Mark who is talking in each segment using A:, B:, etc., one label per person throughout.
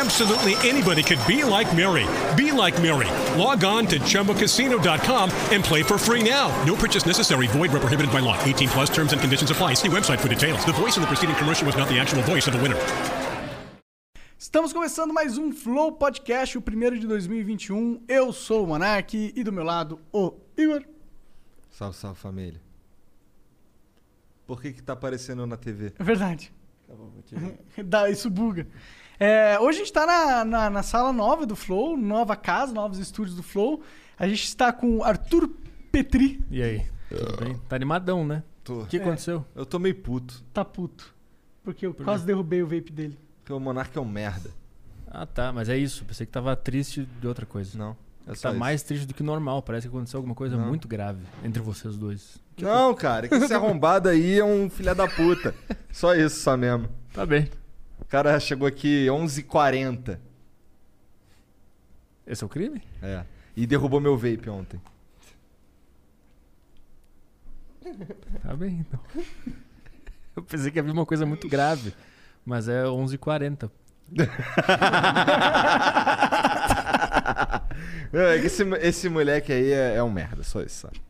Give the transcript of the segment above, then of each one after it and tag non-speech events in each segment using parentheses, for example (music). A: Absolutely anybody could be like Mary. Be like Mary. Log on to ChumboCasino.com and play for free now. No purchase necessary. Void where prohibited by law. 18 plus terms and conditions apply. See website for details. The voice in the preceding commercial was not the actual voice of the winner.
B: Estamos começando mais um Flow Podcast, o primeiro de 2021. Eu sou o Monark e do meu lado o Igor.
C: Salve, salve família. Por que que tá aparecendo na TV?
B: É verdade.
C: Tá bom, vou
B: (laughs) Dá, isso buga. É, hoje a gente está na, na, na sala nova do Flow, nova casa, novos estúdios do Flow. A gente está com o Arthur Petri,
D: E aí? Tudo bem? Tá animadão, né?
C: Tô.
D: O que aconteceu?
C: Eu tô meio puto,
B: tá puto. Porque eu quase derrubei o vape dele.
C: porque o Monarca é um merda.
D: Ah, tá, mas é isso. Pensei que tava triste de outra coisa.
C: Não, é só
D: tá
C: isso.
D: mais triste do que normal. Parece que aconteceu alguma coisa muito grave entre vocês dois.
C: Não, cara, que esse arrombado aí é um filha da puta. Só isso, só mesmo.
D: Tá bem.
C: O cara chegou aqui 11h40.
D: Esse é o crime?
C: É. E derrubou meu vape ontem.
D: Tá bem, então. (laughs) Eu pensei que havia uma coisa muito grave, mas é 11h40.
C: É, que Esse, esse moleque aí é, é um merda, só isso. Sabe?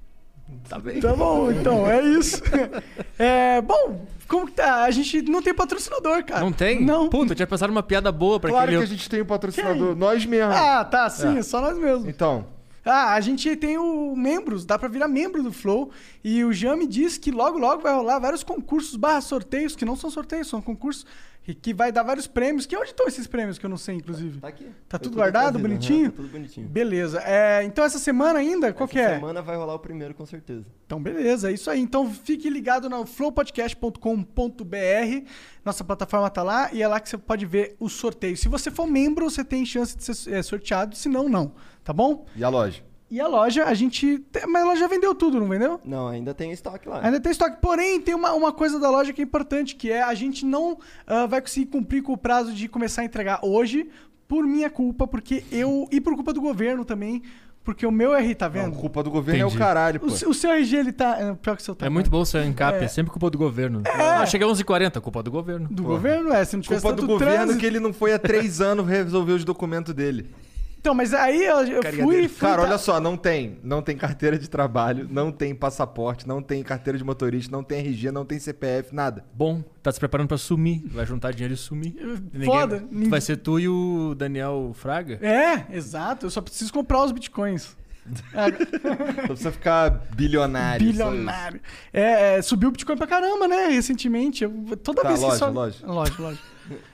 D: Tá bem.
B: Tá bom, então, é isso. (laughs) É, bom, como que tá? A gente não tem patrocinador, cara.
D: Não tem?
B: Ah, Não.
D: Puta, eu tinha pensado numa piada boa pra
C: Claro que
D: aquele...
C: a gente tem um patrocinador, nós mesmos.
B: Ah, tá, sim, é só nós mesmos.
C: Então,
B: Ah, a gente tem o membros, dá pra virar membro do Flow. E o Jami diz que logo, logo vai rolar vários concursos barra sorteios, que não são sorteios, são concursos, e que vai dar vários prêmios. Que onde estão esses prêmios que eu não sei, inclusive?
E: Tá aqui.
B: Tá
E: Eu
B: tudo
E: tô
B: guardado,
E: trazendo,
B: bonitinho?
E: aham, tá tudo bonitinho.
B: Beleza. É, então essa semana ainda, qual que
E: Essa
B: é?
E: semana vai rolar o primeiro, com certeza.
B: Então, beleza, é isso aí. Então, fique ligado no flowpodcast.com.br. Nossa plataforma tá lá e é lá que você pode ver o sorteio. Se você for membro, você tem chance de ser é, sorteado, se não, não. Tá bom?
C: e a loja?
B: E a loja, a gente. tem- Mas a loja já vendeu tudo, não vendeu?
E: Não, ainda tem estoque lá.
B: Ainda tem estoque. Porém, tem uma, uma coisa da loja que é importante, que é a gente não ah, vai conseguir cumprir com o prazo de começar a entregar hoje, por minha culpa, porque eu. E por culpa do governo também, porque o meu RI, tá
C: Não,
B: vendo?
C: culpa do governo é o
D: Entendi.
C: caralho, pô.
B: o, se- o seu RG, ele tá. é, Pior que o seu tá.
D: É muito bom ser encap, é.
B: É.
D: sempre culpa do governo. Ah, chega 11h40, culpa do governo.
B: Do governo? É, se não tivesse
C: Culpa do
B: tanto
C: governo
B: trânsito.
C: que ele não foi há três anos resolver os documentos dele.
B: Então, mas aí eu, eu fui, fui.
C: Cara,
B: tá-
C: olha só, não tem. Não tem carteira de trabalho, não tem passaporte, não tem carteira de motorista, não tem RG, não tem CPF, nada.
D: Bom, tá se preparando pra sumir. Vai juntar dinheiro e sumir. Ninguém-
B: Foda.
D: Vai ser tu e o Daniel Fraga?
B: É, exato. Eu só preciso comprar os
C: (laughs)
B: bitcoins.
C: Só precisa ficar bilionário. só isso.
B: Bilionário. É, é, subiu o Bitcoin pra caramba, né? Recentemente. Eu- toda
C: Tá,
B: vez que
C: loja,
B: sobe-
C: loja.
B: Loja, loja.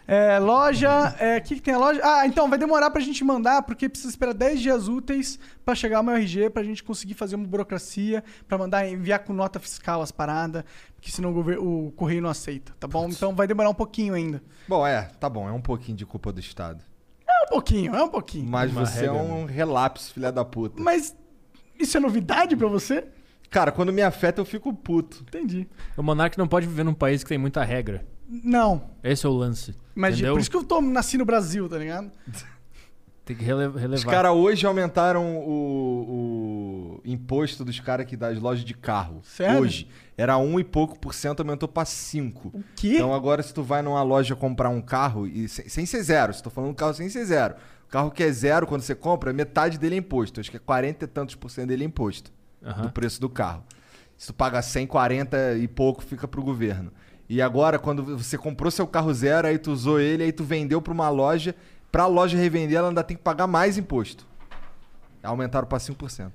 B: É, loja. é, O que, que tem a loja? Ah, então, vai demorar pra gente mandar, porque precisa esperar 10 dias úteis pra chegar o meu RG, pra gente conseguir fazer uma burocracia, pra mandar enviar com nota fiscal as paradas, porque senão o, gover- o correio não aceita, tá bom? Então vai demorar um pouquinho ainda.
C: Bom, é, tá bom, é um pouquinho de culpa do Estado.
B: É um pouquinho, é um pouquinho.
C: Mas
D: Uma
C: você
D: regra,
C: é um relapso, filha da puta.
B: né? Mas isso é novidade pra você?
C: Cara, quando me afeta, eu fico puto.
B: Entendi.
D: O Monark não pode viver num país que tem muita regra.
B: Não.
D: Esse é o lance.
B: Mas
D: entendeu?
B: por isso que eu tô, nasci no Brasil, tá ligado?
D: Tem que rele- relevar.
C: Os caras hoje aumentaram o, o imposto dos caras que das lojas de carro.
B: Sério?
C: Hoje. Era um e pouco por cento, aumentou pra cinco.
B: O quê?
C: Então agora se tu vai numa loja comprar um carro, e sem, sem ser zero, estou falando um carro sem ser zero. O carro que é zero quando você compra, metade dele é imposto. Acho que é 40 e tantos por cento dele é imposto
D: Aham.
C: do preço do carro. Se tu paga 140 e pouco, fica pro governo. E agora, quando você comprou seu carro zero, aí tu usou ele, aí tu vendeu pra uma loja, pra loja revender, ela ainda tem que pagar mais imposto. Aumentaram pra 5%.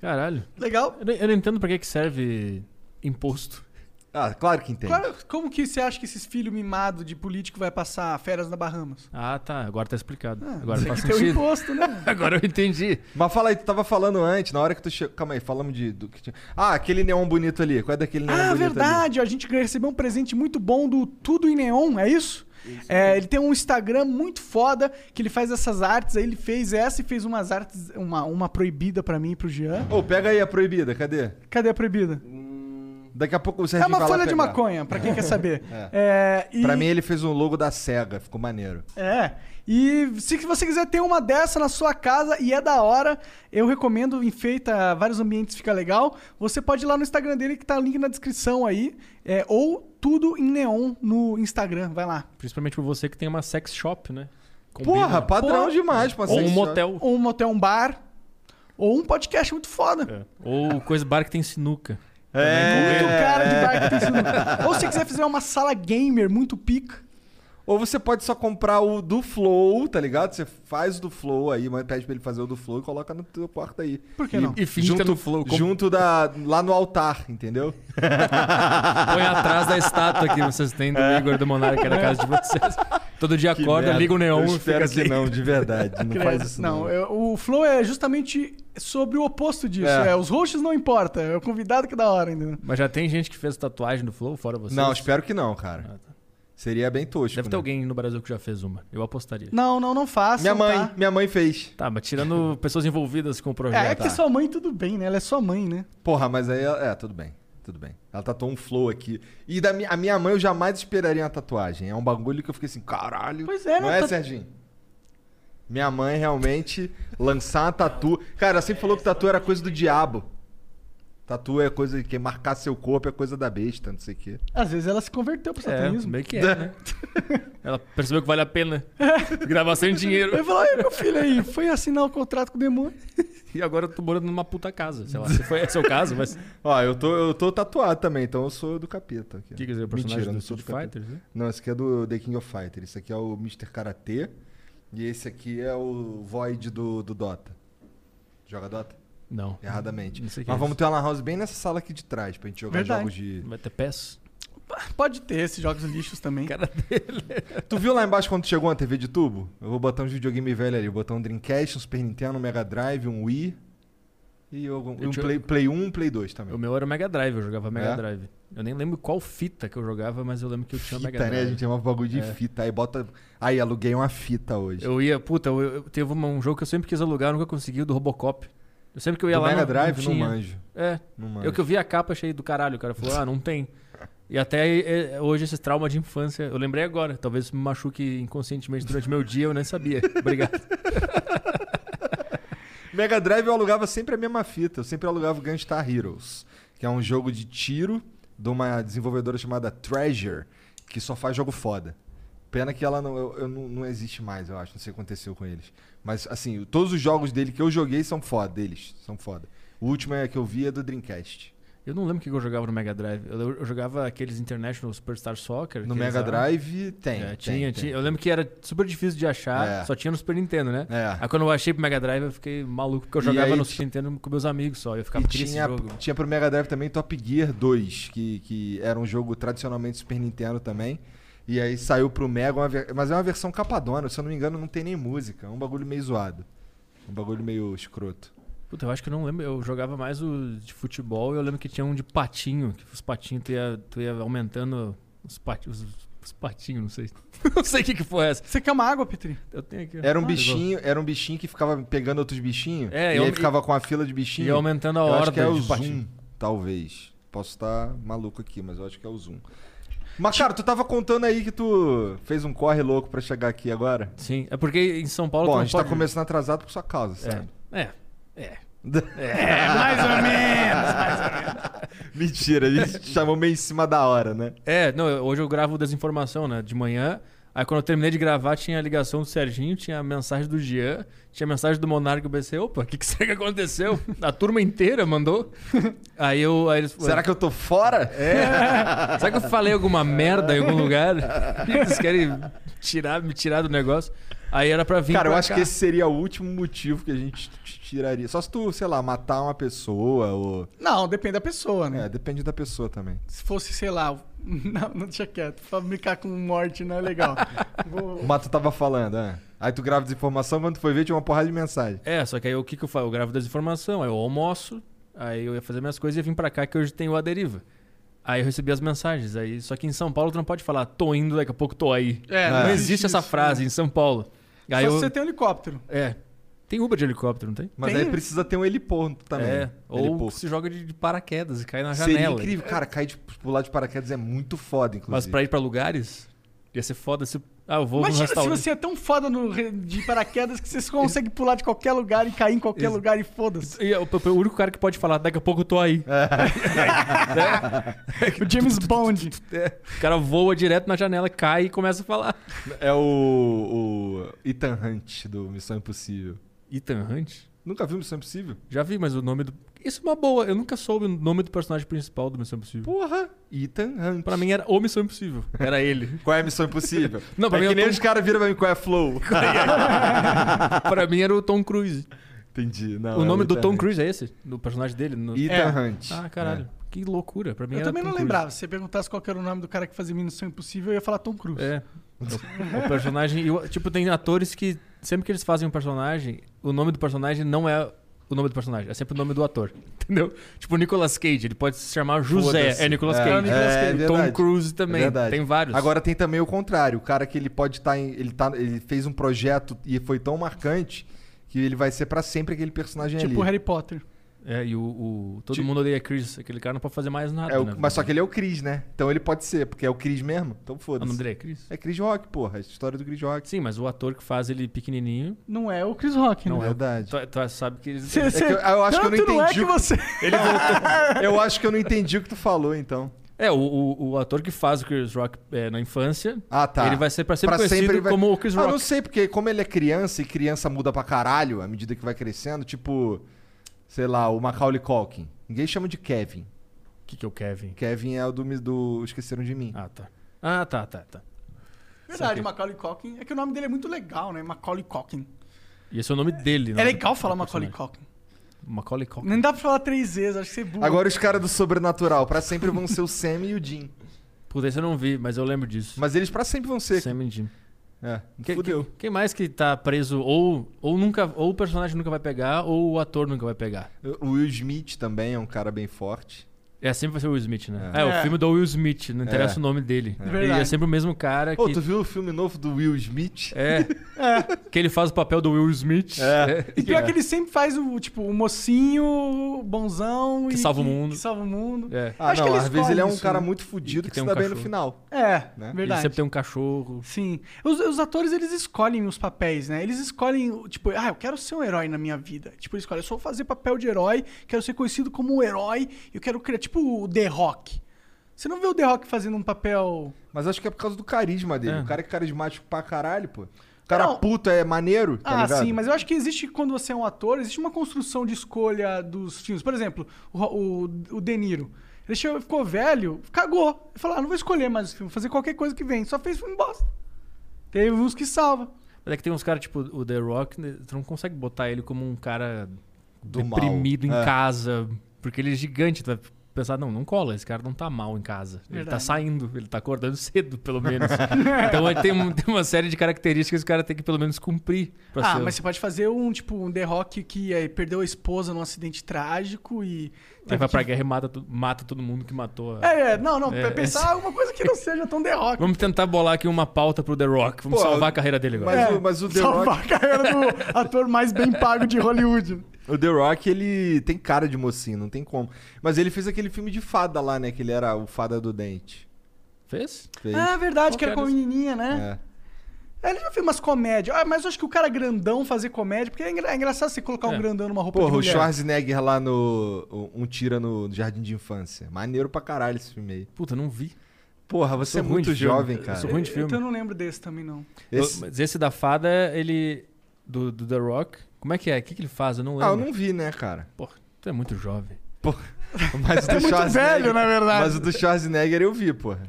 D: Caralho.
B: Legal.
D: Eu, não- eu não entendo pra que, que serve imposto.
C: Ah, claro que entende.
B: Claro, como que você acha que esses filhos mimados de político vai passar férias na Bahamas?
D: Ah, tá. Agora tá explicado. agora
B: Ah, Tem
D: faz
B: que ter o
D: sentido.
B: imposto, né?
D: (laughs) Agora eu entendi.
C: Mas fala aí, tu tava falando antes, na hora que tu chegou. Calma aí, falamos de. Do que tinha... Ah, aquele neon bonito ali. Qual é daquele neon
B: ah,
C: bonito ali?
B: verdade. A gente recebeu um presente muito bom do Tudo em Neon, é isso? É, ele tem um Instagram muito foda que ele faz essas artes. Aí ele fez essa e fez umas artes, uma, uma proibida pra mim e pro Jean.
C: Ô, pega aí a proibida, cadê?
B: Cadê a proibida?
C: Daqui a pouco o
B: É
C: Serginho
B: uma
C: vai lá
B: folha de
C: pegar.
B: maconha, pra quem quer saber. É, e-
C: Pra mim, ele fez um logo da SEGA, ficou maneiro.
B: É. E se você quiser ter uma dessa na sua casa e é da hora, eu recomendo, enfeita vários ambientes, fica legal. Você pode ir lá no Instagram dele, que tá o link na descrição aí. é, ou tudo em neon no Instagram, vai lá.
D: Principalmente pra você que tem uma sex shop, né?
B: Ah,
D: Combina.
C: Porra, padrão
B: Porra.
C: demais pra ser
D: Ou um
C: isso.
D: motel.
B: Ou um motel, um bar, ou um podcast muito foda.
D: É. Ou coisa bar que tem sinuca.
B: Muito
C: É.
B: cara de bar que tem sinuca. Ou se quiser fazer uma sala gamer muito pica.
C: Ou você pode só comprar o do Flow, tá ligado? Você faz o do Flow aí, mas pede pra ele fazer o do Flow e coloca no teu quarto aí.
B: Por que
C: E-
B: não?
D: E finge que tá no flow. com-
C: Junto da, lá no altar, entendeu?
D: Põe atrás da estátua que vocês têm do
B: É.
D: Igor do Monarca na casa
B: (laughs)
D: de vocês. Todo dia
C: Que
D: acorda,
C: merda.
D: liga o
C: Eu
D: neon e fica
C: espero
D: assim.
C: que não, de verdade.
B: (laughs)
C: Não faz isso né? não.
B: Não, eu- o Flow é justamente sobre o oposto disso.
C: É.
B: É, os hosts não importa, é o convidado que é da hora, entendeu?
D: Mas já tem gente que fez tatuagem do Flow, fora vocês?
C: Não, espero que não, cara. Seria bem tosco.
D: Ah, tá. Deve
C: né?
D: ter alguém no Brasil que já fez uma. Eu apostaria.
B: Não, não, não faça.
C: Minha mãe, minha mãe fez.
D: Tá, mas tirando
C: (laughs)
D: pessoas envolvidas com o projeto.
B: É, é que
D: tá.
B: sua mãe, tudo bem, né? Ela é sua mãe, né?
C: Porra, mas aí. ela- É, tudo bem. Tudo bem. Ela tatuou um flow aqui. E da mi- a minha mãe eu jamais esperaria uma tatuagem. É um bagulho que eu fiquei assim, caralho.
B: Pois é, né?
C: Não é,
B: Tá-
C: Serginho? Minha mãe realmente (laughs) lançar uma tatu. Cara, ela sempre falou que tatu era coisa do diabo. Tatu é coisa que marcar seu corpo é coisa da besta, não sei o quê.
B: Às vezes ela se converteu pro
D: É,
B: satanismo.
D: meio que é, né? Ela percebeu que vale a pena gravar sem
B: Ele
D: dinheiro.
B: falou, "Ai, meu filho aí, foi assinar o contrato com o demônio.
D: E agora eu tô morando numa puta casa. Sei lá, se foi esse é o
C: (laughs)
D: caso, mas... O
C: (laughs) Ó, eu tô, eu tô tatuado também, então eu sou do capeta. Aqui.
D: que quer dizer, o personagem
C: Mentira, eu
D: do
C: não sou
D: Street
C: capeta.
D: Fighter? né?
C: Não, esse aqui é do The King of Fighter. Esse aqui é o Mr. Karatê. E esse aqui é o Void do, do Dota. Joga Dota?
D: Não.
C: Erradamente.
D: Não sei o que
C: Mas
D: é
C: vamos ter uma lan house bem nessa sala aqui de trás pra gente jogar
B: Verdade.
C: jogos de.
D: Vai ter PES?
B: Pode ter esses jogos lixos também.
C: Tu viu lá embaixo quando chegou uma TV de tubo? Eu vou botar um videogame velho ali. Vou botar um Dreamcast, um Super Nintendo, um Mega Drive, um Wii. E algum-
D: Eu
C: um
D: te-
C: Play, Play 1, um Play 2 também.
D: O meu era o Mega Drive, eu jogava Mega
C: É?
D: Drive. Eu nem lembro qual fita que eu jogava, mas eu lembro que eu tinha um Mega
C: Fita,
D: Drive.
C: né? A gente chamava bagulho de
D: É.
C: fita. Aí bota. Aí aluguei uma fita hoje.
D: Eu ia, puta, eu, eu- teve uma- um jogo que eu sempre quis alugar, eu nunca consegui, o do Robocop. Eu sempre que eu ia
C: Do
D: lá.
C: Mega
D: não-
C: Drive,
D: não,
C: não,
D: tinha.
C: manjo.
D: É,
C: Não manjo.
D: eu que eu vi a capa, achei do caralho, o cara falou, ah, não tem. E até é, é, hoje esse trauma de infância, eu lembrei agora, talvez isso me machuque inconscientemente durante meu dia, eu
C: (laughs)
D: nem sabia. Obrigado.
C: Mega Drive eu alugava sempre a mesma fita. Eu sempre alugava o Gunstar Heroes, que é um jogo de tiro de uma desenvolvedora chamada Treasure, que só faz jogo foda. Pena que ela não, eu- eu não- não existe mais, eu acho. Não sei o que aconteceu com eles. Mas, assim, todos os jogos dele que eu joguei são foda. Deles são foda. O último é que eu vi é do Dreamcast.
D: Eu não lembro o que eu jogava no Mega Drive. Eu, eu jogava aqueles International Superstar Soccer.
C: No
D: aqueles
C: Mega
D: lá.
C: Drive tem.
D: É,
C: tem, tem.
D: tinha, tinha. Eu lembro que era super difícil de achar,
C: É.
D: só tinha no Super Nintendo, né?
C: É.
D: Aí quando eu achei pro Mega Drive, eu fiquei maluco, porque eu
C: E
D: jogava
C: aí
D: no
C: ti-
D: Super Nintendo com meus amigos só. Eu ficava
C: E
D: triste
C: tinha,
D: esse jogo.
C: tinha pro Mega Drive também Top Gear 2, que, que era um jogo tradicionalmente Super Nintendo também. E aí saiu pro Mega, uma ver- mas é uma versão capadona, se eu não me engano, não tem nem música. É um bagulho meio zoado. Um bagulho meio escroto.
D: Puta, eu acho que eu não lembro. Eu jogava mais o de futebol e eu lembro que tinha um de patinho, que os patinhos tu ia, tu ia aumentando os patinhos. Os, os patinhos, não sei. (laughs) não sei o que, que foi essa.
B: Você quer uma água, Petri?
D: Eu tenho aqui. ó.
C: Era um
D: Ah,
C: bichinho, era um bichinho que ficava pegando outros bichinhos.
D: É,
C: e
D: eu-
C: aí ficava com a fila de
D: Igual.
C: bichinhos.
D: Ia aumentando a
C: eu
D: hora
C: acho que é o
D: de
C: Zoom, talvez. Posso estar maluco aqui, mas eu acho que é o Zoom. Mas, cara, tu tava contando aí que tu fez um corre louco pra chegar aqui agora.
D: Sim. É porque em São Paulo. tu
C: Bom,
D: não
C: a gente tá
D: pode- né?
C: começando atrasado por sua causa, sabe?
D: É. É. É.
B: Mais ou menos.
C: Mentira, a gente
D: (laughs)
C: chamou meio em cima da hora, né?
D: É, não, eu- hoje eu gravo Desinformação, né? De manhã. Aí quando eu terminei de gravar, tinha a ligação do Serginho, tinha a mensagem do Jean, tinha a mensagem do Monarca eu pensei, opa, o que, que será que aconteceu? (laughs) A turma inteira
C: (laughs)
D: mandou. Aí eu. Aí eles,
C: Será que eu tô fora?
D: É, Será que eu falei alguma merda em algum
C: (laughs)
D: lugar? Eles querem tirar, me tirar do negócio. Aí era pra vir.
C: Cara, eu
D: pra
C: acho
D: cá.
C: que esse seria o último motivo que a gente te tiraria. Só se tu, sei lá, matar uma pessoa ou.
B: Não, depende da pessoa, né?
C: É, depende da pessoa também.
B: Se fosse, sei lá, (laughs) o- não, não deixa quieto. Fabricar com morte não é legal. Vou-
C: O Mato tava falando, né? Aí tu grava desinformação, quando tu foi ver, tinha uma porrada de mensagem.
D: É, só que aí o que, que eu faço? Eu gravo desinformação, aí eu almoço, aí eu ia fazer minhas coisas e ia vir pra cá que hoje tem o A Deriva. Aí eu recebi as mensagens. Aí, só que em São Paulo tu não pode falar, tô indo, daqui a pouco tô aí.
B: É,
D: não
B: não
D: existe
B: existe
D: essa
B: isso, né?
D: frase em São Paulo. Aí
B: Só
D: eu,
B: se você tem um helicóptero.
D: É. Tem Uber de helicóptero, não tem?
C: Mas
B: Tem-
C: aí precisa ter um heliponto também.
D: É. Ou
C: Heliporto.
D: se joga de de paraquedas e cai na
C: Seria
D: janela.
C: incrível. Cara, cair de, pular de paraquedas é muito foda, inclusive.
D: Mas pra ir pra lugares, ia ser foda se. Ah, eu vou num
B: Imagina se
D: restaurante.
B: você é tão foda no, re- de paraquedas que você consegue pular de qualquer lugar e cair em qualquer lugar e foda-se.
D: E é o, o único cara que pode falar, daqui a pouco eu tô aí.
C: É.
D: É.
B: (laughs) O
D: (laughs)
B: James Bond.
D: O cara voa direto na janela, cai e começa a falar.
C: É o, o Ethan Hunt do Missão Impossível.
D: Ethan Hunt?
C: Nunca viu Missão Impossível?
D: Já vi, mas o nome do. Isso é uma boa. Eu nunca soube o nome do personagem principal do Missão Impossível.
C: Porra! Ethan Hunt.
D: Pra mim era o Missão Impossível.
C: (laughs)
D: Era ele.
C: Qual é a Missão Impossível?
D: Não, pra
C: é
D: mim
C: que
D: eu
C: nem
D: tô-
C: os caras viram pra mim qual é a Flow.
D: pra mim era o Tom Cruise.
C: Entendi. Não,
D: o
C: é
D: nome do
C: Ethan
D: Tom
C: Hunt.
D: Cruise é esse? Do personagem dele? No...
C: Ethan
B: É.
C: Hunt.
D: Ah, caralho. Que loucura. Pra mim
B: Eu
D: era
B: também
D: Tom
B: não
D: Cruise.
B: lembrava. Se você perguntasse qual que era o nome do cara que fazia Missão Impossível, eu ia falar Tom Cruise.
D: É. O, o personagem. e o- tipo, tem atores que. Sempre que eles fazem um personagem, o nome do personagem não é o nome do personagem, é sempre o nome do ator. (laughs) Entendeu? Tipo, o Nicolas Cage, ele pode se chamar José.
C: Foda-se.
D: É Nicolas
C: É,
D: Cage.
C: é o Nicolas Cage.
D: Tom
C: verdade.
D: Cruise
C: É
D: também.
C: verdade.
D: tem vários.
C: Agora tem também o contrário. O cara que ele pode estar em. Ele, tá, ele fez um projeto e foi tão marcante que ele vai ser pra sempre aquele personagem
B: Tipo
C: ali.
B: Harry Potter.
D: É, e o. o- todo
C: Ti-
D: mundo odeia Chris. Aquele cara não pode fazer mais nada.
C: É o-
D: né?
C: mas só que ele é o Chris, né? Então ele pode ser, porque é o Chris mesmo. Então
D: Ah, O nome
C: foda-se.
D: dele é Chris?
C: É Chris Rock, porra. A história do Chris Rock.
D: Sim, mas o ator que faz ele pequenininho.
B: Não é o Chris Rock,
C: Não
B: né?
C: é verdade.
D: Tu, tu sabe que ele.
B: Cê-
C: É
B: cê-
C: que eu- eu acho que eu não
B: tanto não é
C: entendi
B: que
C: o-
B: você...
C: Eu acho que eu não entendi o que tu falou, então.
D: É, o, o, o ator que faz o Chris Rock é, na infância.
C: Ah, tá.
D: Ele vai ser pra sempre
C: Pra
D: conhecido
C: ele vai-
D: como o Chris
C: Ah,
D: Rock.
C: não sei, porque como ele é criança e criança muda pra caralho à medida que vai crescendo, tipo, sei lá, o Macaulay Culkin. Ninguém chama de Kevin.
D: O que, que é o Kevin?
C: Kevin é o do, do Esqueceram de Mim.
D: Ah, tá. Ah, tá, tá, tá.
B: Verdade,
D: Saquei.
B: Macaulay Culkin. É que o nome dele é muito legal, né? Macaulay Culkin.
D: E esse é o nome dele, né?
B: É legal falar Macaulay Culkin. Né?
D: Macaulay Culkin.
B: Nem dá pra falar três vezes, acho que você é burro.
C: Agora os caras do Sobrenatural, pra sempre vão ser o Sam e o
D: (laughs)
C: Jim.
D: Puta, esse eu não vi, mas eu lembro disso.
C: Mas eles pra sempre vão ser.
D: Sam e Jim.
C: É,
D: Que-
C: fudeu.
D: que- Quem mais que tá preso ou, ou nunca ou o personagem nunca vai pegar ou o ator nunca vai pegar?
C: O Will Smith também é um cara bem forte.
D: É sempre vai ser o Will Smith, né? É,
B: É.
D: o filme do Will Smith, não interessa
C: É.
D: o nome dele. Ele é
B: Verdade.
D: sempre o mesmo cara que
C: Ô, tu viu o filme novo do Will Smith?
B: (laughs)
D: é, que ele faz o papel do Will Smith,
C: É.
D: né?
B: E pior que ele sempre faz o, tipo, o mocinho, o bonzão...
D: Que
B: e
D: salva o mundo.
B: Que salva o mundo.
D: É.
C: Ah,
B: Acho
C: não,
B: que ele
C: às vezes ele é um
B: escolhe
C: cara
B: isso, né?
C: muito fudido
D: E
C: que,
D: tem
C: se
D: um
C: dá bem no
D: cachorro.
C: final.
B: É,
C: Né?
D: Ele
B: verdade.
D: sempre tem um cachorro.
B: Sim. Os, os atores, eles escolhem os papéis, né? Eles escolhem, o- tipo, ah, eu quero ser um herói na minha vida. Tipo, eles escolhem, eu só vou fazer papel de herói, quero ser conhecido como um herói, eu quero criar, tipo, o The Rock. Você não vê o The Rock fazendo um papel...
C: Mas acho que é por causa do carisma dele.
D: É.
C: O cara é carismático pra caralho, pô. O cara
B: Não.
C: puto é maneiro, tá
B: ah,
C: ligado?
B: sim, mas eu acho que existe, quando você é um ator, existe uma construção de escolha dos filmes. Por exemplo, o, o, o De Niro. Ele chegou- ficou velho, cagou. Ele falou, ah, não vou escolher mais os filmes, vou fazer qualquer coisa que vem. Só fez filme bosta. Teve uns que salva.
D: Mas é que tem uns caras tipo o The Rock, né, tu não consegue botar ele como um cara
C: Do mal.
D: deprimido em
C: É.
D: casa, porque ele é gigante, tu vai pensar, não, não cola, esse cara não tá mal em casa. Ele tá
B: Verdade.
D: saindo, ele tá acordando (laughs) cedo, pelo menos. então aí tem, um- tem uma série de características que o cara tem que pelo menos cumprir pra
B: Ah,
D: ser
B: mas você pode fazer um, tipo, um The Rock que eh, perdeu a esposa num acidente trágico e...
D: Aí
B: teve
D: vai pra
B: que-
D: guerra e mata, to- mata todo mundo que matou. a-
B: É, é, não, não,
D: É,
B: pensar
D: esse-
B: alguma coisa que não seja tão The Rock.
D: Vamos tentar bolar aqui uma pauta pro The Rock. Vamos
C: Pô,
D: salvar a carreira dele agora.
C: mas-
B: É,
C: o- o The
B: salvar
C: Rock-
B: a carreira do ator mais bem pago de Hollywood.
C: O The Rock, ele tem cara de mocinho, não tem como. Mas ele fez aquele filme de fada lá, né? Que ele era o fada do dente.
D: Fez?
C: Fez.
B: Ah, verdade,
D: Qual
B: que era
D: que
B: com a
D: era
B: menininha, né?
C: É.
B: É, Ele já fez umas comédias. Ah, mas eu acho que o cara grandão fazer comédia, porque é, engra- é engraçado você colocar um
D: É.
B: grandão numa roupa de
C: Porra, o
B: mulher.
C: Schwarzenegger lá no. o- Um tira no Jardim de Infância. Maneiro pra caralho esse filme aí.
D: Puta, não vi.
C: Porra, você
D: sou
C: é
D: ruim
C: muito
D: de filme.
C: jovem,
D: Eu
C: cara.
D: sou ruim de filme.
B: Então eu não lembro desse também, não.
C: Esse-
D: Mas esse da fada, ele. Do, do The Rock. Como é que é? O que, que ele faz? Eu não
C: Ah,
D: lembro.
C: eu não vi, né,
D: (laughs)
C: cara?
D: Tu é muito jovem.
C: Mas o do
B: É muito velho,
C: né,
B: na verdade.
C: Mas o do Schwarzenegger eu vi, porra.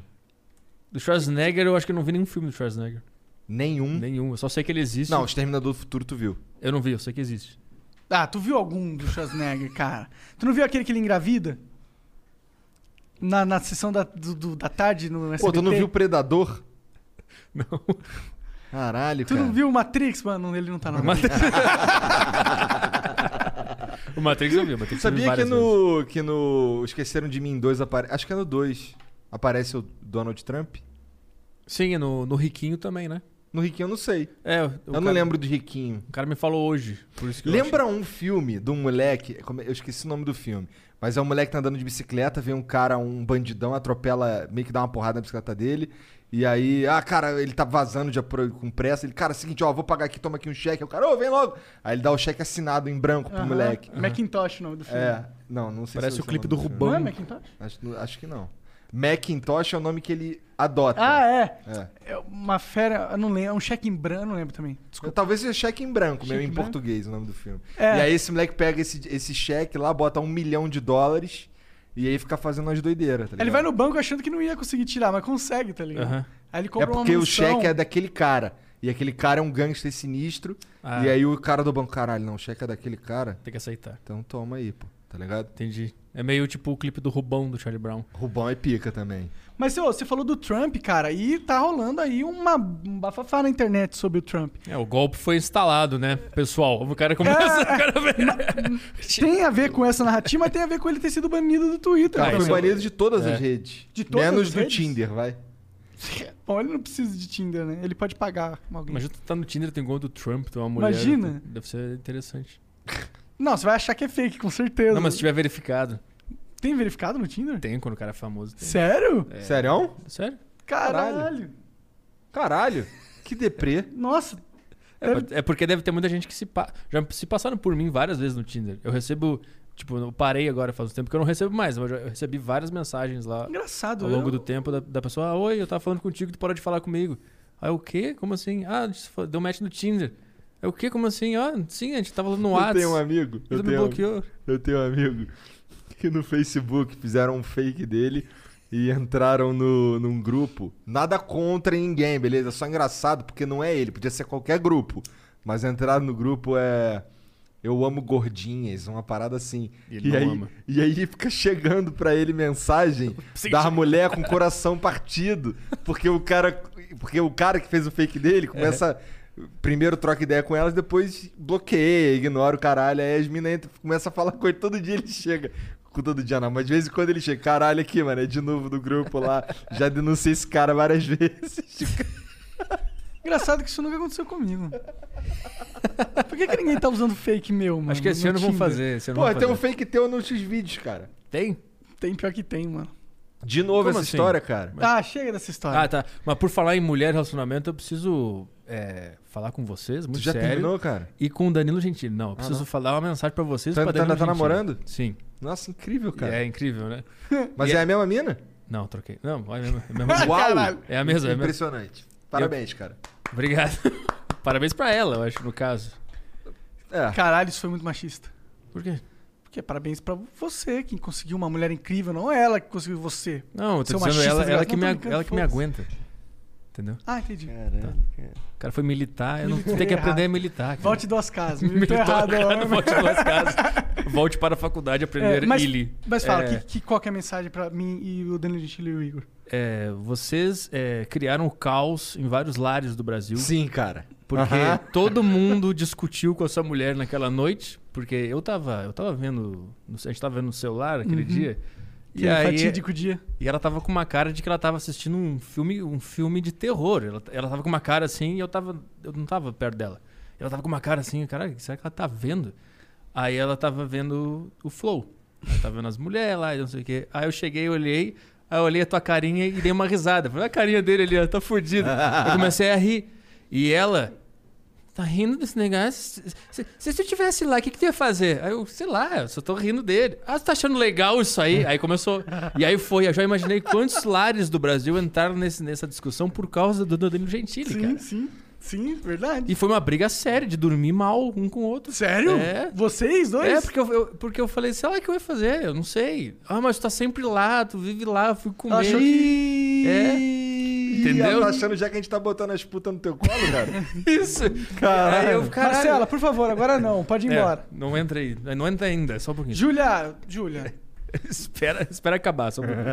D: Do Schwarzenegger, eu acho que eu não vi nenhum filme do Schwarzenegger.
C: Nenhum.
D: Nenhum. Eu só sei que ele existe.
C: Hum? Não, o Exterminador do Futuro tu viu.
D: Eu não vi, eu sei que existe.
B: Ah, tu viu algum do Schwarzenegger, cara? Tu não viu aquele que ele engravida? Na, na sessão da, do- do- da tarde no SBT?
C: Pô, tu não viu o Predador? (laughs)
D: Não.
C: Caralho,
B: Tu
C: cara.
B: não viu o Matrix? Mano, ele não tá na
C: (laughs)
D: Mas- o Matrix eu vi, o Matrix eu
C: Sabia
D: vi
C: que
D: várias
C: no, que no Esqueceram de Mim 2 aparece. Acho que é no 2. Aparece o Donald Trump?
D: vezes. Sim, e no, no Riquinho também, né?
C: No Riquinho eu não sei.
D: É, o
C: eu
D: cara,
C: não lembro do Riquinho.
D: O cara me falou hoje. Por isso que eu
C: Lembra um filme de um moleque. como- Eu esqueci o nome do filme. Mas é um moleque que tá andando de bicicleta, vem um cara, um bandidão, atropela, meio que dá uma porrada na bicicleta dele. E aí, ah, cara, ele tá vazando de, apro- com pressa. Ele, cara, é seguinte, ó, vou pagar aqui, toma aqui um cheque. Aí O cara, ô, vem logo. Aí ele dá o cheque assinado em branco pro
B: Aham.
C: moleque.
B: Macintosh o nome do filme.
C: É, não, não sei
D: Parece
C: se
D: o clipe
C: nome
D: do
C: filme.
D: Rubão.
B: Não é Macintosh?
C: Acho, acho que não. Macintosh é o nome que ele adota.
B: Ah, é.
C: É.
B: É uma fera, eu não lembro, é um cheque em branco, eu não lembro também.
C: Desculpa. Talvez seja cheque em branco, mesmo
B: Cheque
C: em
B: em branco?
C: português o nome do filme.
B: É.
C: E aí esse moleque pega esse, esse cheque lá, bota um milhão de dólares e aí fica fazendo as doideiras, tá
B: Ele
C: ligado?
B: vai no banco achando que não ia conseguir tirar, mas consegue, tá ligado?
D: Aham.
B: Aí ele
C: É
B: compra
C: porque
B: uma
C: o
B: mansão.
C: cheque é daquele cara. E aquele cara é um gangster sinistro.
D: Ah.
C: E aí o cara do banco, caralho, não, o cheque é daquele cara.
D: Tem que aceitar.
C: Então toma aí, pô, tá ligado?
D: Entendi. É meio tipo o clipe do Rubão do Charlie Brown.
C: Rubão é pica também.
B: Mas ô, você falou do Trump, cara, e tá rolando aí uma, um bafafá na internet sobre o Trump.
D: É, o golpe foi instalado, né, pessoal? O cara começa. o
C: Ah!
D: cara vê-
B: Tem a ver com essa narrativa, mas tem a ver com ele ter sido banido do Twitter.
C: Cara,
B: né?
D: Ah,
C: foi
D: isso é-
C: banido de todas
D: é.
C: as redes.
B: De todas
C: Menos
B: as
C: do
B: redes?
C: Tinder, vai.
B: Bom, ele não precisa de Tinder, né? Ele pode pagar com alguém.
D: (laughs) Imagina tu tá no Tinder, tem gol do Trump, tu é uma mulher.
B: Imagina.
D: Deve ser interessante.
B: Não, você vai achar que é fake, com certeza.
D: Não, mas se tiver verificado,
B: Tem verificado no Tinder?
D: tem quando o cara é famoso. Tem.
B: Sério?
D: É.
C: Sério?
D: Sério?
B: Caralho.
C: Caralho, que deprê.
B: Nossa.
D: É, por- é porque deve ter muita gente que se pa... já se passaram por mim várias vezes no Tinder. Eu recebo, tipo, eu parei agora faz um tempo que eu não recebo mais, mas eu já- eu recebi várias mensagens lá
B: Engraçado.
D: ao longo
B: eu-
D: do tempo da, da pessoa, ah, oi, eu tava falando contigo, tu parou de falar comigo. Aí o quê? Como assim? Ah, isso foi- deu match no Tinder. Aí o quê? Como assim? Ah, sim, a gente tava no
C: Eu
D: WhatsApp.
C: tenho um amigo.
D: Ele
C: Eu
D: me
C: tenho, um-
D: bloqueou.
C: eu tenho um amigo que no Facebook fizeram um fake dele e entraram no, num grupo. Nada contra ninguém, beleza? Só engraçado porque não é ele, podia ser qualquer grupo. Mas entrar no grupo é. Eu amo gordinhas, uma parada assim.
D: E ele
C: e,
D: não
C: aí,
D: ama.
C: e aí fica chegando pra ele
D: (laughs)
C: mensagem da mulher com o coração partido. Porque o cara. Porque o cara que fez o fake dele começa. Primeiro troca ideia com elas, depois bloqueia, ignora o caralho. Aí as minas entram, começa a falar com ele. Todo dia ele chega. Com todo dia não, mas de vez em quando ele chega. Caralho, aqui, mano, é de novo do grupo lá. Já denunciei esse cara várias (laughs) vezes.
B: Engraçado que isso nunca aconteceu
D: (laughs)
B: comigo. Por que, que ninguém tá usando fake meu, mano?
D: Acho que esse
B: no
D: ano vão
B: Tinder?
D: fazer. Esse ano
C: Pô,
D: vão
C: tem um
D: fazer.
C: fake teu nos vídeos, cara.
D: Tem?
B: Tem pior que tem, mano.
C: De novo
D: Como
C: essa
D: assim?
C: história, cara.
B: Tá, chega dessa história.
D: Ah, tá. Mas por falar em mulher e relacionamento, eu preciso é, falar com vocês, muito
C: Tu já
D: sério.
C: terminou, cara?
D: E com o Danilo Gentili. Não, eu
B: Ah,
D: preciso falar uma mensagem pra
C: Tu
D: vocês. pra
C: ainda tá-
D: Danilo
C: ainda tá
D: Gentili.
C: namorando?
D: Sim.
C: Nossa, incrível,
D: E
C: cara.
D: É incrível, né?
C: Mas
D: e
C: é
D: é-
C: a mesma mina?
D: (laughs) Não, troquei. Não, é a mesma. É a mesma.
B: (laughs)
C: Uau!
D: É a mesma, é a mesma.
C: Impressionante. Parabéns, cara.
D: Obrigado. (laughs) Parabéns pra ela, eu acho, no caso. tá.
C: É.
B: Caralho, isso foi muito machista.
D: Por quê?
B: Porque parabéns pra você, que conseguiu uma mulher incrível, não ela que conseguiu você.
D: Não, eu
B: Seu
D: tô dizendo
B: machista
D: ela,
B: desgraçado.
D: ela, que
B: Não, tô
D: me, ag-
B: brincando,
D: ela que me
B: foda-se.
D: aguenta. Entendeu?
B: Ah, entendi.
E: Caralho, cara.
D: O cara foi militar,
B: (laughs)
D: eu não
B: Militar
D: tenho que
B: errado.
D: aprender a militar. cara.
B: Volte (laughs) duas
D: (laughs)
B: casas. Me tô
D: Militar
B: errado.
D: errado,
B: ó.
D: volte
B: (laughs)
D: duas casas. Volte para a faculdade aprender
B: É, mas,
D: ili.
B: mas fala,
D: É.
B: que, que, qual que é a mensagem pra mim e o Danilo Gentili e o Igor?
D: É, vocês é, criaram o caos em vários lares do Brasil.
C: Sim, cara.
D: Porque
C: Aham.
D: todo mundo discutiu com essa mulher naquela noite. Porque eu tava, eu tava vendo. no- A gente tava vendo no celular aquele dia.
B: Aquele
D: E, aí,
B: é um fatídico dia.
D: e ela tava com uma cara de que ela tava assistindo um filme, um filme de terror. Ela, ela tava com uma cara assim e eu tava. Eu não tava perto dela. Ela tava com uma cara assim, caralho, o que será que ela tá vendo? Aí ela tava vendo o Flow. Ela tava vendo as mulheres lá e não sei o quê. Aí eu cheguei, olhei, aí eu olhei a tua carinha e dei uma risada. Falei, "Olha a carinha dele ali, ó, tá fudido. eu comecei a rir. E ela. Tá rindo desse negócio? Se, se, se eu tivesse lá, o que, que tu ia fazer? Aí eu, sei lá, eu só tô rindo dele. Ah, tu tá achando legal isso aí? Aí começou. E aí foi, eu já imaginei quantos lares do Brasil entraram nesse, nessa discussão por causa do Danilo Gentili,
B: Sim,
D: cara.
B: sim. Sim, verdade.
D: E foi uma briga séria de dormir mal um com o outro.
B: Sério?
D: É.
B: Vocês dois?
D: É, porque eu, eu- porque eu falei, sei lá o que eu ia fazer, eu não sei. Ah, mas tu tá sempre lá, tu vive lá, eu fico com
B: Ela achou
D: medo.
B: que...
D: É,
C: Entendeu?
D: Entendeu?
C: Ela tá achando já que a gente tá botando as putas no teu colo,
D: (laughs)
C: cara?
D: isso.
C: Caralho.
D: Aí eu, caralho.
B: Marcela, por favor, agora não. Pode ir
D: É,
B: embora.
D: não entra aí, não entra ainda, só um pouquinho.
B: Júlia, Júlia.
D: (laughs) espera, espera acabar, só um pouquinho.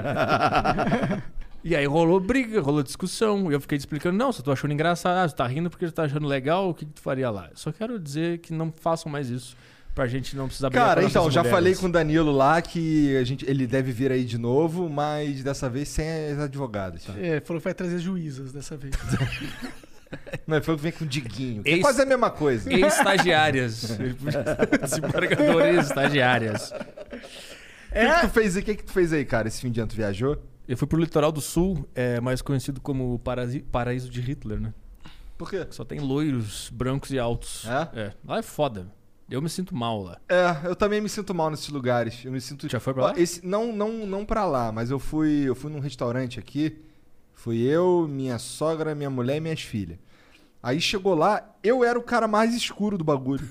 D: E aí rolou briga, rolou discussão. E eu fiquei te explicando, não, se tu achando engraçado, ah, tu tá rindo porque tu tá achando legal, o que, que tu faria lá? Só quero dizer que não façam mais isso. Pra gente não precisar brigar
C: cara,
D: com
C: então,
D: nossas
C: já
D: mulheres.
C: falei com o Danilo lá que a gente, ele deve vir aí de novo, mas dessa vez sem as advogadas. tá?
B: É, falou que vai trazer juízas dessa vez.
C: Não, ele falou que vem com o Diguinho. que é
D: Ex-
C: quase a mesma coisa.
D: É? Ex-estagiárias. (laughs) Desembargadores estagiárias.
C: O que, que tu fez aí? O que, que tu fez aí, cara? Esse fim de ano tu viajou?
D: Eu fui pro litoral do sul, é, mais conhecido como Parasi- Paraíso de Hitler, né?
C: Por quê?
D: Só tem loiros, brancos e altos.
C: É?
D: Lá é foda. Eu me sinto mal lá.
C: É, eu também me sinto mal nesses lugares. Eu me sinto.
D: Já foi pra lá?
C: Ó, Esse, não, não, não pra lá, mas eu fui, eu fui num restaurante aqui. Fui eu, minha sogra, minha mulher e minhas filhas. Aí chegou lá, eu era o cara mais escuro do
D: (laughs)
C: bagulho.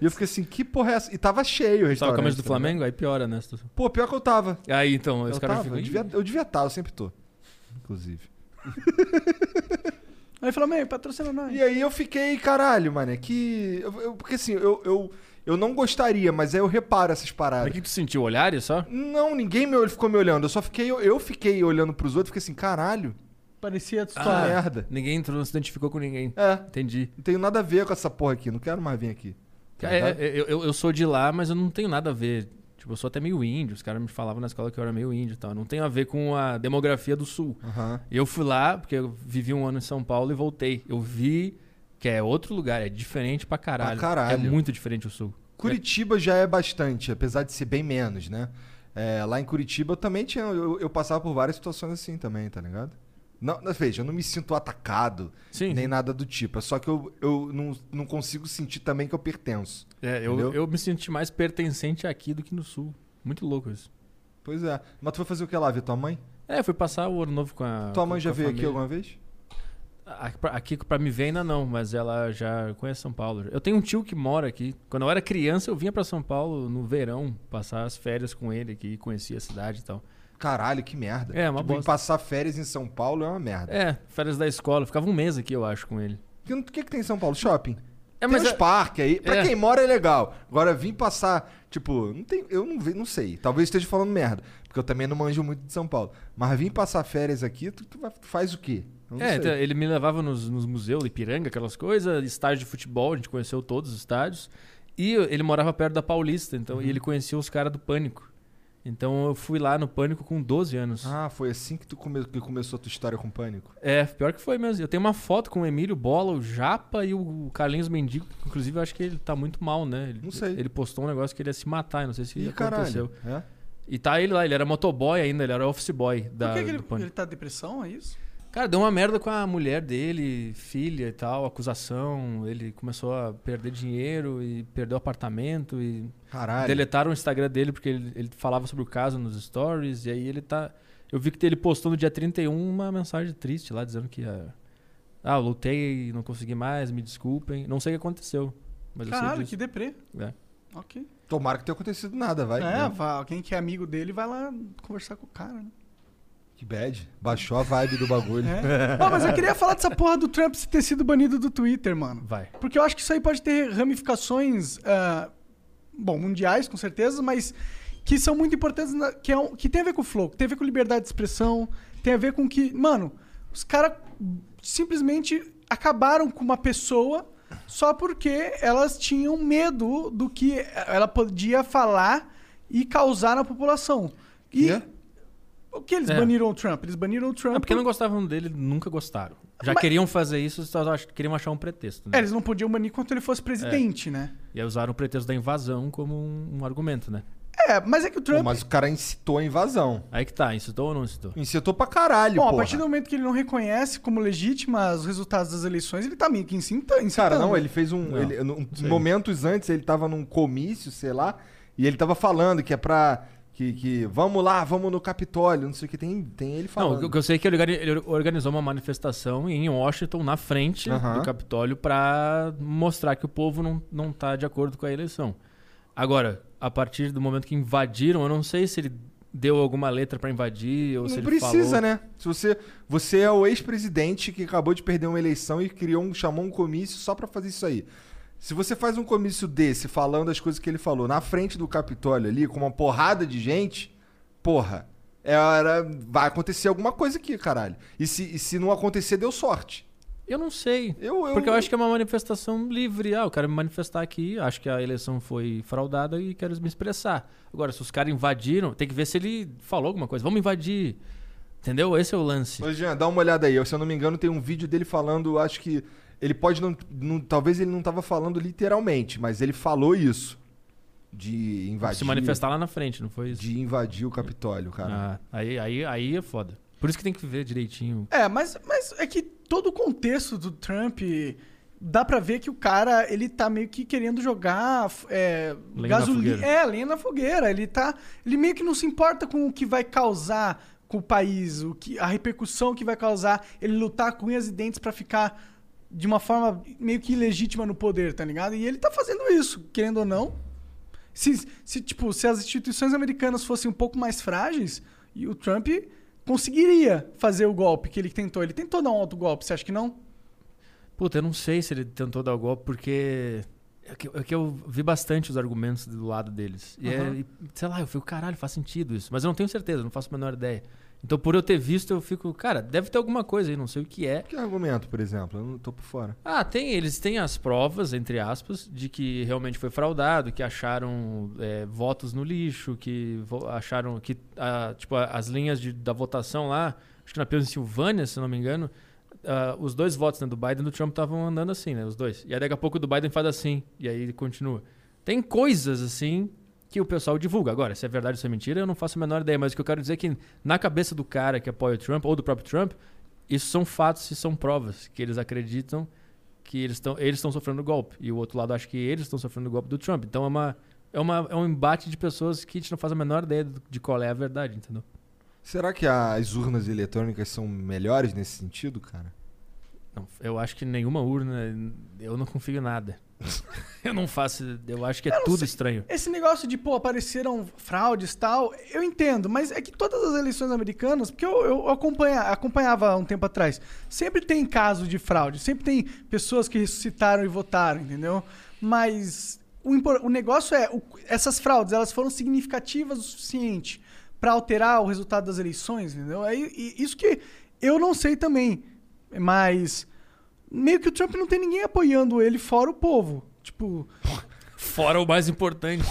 C: E eu fiquei assim, que porra é essa? E tava cheio o
D: Sabe
C: restaurante.
D: a camisa do
C: tá ligado?
D: Flamengo? Aí piora, né? a situação.
C: Pô, pior que eu tava.
D: Aí então, os
C: Eu,
D: caras
C: tava,
D: ficam.
C: eu, devia, eu devia estar, eu sempre tô. Inclusive.
B: Aí falou, meu, patrocina nós.
D: é.
C: E aí eu fiquei, caralho, mano, é que. eu- eu- porque assim, eu, eu, eu não gostaria, mas aí eu reparo essas
D: Mas o
C: paradas.
D: que tu sentiu? Olhares só?
C: Não, ninguém me olhou, ficou me olhando. Eu só fiquei, eu, eu fiquei olhando pros outros, fiquei assim, caralho,
B: Parecia
D: Ah,
C: que
B: história.
D: é.
C: merda.
D: Ninguém entrou, não se identificou com ninguém.
C: É,
D: Entendi.
C: não tenho nada a ver com essa porra aqui, não quero mais vir aqui. Tá
D: É,
C: ligado?
D: é, eu, eu- eu sou de lá, mas eu não tenho nada a ver. Tipo, eu sou até meio índio. Os caras me falavam na escola que eu era meio índio e tal. Não tem a ver com a demografia do sul.
C: Aham.
D: E eu fui lá, porque eu vivi um ano em São Paulo e voltei. Eu vi que é outro lugar, é diferente pra caralho.
C: Pra caralho.
D: É muito diferente o sul.
C: Curitiba já é bastante, apesar de ser bem menos, né? É, lá em Curitiba eu também tinha. Eu, eu passava por várias situações assim também, tá ligado? Não, não, veja, eu não me sinto atacado,
D: Sim.
C: nem nada do tipo. É só que eu, eu não, não consigo sentir também que eu pertenço.
D: É, eu,
C: Entendeu?
D: eu me senti mais pertencente aqui do que no sul. Muito louco isso.
C: Pois é. Mas tu foi fazer o que lá? Ver tua mãe?
D: É, fui passar o ano novo com a.
C: tua
D: Ah, com-
C: mãe já
D: com a
C: veio aqui
D: família.
C: alguma vez?
D: Aqui pra, aqui pra me ver ainda não, mas ela já conhece São Paulo. Eu tenho um tio que mora aqui. Quando eu era criança, eu vinha pra São Paulo no verão, passar as férias com ele aqui, conhecia a cidade e tal.
C: Caralho, que merda. Tipo,
D: É, uma bosta.
C: passar férias em São Paulo é uma merda.
D: É, férias da escola, ficava um mês aqui, eu acho, com ele.
C: Porque não- O que, que tem em São Paulo? Shopping?
D: É,
C: tem
D: mas
C: uns
D: é-
C: parques aí. Pra
D: é.
C: quem mora é legal. Agora, vim passar, tipo, não tem, eu não, ve- não sei. Talvez eu esteja falando merda, porque eu também não manjo muito de São Paulo. Mas vim passar férias aqui, tu, tu vai- tu faz o quê? Eu não
D: É,
C: sei.
D: então, ele me levava nos, nos museus, Ipiranga, aquelas coisas, estádio de futebol, a gente conheceu todos os estádios. E eu- ele morava perto da Paulista, então, e
C: Uhum.
D: ele conhecia os caras do Pânico. Então eu fui lá no Pânico com 12 anos.
C: Ah, foi assim que tu come- que começou a tua história com pânico?
D: É, pior que foi mesmo. Eu tenho uma foto com o Emílio Bola, o Japa e o Carlinhos Mendigo. que, Inclusive, eu acho que ele tá muito mal, né? Ele,
C: Não sei.
D: Ele postou um negócio que ele ia se matar, eu não sei se
C: Ih,
D: aconteceu.
C: caralho. É?
D: E tá ele lá, ele era motoboy ainda, ele era office boy da,
B: Por que, que
D: do
B: ele,
D: Pânico.
B: ele tá depressão, é isso?
D: Cara, deu uma merda com a mulher dele, filha e tal, acusação. Ele começou a perder dinheiro e perdeu apartamento e
C: Caralho.
D: deletaram o Instagram dele porque ele, ele falava sobre o caso nos stories. E aí ele tá. Eu vi que ele postou no dia 31 uma mensagem triste lá dizendo que. ah, Ah, eu lutei, não consegui mais, me desculpem. Não sei o que aconteceu. Mas
B: Caralho,
D: eu
B: que
D: sei disso.
B: deprê.
D: É.
B: Ok.
C: Tomara que tenha acontecido nada, vai.
B: é,
C: Né?
B: vai, alguém que é amigo dele vai lá conversar com o cara, né?
C: Que bad. Baixou a vibe do
B: (laughs)
C: bagulho.
B: É. Pô, mas eu queria falar dessa porra do Trump se ter sido banido do Twitter, mano.
D: Vai.
B: Porque eu acho que isso aí pode ter ramificações, ah, bom, mundiais, com certeza, mas que são muito importantes, na- que, é um- que tem a ver com o flow, que tem a ver com liberdade de expressão, tem a ver com que, mano, os caras simplesmente acabaram com uma pessoa só porque elas tinham medo do que ela podia falar e causar na população. E
C: Quê?
B: o que eles
D: É.
B: baniram o Trump? Eles baniram o Trump.
D: É porque não gostavam dele, nunca gostaram. Já
B: Mas-
D: queriam fazer isso, só ach- queriam achar um pretexto.
B: É,
D: Né?
B: eles não podiam banir enquanto ele fosse
D: É.
B: presidente, né?
D: E aí usaram o pretexto da invasão como um, um argumento, né?
B: É, mas é que o
C: Pô,
B: Trump.
C: mas o cara incitou a invasão.
D: Aí que tá, incitou ou não incitou?
C: Incitou pra caralho,
B: Bom,
C: pô.
B: a partir do momento que ele não reconhece como legítima os resultados das eleições, ele tá meio que incita- incitando.
C: Cara, não, ele fez um.
D: Não,
C: ele- num- momentos antes, ele tava num comício, sei lá, e ele tava falando que é pra. Que, que vamos lá, vamos no Capitólio, não sei o que. Tem, tem ele
D: Não,
C: falando.
D: o que eu sei é que ele organi- ele organizou uma manifestação em Washington, na frente
C: Aham.
D: do Capitólio, pra mostrar que o povo não, não tá de acordo com a eleição. Agora, a partir do momento que invadiram, eu não sei se ele deu alguma letra pra invadir ou é se
C: não
D: ele
C: precisa,
D: falou.
C: né? Se você, você é o ex-presidente que acabou de perder uma eleição e criou um, chamou um comício só pra fazer isso aí. Se você faz um comício desse falando as coisas que ele falou na frente do Capitólio ali, com uma porrada de gente, porra, é hora, vai acontecer alguma coisa aqui, caralho. E se, e se não acontecer, deu sorte.
D: Eu não sei.
C: Eu, eu,
D: Porque eu acho que é uma manifestação livre. Ah, eu quero me manifestar aqui, acho que a eleição foi fraudada e quero me expressar. Agora, se os caras invadiram, tem que ver se ele falou alguma coisa. Vamos invadir. Entendeu? Esse é o lance.
C: Ô, Jean, dá uma olhada aí. Se eu não me engano, tem um vídeo dele falando, acho que. Ele pode não. não- talvez ele não tava falando literalmente, mas ele falou isso. De invadir.
D: Se manifestar lá na frente, não foi isso?
C: De invadir o Capitólio, cara.
D: Ah, aí, aí, aí é foda. Por isso que tem que ver direitinho.
B: É, mas, mas é que todo o contexto do Trump dá pra ver que o cara ele tá meio que querendo jogar é,
D: Lenha na
B: gasolina.
D: fogueira.
B: É, lenha na fogueira. Ele tá. Ele meio que não se importa com o que vai causar com o país, o que, a repercussão que vai causar ele lutar com unhas e dentes pra ficar de uma forma meio que ilegítima no poder, tá ligado? E ele tá fazendo isso, querendo ou não. Se, se, tipo, se as instituições americanas fossem um pouco mais frágeis, e o Trump conseguiria fazer o golpe que ele tentou. Ele tentou dar um alto golpe, você acha que não?
D: Puta, eu não sei se ele tentou dar o golpe, porque. É que, é que eu vi bastante os argumentos do lado deles. E, é-
B: Aham.
D: e, sei lá, eu fico, caralho, faz sentido isso. Mas eu não tenho certeza, não faço a menor ideia. Então, por eu ter visto, eu fico, cara, deve ter alguma coisa aí, não sei o que é.
C: Que argumento, por exemplo? Eu não tô por fora.
D: Ah, tem, eles têm as provas, entre aspas, de que realmente foi fraudado, que acharam é, votos no lixo, que vo- acharam que ah, tipo, a- as linhas de- da votação lá, acho que na Pensilvânia, se não me engano, ah, os dois votos né, do Biden e do Trump estavam andando assim, né? Os dois. E aí daqui a pouco o do Biden faz assim, e aí ele continua. Tem coisas assim que o pessoal divulga. Agora, se é verdade ou se é mentira, eu não faço a menor ideia, mas o que eu quero dizer é que na cabeça do cara que apoia o Trump, ou do próprio Trump, isso são fatos e são provas que eles acreditam que eles estão eles estão sofrendo golpe e o outro lado acha que eles estão sofrendo golpe do Trump. Então é uma é, uma, é um embate de pessoas que a gente não faz a menor ideia do- de qual é a verdade, entendeu?
C: Será que as urnas eletrônicas são melhores nesse sentido, cara?
D: Não, eu acho que nenhuma urna, eu não confio em nada. (laughs) eu não faço, eu acho que é
B: Eu não
D: tudo
B: sei.
D: estranho.
B: Esse negócio de, pô, apareceram fraudes e tal, eu entendo, mas é que todas as eleições americanas, porque eu, eu acompanha, acompanhava há um tempo atrás, sempre tem caso de fraude, sempre tem pessoas que ressuscitaram e votaram, entendeu? Mas o, impor- o negócio é, o- essas fraudes, elas foram significativas o suficiente pra alterar o resultado das eleições, entendeu? É i- i- isso que eu não sei também, mas meio que o Trump não tem ninguém apoiando ele fora o povo. Tipo,
D: Fora o mais
B: (laughs)
D: importante.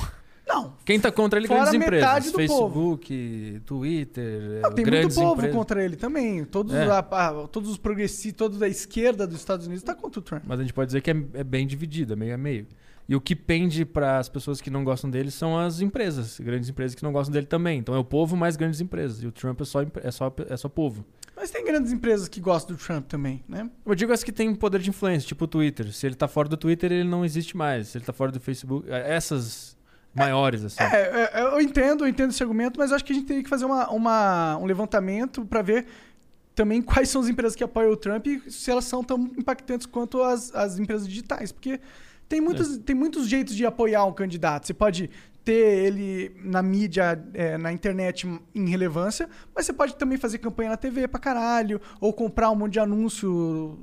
B: não,
D: Quem tá contra ele
B: Fora
D: grandes
B: metade
D: empresas,
B: do
D: Facebook, Twitter,
B: Não, Ah, tem muito
D: grandes
B: povo
D: empresas.
B: contra ele também. Todos,
D: É.
B: a- a- todos os progressistas, toda a esquerda dos Estados Unidos tá contra o Trump.
D: Mas a gente pode dizer que é, é bem dividido, é meio a meio. E o que pende para as pessoas que não gostam dele são as empresas, grandes empresas que não gostam dele também. Então é o povo mais grandes empresas. E o Trump é só, empre- é só, é só povo.
B: Mas tem grandes empresas que gostam do Trump também, né?
D: Eu digo as que têm poder de influência, tipo o Twitter. Se ele tá fora do Twitter, ele não existe mais. Se ele tá fora do Facebook, é- essas maiores, assim.
B: É, é, eu entendo, eu entendo esse argumento, mas eu acho que a gente teria que fazer uma, uma- um levantamento pra ver também quais são as empresas que apoiam o Trump e se elas são tão impactantes quanto as, as empresas digitais. Porque tem muitos, tem muitos jeitos de apoiar um candidato. Você pode ter ele na mídia, é, na internet em relevância, mas você pode também fazer campanha na TV pra caralho, ou comprar um monte de anúncio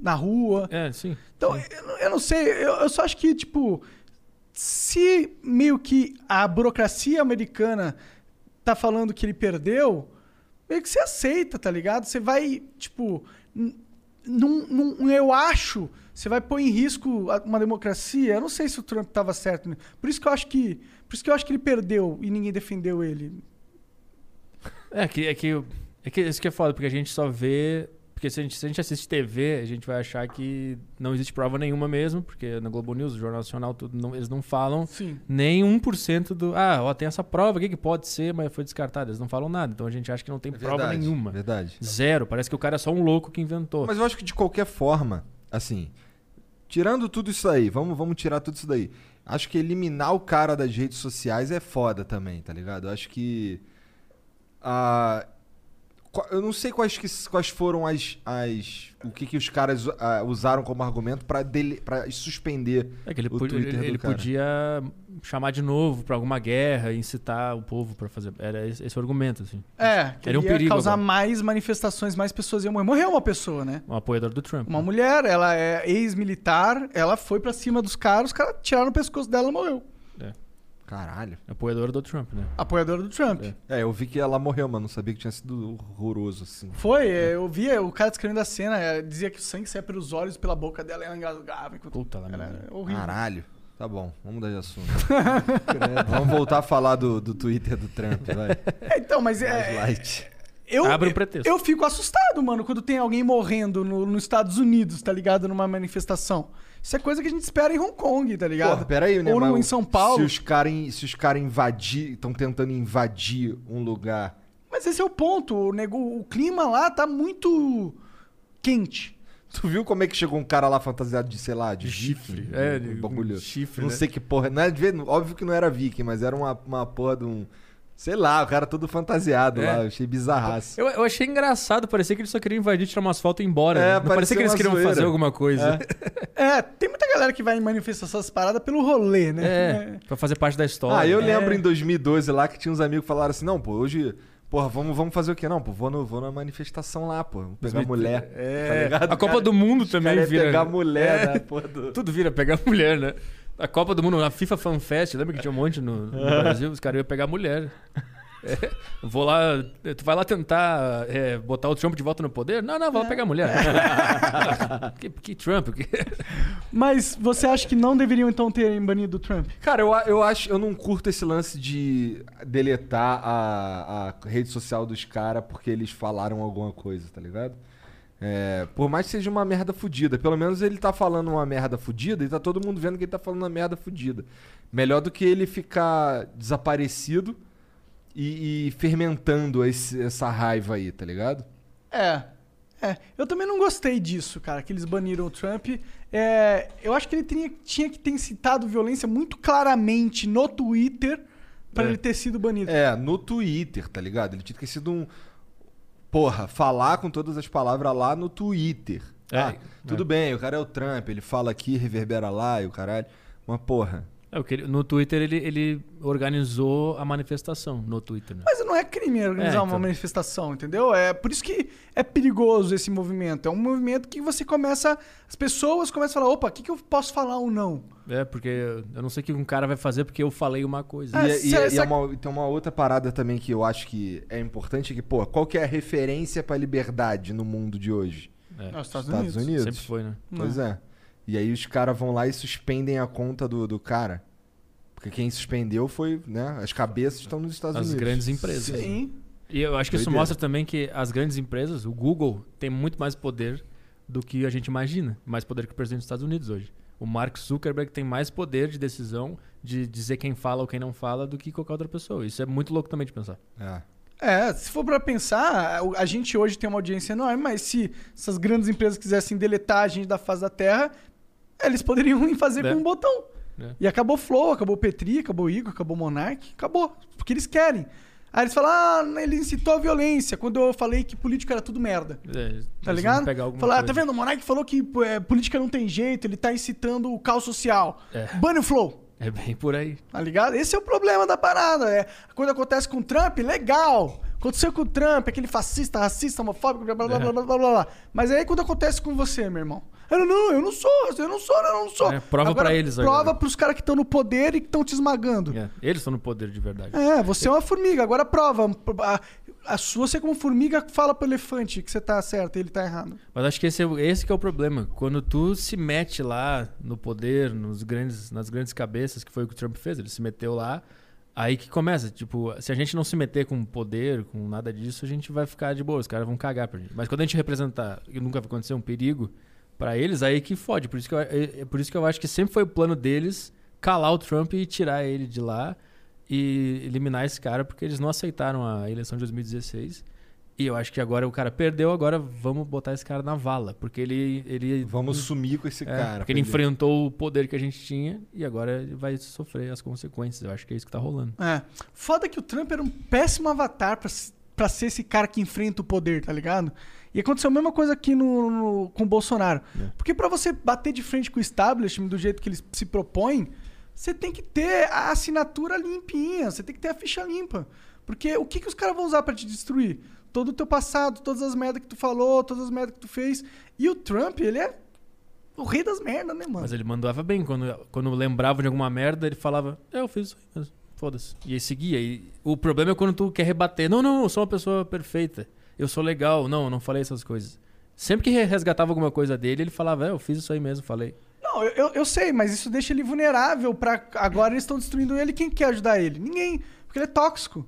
B: na rua.
D: É, sim.
B: Então, eu, eu não sei, eu, eu só acho que, tipo, se meio que a burocracia americana tá falando que ele perdeu, meio que você aceita, tá ligado? Você vai, tipo, n- num, num- eu acho, você vai pôr em risco a- uma democracia. Eu não sei se o Trump tava certo. né? Por isso que eu acho que, por isso que eu acho que ele perdeu e ninguém defendeu ele.
D: É que, é que é que isso que é foda, porque a gente só vê. Porque se a, gente, se a gente assiste TV, a gente vai achar que não existe prova nenhuma mesmo, porque na Globo News, Jornal Nacional, tudo, não- eles não falam
B: Sim.
D: nem 1% do. Ah, ó, tem essa prova, o que, que pode ser, mas foi descartada. Eles não falam nada. Então a gente acha que não tem
C: É
D: prova
C: verdade,
D: nenhuma.
C: Verdade.
D: Zero. Parece que o cara é só um louco que inventou.
C: Mas eu acho que de qualquer forma, assim, tirando tudo isso aí, vamos, vamos tirar tudo isso daí. Acho que eliminar o cara das redes sociais é foda também, tá ligado? Eu acho que. ah, qua- eu não sei quais, que, quais foram as. as o que, que os caras ah, usaram como argumento pra, dele, pra suspender.
D: é que ele,
C: o
D: po- ele-
C: Twitter do
D: ele
C: cara.
D: podia chamar de novo pra alguma guerra, incitar o povo pra fazer. Era esse, esse o argumento, assim.
B: É, que
D: Era um
B: ia
D: perigo
B: causar
D: agora.
B: mais manifestações, mais pessoas iam morrer. Morreu uma pessoa, né?
D: Um apoiador do Trump.
B: Uma mulher, ela é ex-militar, ela foi pra cima dos caras, os caras tiraram o pescoço dela e morreu.
C: Caralho.
D: Apoiadora do Trump, né?
B: Apoiadora do Trump.
D: É.
C: É, eu vi que ela morreu, mas não sabia que tinha sido horroroso, assim.
B: Foi, é, eu via o cara descrevendo a cena, é, dizia que o sangue saia pelos olhos, pela boca dela, e ela engasgava. enquanto-
D: Puta lá,
B: Era
D: merda.
B: horrível.
C: Caralho. Tá bom, vamos mudar de assunto. (laughs) Vamos voltar a falar do, do Twitter do Trump, vai.
B: É, então, mas é,
C: Mais light.
B: Eu,
D: Abre um
B: eu-
D: pretexto.
B: Eu fico assustado, mano, quando tem alguém morrendo no- nos Estados Unidos, tá ligado? Numa manifestação. Isso é coisa que a gente espera em Hong Kong, tá ligado?
C: Porra, peraí, né?
B: Ou no-
C: mas
B: em São Paulo.
C: Se os caras se os cara invadir, estão tentando invadir um lugar.
B: Mas esse é o ponto. O, nego- o clima lá tá muito quente.
C: Tu viu como é que chegou um cara lá fantasiado de, sei lá, de chifre?
D: é,
C: um
D: de-
C: bagulho.
D: um chifre,
C: Não
D: né?
C: sei que porra. Não é, óbvio que não era viking, mas era uma, uma porra de um. Sei lá, o cara todo fantasiado
D: É.
C: lá. Eu achei bizarraço.
D: Eu, eu achei engraçado, parecia que eles só queriam invadir, tirar umas fotos e ir embora.
C: É,
D: né? Não
C: parecia
D: parecia que eles
C: uma
D: queriam
C: zoeira.
D: fazer alguma coisa.
B: É, tem muita galera que vai em manifestação essas paradas pelo rolê, né?
D: (laughs) É, pra fazer parte da história.
C: Ah, eu
D: né?
C: lembro em 2012 lá que tinha uns amigos que falaram assim: não, pô, hoje. Porra, vamos, vamos fazer o quê? Não, pô, vou, no, vou na manifestação lá, pô. Vou pegar mulher. É, tá ligado?
D: A Copa
C: Cara,
D: do Mundo
C: os
D: também
C: cara ia
D: vira.
C: pegar mulher,
D: É.
C: né? Porra do...
D: Tudo vira pegar (laughs) mulher, né? A Copa do Mundo, a FIFA Fan Fest, lembra que tinha um monte no, no
C: É.
D: Brasil? Os caras iam pegar mulher. É, vou lá, tu vai lá tentar é, botar o Trump de volta no poder? Não, não, vou
C: É.
D: lá
C: (laughs)
D: pegar mulher. (laughs) que, que Trump? (laughs) Que-
B: Mas você acha que não deveriam então ter banido o Trump?
C: Cara, eu, a- eu acho, eu não curto esse lance de deletar a, a rede social dos caras porque eles falaram alguma coisa, tá ligado? É, por mais que seja uma merda fudida, pelo menos ele tá falando uma merda fudida e tá todo mundo vendo que ele tá falando uma merda fudida. Melhor do que ele ficar desaparecido e, e fermentando esse- essa raiva aí, tá ligado?
B: É. É. Eu também não gostei disso, cara, que eles baniram o Trump. É, eu acho que ele tinha, tinha que ter citado violência muito claramente no Twitter pra ele ter sido banido.
C: É, no Twitter, tá ligado? Ele tinha que ter sido um. Porra, falar com todas as palavras lá no Twitter.
D: É,
C: ah, tudo bem, o cara é o Trump, ele fala aqui, reverbera lá e o caralho. Mas, porra.
D: É, o que ele- no Twitter ele, ele organizou a manifestação no Twitter. Né?
B: Mas não é crime organizar
D: É,
B: uma
D: então.
B: manifestação, entendeu? É por isso que é perigoso esse movimento. É um movimento que você começa. As pessoas começam a falar: opa, o que, que eu posso falar ou não?
D: É, porque eu não sei o que um cara vai fazer porque eu falei uma coisa.
B: É,
C: E, e-
B: se-
C: e
B: se-
C: é uma- e tem uma outra parada também que eu acho que é importante: é que, pô, qual que é a referência pra liberdade no mundo de hoje?
D: É.
B: Ah, os Estados,
C: Estados Unidos.
D: Sempre foi, né?
C: Pois é. E aí os caras vão lá e suspendem a conta do, do cara. Porque quem suspendeu foi, né? As cabeças estão nos Estados
D: As
C: Unidos.
D: grandes empresas.
B: Sim.
D: E eu acho que isso
C: Doideira.
D: mostra também que as grandes empresas, o Google, tem muito mais poder do que a gente imagina. Mais poder que o presidente dos Estados Unidos hoje. O Mark Zuckerberg tem mais poder de decisão de dizer quem fala ou quem não fala do que qualquer outra pessoa. Isso é muito louco também de pensar.
C: É.
B: É, se for pra pensar, a- a gente hoje tem uma audiência enorme, mas se essas grandes empresas quisessem deletar a gente da face da Terra, eles poderiam fazer
D: É.
B: com um botão.
D: É.
B: E acabou o Flow, acabou o Petri, acabou o Igor, acabou o Monark, acabou. Porque eles querem. Aí eles falam, ah, ele incitou a violência quando eu falei que político era tudo merda.
D: É,
B: Tá
D: eles
B: ligado?
D: vão Pegar alguma
B: Falar,
D: coisa.
B: tá vendo? O Monark falou que é, política não tem jeito, ele tá incitando o caos social.
D: É.
B: Bane o Flow.
D: É bem por aí.
B: Tá ligado? Esse é o problema da parada. É, quando acontece com o Trump, legal. Aconteceu com o Trump, aquele fascista, racista, homofóbico, blá
D: É.
B: blá blá blá blá blá blá. blá. Mas aí quando acontece com você, meu irmão. Eu não, não, eu não sou, eu não sou, eu não sou.
D: É, prova pra eles agora.
B: Prova pros caras que estão no poder e que estão te esmagando.
D: É, eles estão no poder de verdade.
B: É, você é uma formiga, agora prova. A, a- você como formiga fala pro elefante que você tá certo e ele tá errado.
D: Mas acho que esse, é, o- esse que é o problema. Quando tu se mete lá no poder, nos grandes, nas grandes cabeças, que foi o que o Trump fez, ele se meteu lá, aí que começa. Tipo, se a gente não se meter com poder, com nada disso, a gente vai ficar de boa, os caras vão cagar pra gente. Mas quando a gente representar, e nunca vai acontecer um perigo pra eles, aí que fode. Por isso que, eu, é, é por isso que eu acho que sempre foi o plano deles calar o Trump e tirar ele de lá e eliminar esse cara, porque eles não aceitaram a eleição de 2016. E eu acho que agora o cara perdeu, agora vamos botar esse cara na vala. Porque ele. ele
C: Vamos sumir com esse
D: é,
C: cara.
D: Porque ele
C: pra
D: enfrentou o poder que a gente tinha e agora ele vai sofrer as consequências. Eu acho que é isso que tá rolando.
B: É. Foda que o Trump era um péssimo avatar pra, s- pra ser esse cara que enfrenta o poder, tá ligado? E aconteceu a mesma coisa aqui no, no- com o Bolsonaro. Porque pra você bater de frente com o establishment do jeito que eles se propõem, você tem que ter a assinatura limpinha, você tem que ter a ficha limpa. Porque o que, que os caras vão usar pra te destruir? Todo o teu passado, todas as merdas que tu falou, todas as merdas que tu fez. E o Trump, ele é o rei das merdas, né, mano?
D: Mas ele mandava bem. Quando, quando lembrava de alguma merda, ele falava: É, eu fiz isso aí mesmo. Foda-se. E aí seguia. E o problema é quando tu quer rebater: Não, não, eu sou uma pessoa perfeita. Eu sou legal. Não, eu não falei essas coisas. Sempre que resgatava alguma coisa dele, ele falava: É, eu fiz isso aí mesmo, falei.
B: Não, eu- eu, eu sei, mas isso deixa ele vulnerável pra. Agora eles estão destruindo ele. Quem quer ajudar ele? Ninguém. Porque ele é tóxico.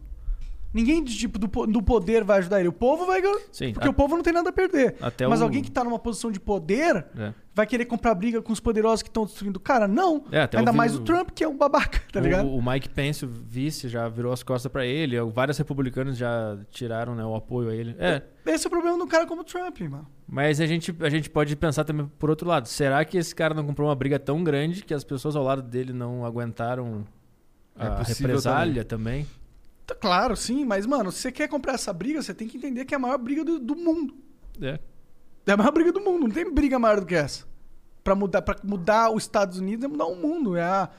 B: Ninguém de, tipo, do, po- do poder vai ajudar ele. O povo vai. gan-
D: Sim,
B: Porque
D: a-
B: o povo não tem nada a perder.
D: Até
B: Mas
D: o-
B: alguém que tá numa posição de poder
D: É.
B: vai querer comprar briga com os poderosos que estão destruindo o cara? Não.
D: É, até
B: Ainda
D: ouvi
B: mais
D: o-
B: o Trump, que é um babaca, tá
D: O-
B: ligado?
D: O, Mike Pence, o vice, já virou as costas pra ele. Vários republicanos já tiraram né, o apoio a ele. É,
B: Esse é o problema de um cara como o Trump, mano.
D: mas a gente, a gente pode pensar também por outro lado. Será que esse cara não comprou uma briga tão grande que as pessoas ao lado dele não aguentaram
C: É
D: a
C: possível
D: represália também?
B: Tá Claro, sim, mas, mano, se você quer comprar essa briga, você tem que entender que é a maior briga do, do mundo.
D: É.
B: É a maior briga do mundo. Não tem briga maior do que essa. Pra mudar, pra mudar os Estados Unidos é mudar o mundo. É a...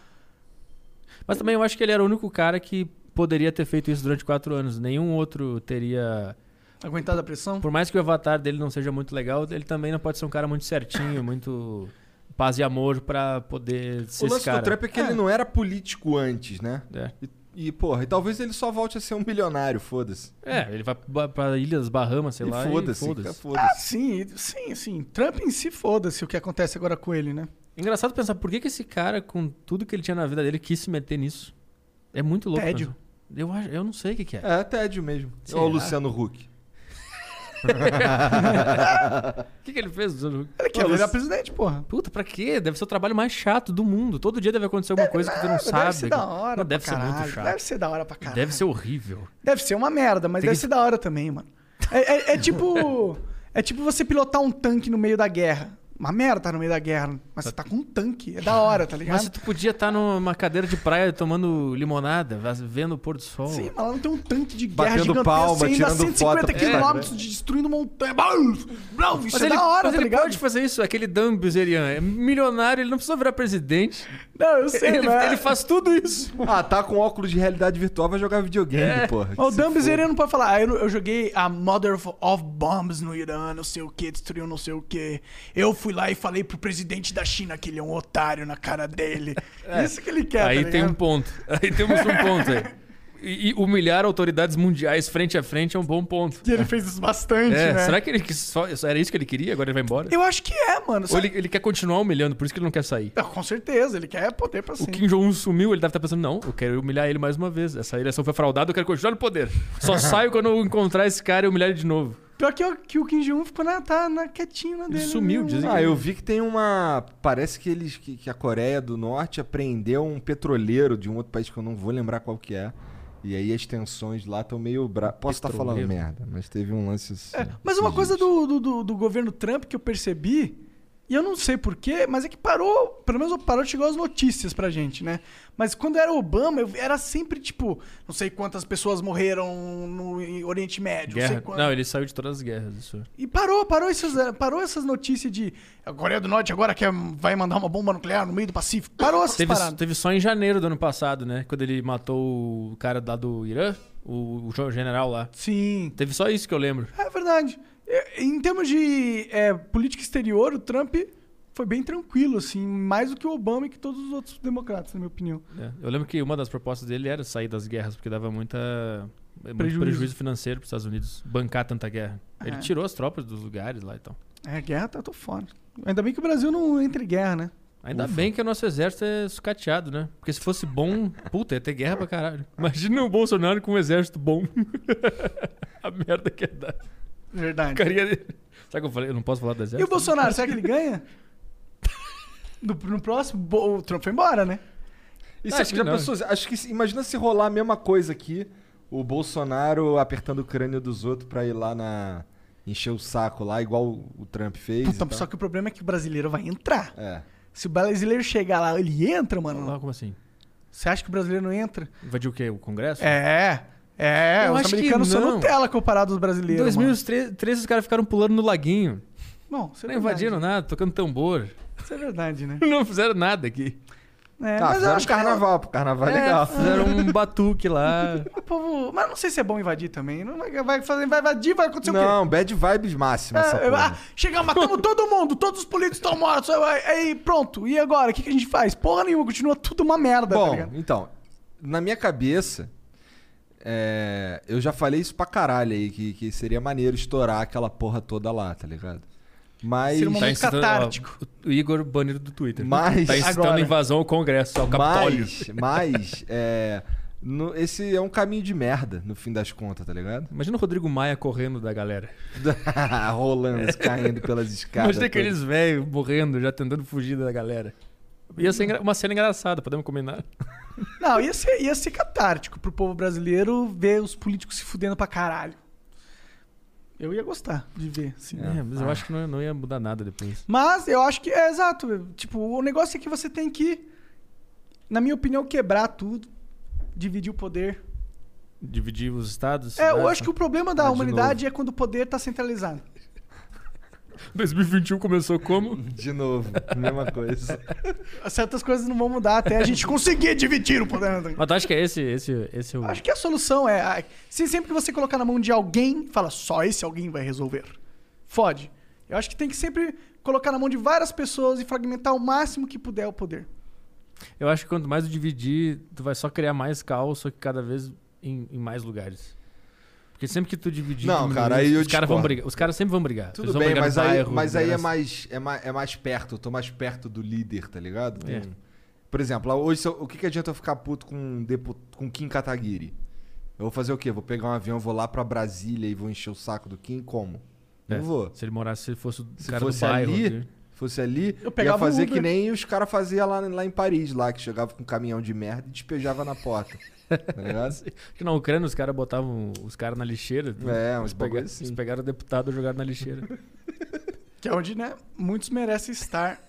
D: Mas também eu acho que ele era o único cara que poderia ter feito isso durante quatro anos. Nenhum outro teria.
B: aguentar da pressão.
D: Por mais que o avatar dele não seja muito legal, ele também não pode ser um cara muito certinho, muito paz e amor pra poder ser
C: O lance
D: esse cara.
C: do Trump é que ele não era político antes, né?
D: É.
C: E, e, porra, e talvez ele só volte a ser um milionário, foda-se.
D: É, ele vai ba- pra Ilha das Bahamas, sei
C: E
D: lá.
C: foda-se,
D: e
C: fica
D: foda-se.
B: Ah,
C: foda-se.
B: sim, sim, sim. Trump em si foda-se o que acontece agora com ele, né?
D: Engraçado pensar por que, que esse cara, com tudo que ele tinha na vida dele, quis se meter nisso. É muito louco.
B: Tédio.
D: né? Eu, acho- eu não sei o que, que é.
C: É, tédio mesmo.
D: Será?
C: Ou o Luciano Huck.
D: O que, que ele fez?
B: Ele quer virar presidente, porra.
D: Puta, pra quê? Deve ser o trabalho mais chato do mundo. Todo dia deve acontecer alguma coisa que tu não
B: Nada,
D: sabe.
B: É, Ah, Deve ser da hora,
D: Não, deve
B: pra
D: ser muito
B: caralho.
D: chato.
B: Deve ser da hora pra caralho.
D: Deve ser horrível.
B: Deve ser uma merda, mas
D: Tem
B: deve
D: que-
B: ser da hora também, mano. É, é- é
D: (laughs)
B: tipo. É tipo você pilotar um tanque no meio da guerra. Uma merda tá no meio da guerra, mas você tá com um tanque. É da hora, tá ligado?
D: Mas se tu podia estar numa cadeira de praia tomando limonada, vendo o pôr do sol.
B: Sim, mas lá não tem um tanque de guerra
C: Batendo
B: gigantesco assim,
C: palma,
B: ainda
C: tirando
B: 150
C: foto.
B: quilômetros de destruindo montanha. Blau, blau, Isso
D: É, né? Mas
B: é
D: ele,
B: da hora,
D: mas
B: tá
D: ele
B: ligado?
D: pode fazer isso, aquele Dan Bilzerian. É milionário, ele não precisa virar presidente.
B: Não, eu sei,
D: (laughs)
B: né?
D: ele,
B: mas...
D: ele faz tudo isso.
C: Ah, tá com óculos de realidade virtual, vai jogar videogame,
D: É.
C: porra.
B: Mas o
C: Se
B: Dumbis
C: foda.
B: ele não pode falar, ah, eu, eu joguei a Mother of, of Bombs no Irã, não sei o que, destruiu não sei o que. Eu fui lá e falei pro presidente da China que ele é um otário na cara
D: (laughs)
B: dele. Isso que ele quer,
D: É. aí
B: tá
D: tem
B: ligado?
D: um ponto. Aí temos um ponto aí. E, e humilhar autoridades mundiais frente a frente é um bom ponto.
B: E ele fez isso bastante,
D: É,
B: né?
D: Será que ele quis só, era isso que ele queria? Agora ele vai embora?
B: Eu acho que é, mano.
D: Ou
B: sabe?
D: ele, ele quer continuar humilhando, por isso que ele não quer sair?
B: Não, Com certeza, ele quer poder pra
D: O
B: cima.
D: Kim Jong-un sumiu, ele deve estar pensando, não, eu quero humilhar ele mais uma vez. Essa eleição foi fraudada, eu quero continuar no poder.
B: (laughs)
D: Só saio quando eu encontrar esse cara e humilhar ele de novo.
B: Pior que, o- que o Kim Jong-un ficou na, tá, na quietinho na dele.
D: sumiu,
B: né?
D: dizem.
C: Ah, eu vi que tem uma. Parece que eles que, que a Coreia do Norte apreendeu um petroleiro de um outro país que eu não vou lembrar qual que é. E aí as tensões lá estão meio. Bra... Posso estar falando
D: Petroleiro. É,
C: merda, mas teve um lance assim.
B: É, Mas uma coisa do, do, do- do governo Trump que eu percebi, e eu não sei porquê, mas é que parou, pelo menos parou de chegar as notícias pra gente, né? Mas quando era Obama, eu- era sempre tipo, não sei quantas pessoas morreram no em Oriente Médio, não sei Tá
D: Guerra.
B: quantas.
D: Não, ele saiu de todas as guerras. Isso.
B: E parou, parou essas, parou essas notícias de a Coreia do Norte agora quer, vai mandar uma bomba nuclear no meio do Pacífico. Parou essas
D: Teve,
B: paradas.
D: teve só em janeiro do ano passado, né? Quando ele matou o cara lá do Irã, o, o jo- general lá.
B: Sim.
D: Teve só isso que eu lembro.
B: É verdade. É, Em termos de é, política exterior, o Trump foi bem tranquilo, assim, mais do que o Obama e que todos os outros democratas, na minha opinião.
D: né? Eu lembro que uma das propostas dele era sair das guerras, porque dava muita, muito
B: Prejuízo.
D: prejuízo, financeiro para os Estados Unidos bancar tanta guerra. Ele
B: É.
D: tirou as tropas dos lugares lá e tal.
B: É, guerra tá tô fora. Ainda bem que o Brasil não entra em guerra, né?
D: Ainda bem que o nosso exército é sucateado, né? Porque se fosse
B: (laughs)
D: bom, puta, ia ter guerra pra caralho. Imagina o Bolsonaro com um exército bom. (laughs) A merda que ia dar.
B: Verdade.
D: Ficaria dele. Sabe o que eu falei? Eu não posso falar do
B: E o
D: exército?
B: Bolsonaro, será que ele ganha? (laughs) No, no próximo, Bo- o Trump foi embora, né?
C: Isso
D: Acho
C: acho
D: que
C: que já
D: não.
C: pensou, acho que se- imagina se rolar a mesma coisa aqui, o Bolsonaro apertando o crânio dos outros pra ir lá na encher o saco lá, igual o o Trump fez. e
B: Puta,
D: tá.
C: tal.
B: só que o problema é que o brasileiro vai entrar.
C: É.
B: Se o brasileiro chegar lá, ele entra, mano.
D: Ah, como assim?
B: Você acha que o brasileiro não entra?
D: Invadiu o quê? O Congresso?
B: É, é.
D: Eu
B: os
D: acho que
B: americanos são
D: não.
B: Nutella comparados aos
D: Em
B: brasileiros. mano.
D: 2013 os caras ficaram pulando no laguinho.
B: Bom, você
D: Não invadiram nada, tocando tambor. (laughs)
B: Isso é verdade, né?
D: Não fizeram nada aqui.
B: É,
C: Ah,
B: mas eu
C: fizeram
B: acho
C: um
B: que
C: carnaval, pô, carnaval é
D: É, Um
C: legal.
D: Fizeram um batuque (laughs) lá. Tá
B: o povo. Mas não sei se é bom invadir também. Não vai, vai, fazer, vai invadir, vai acontecer o quê?
C: Não, bad vibes máxima essa
B: É, eu- ah,
C: porra.
B: chegamos, matamos todo mundo, todos os políticos estão mortos. Aí, aí, pronto, e agora? O que, que a gente faz? Porra nenhuma, continua tudo uma merda, tá
C: Bom,
B: ligado?
C: então, na minha cabeça, é, eu já falei isso pra caralho aí, que, que seria maneiro estourar aquela porra toda lá, tá ligado? Mas.
B: Seria um momento
D: incitando-
B: catártico.
D: ó, o Igor Banheiro do Twitter.
C: Mas-
D: tá incitando
B: Agora.
D: invasão ao Congresso, ao Capitólio.
C: Mas, mas é, no- esse é um caminho de merda, no fim das contas, tá ligado? (laughs)
D: Imagina o Rodrigo Maia correndo da galera.
C: Rolando, caindo pelas escadas.
D: Imagina aqueles velhos morrendo, já tentando fugir da galera. Ia ser engra- uma cena engraçada, podemos combinar.
B: Não, ia ser, ia ser catártico pro povo brasileiro ver os políticos se fudendo pra caralho. Eu ia gostar de ver, sim.
D: É, mas eu acho que não, não ia mudar nada depois.
B: Mas eu acho que é exato. Tipo, o negócio é que você tem que, na minha opinião, quebrar tudo, dividir o poder.
D: Dividir os estados.
B: É, eu
D: cidades, (laughs)
B: acho que o problema da
D: Né,
C: Ah, de
B: humanidade é quando o poder tá centralizado.
D: 2021 começou
B: Uhum.
D: como?
C: De novo, mesma coisa.
B: Certas coisas não vão mudar até a
D: (laughs)
B: gente conseguir dividir o poder.
D: Mas tu acha que é esse, esse, esse o.
B: Acho que a solução é. ah, Se sempre que você colocar na mão de alguém, fala só esse alguém vai resolver. Fode. Eu acho que tem que sempre colocar na mão de várias pessoas e fragmentar o máximo que puder o poder.
D: Eu acho que quanto mais eu dividir, tu vai só criar mais caos, só que cada vez em, em mais lugares. Porque sempre que tu dividir,
C: Não,
D: diminuir,
C: cara, aí eu
D: os caras vão
C: discordo.
D: brigar. Os caras sempre vão brigar. Eles
C: (laughs) Tudo
D: vão
C: bem,
D: brigar no
C: mas aí,
D: bairro,
C: mas aí é,
D: brigar na-
C: mais, é, mais, é mais perto. Eu tô mais perto do líder, tá ligado?
D: É.
C: Tem- Por exemplo, hoje se eu- o que, que adianta eu ficar puto com, um depu- com Kim Kataguiri? Eu vou fazer o quê? Vou pegar um avião, vou lá pra Brasília e vou encher o saco do Kim? Como? Não
D: É,
C: vou.
D: Se ele morasse, se ele fosse o
C: Se
D: cara
C: fosse
D: do bairro.
C: ali,
D: aqui.
C: fosse ali,
B: Eu
C: ia
B: pegava o
C: fazer
B: Uber.
C: que nem os caras faziam lá, lá em Paris, lá, que chegava com um caminhão de merda e despejava na porta. tá ligado?
D: Acho que na Ucrânia os caras botavam os caras na lixeira.
C: É, uns
D: eles,
C: bagulho
D: pega...
C: assim.
D: eles pegaram o deputado e jogaram na lixeira. (laughs)
B: Que é onde, né? Muitos merecem estar.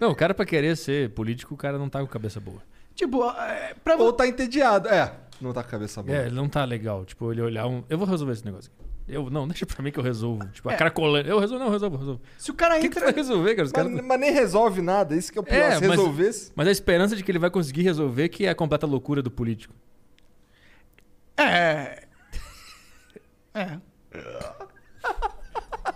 D: não, o cara pra querer ser político, o cara não tá com cabeça boa.
B: Tipo, é, pra
C: Ou tá entediado. É, não tá com a cabeça boa.
D: É, ele não tá legal. Tipo, ele olhar um. Eu vou resolver esse negócio aqui. Eu, não, (laughs) deixa pra mim que eu resolvo. Tipo,
C: É.
D: a cracolândia. Eu resolvo, não, eu resolvo, eu resolvo.
B: Se o cara
D: O que, que tu vai
B: entra.
D: resolver, cara? Os caras.
C: então, Mas, mas nem resolve nada, isso que é o pior.
D: É,
C: Se
D: mas-
C: resolvesse.
D: Mas a esperança de que ele vai conseguir resolver que é a completa loucura do político.
B: É. É.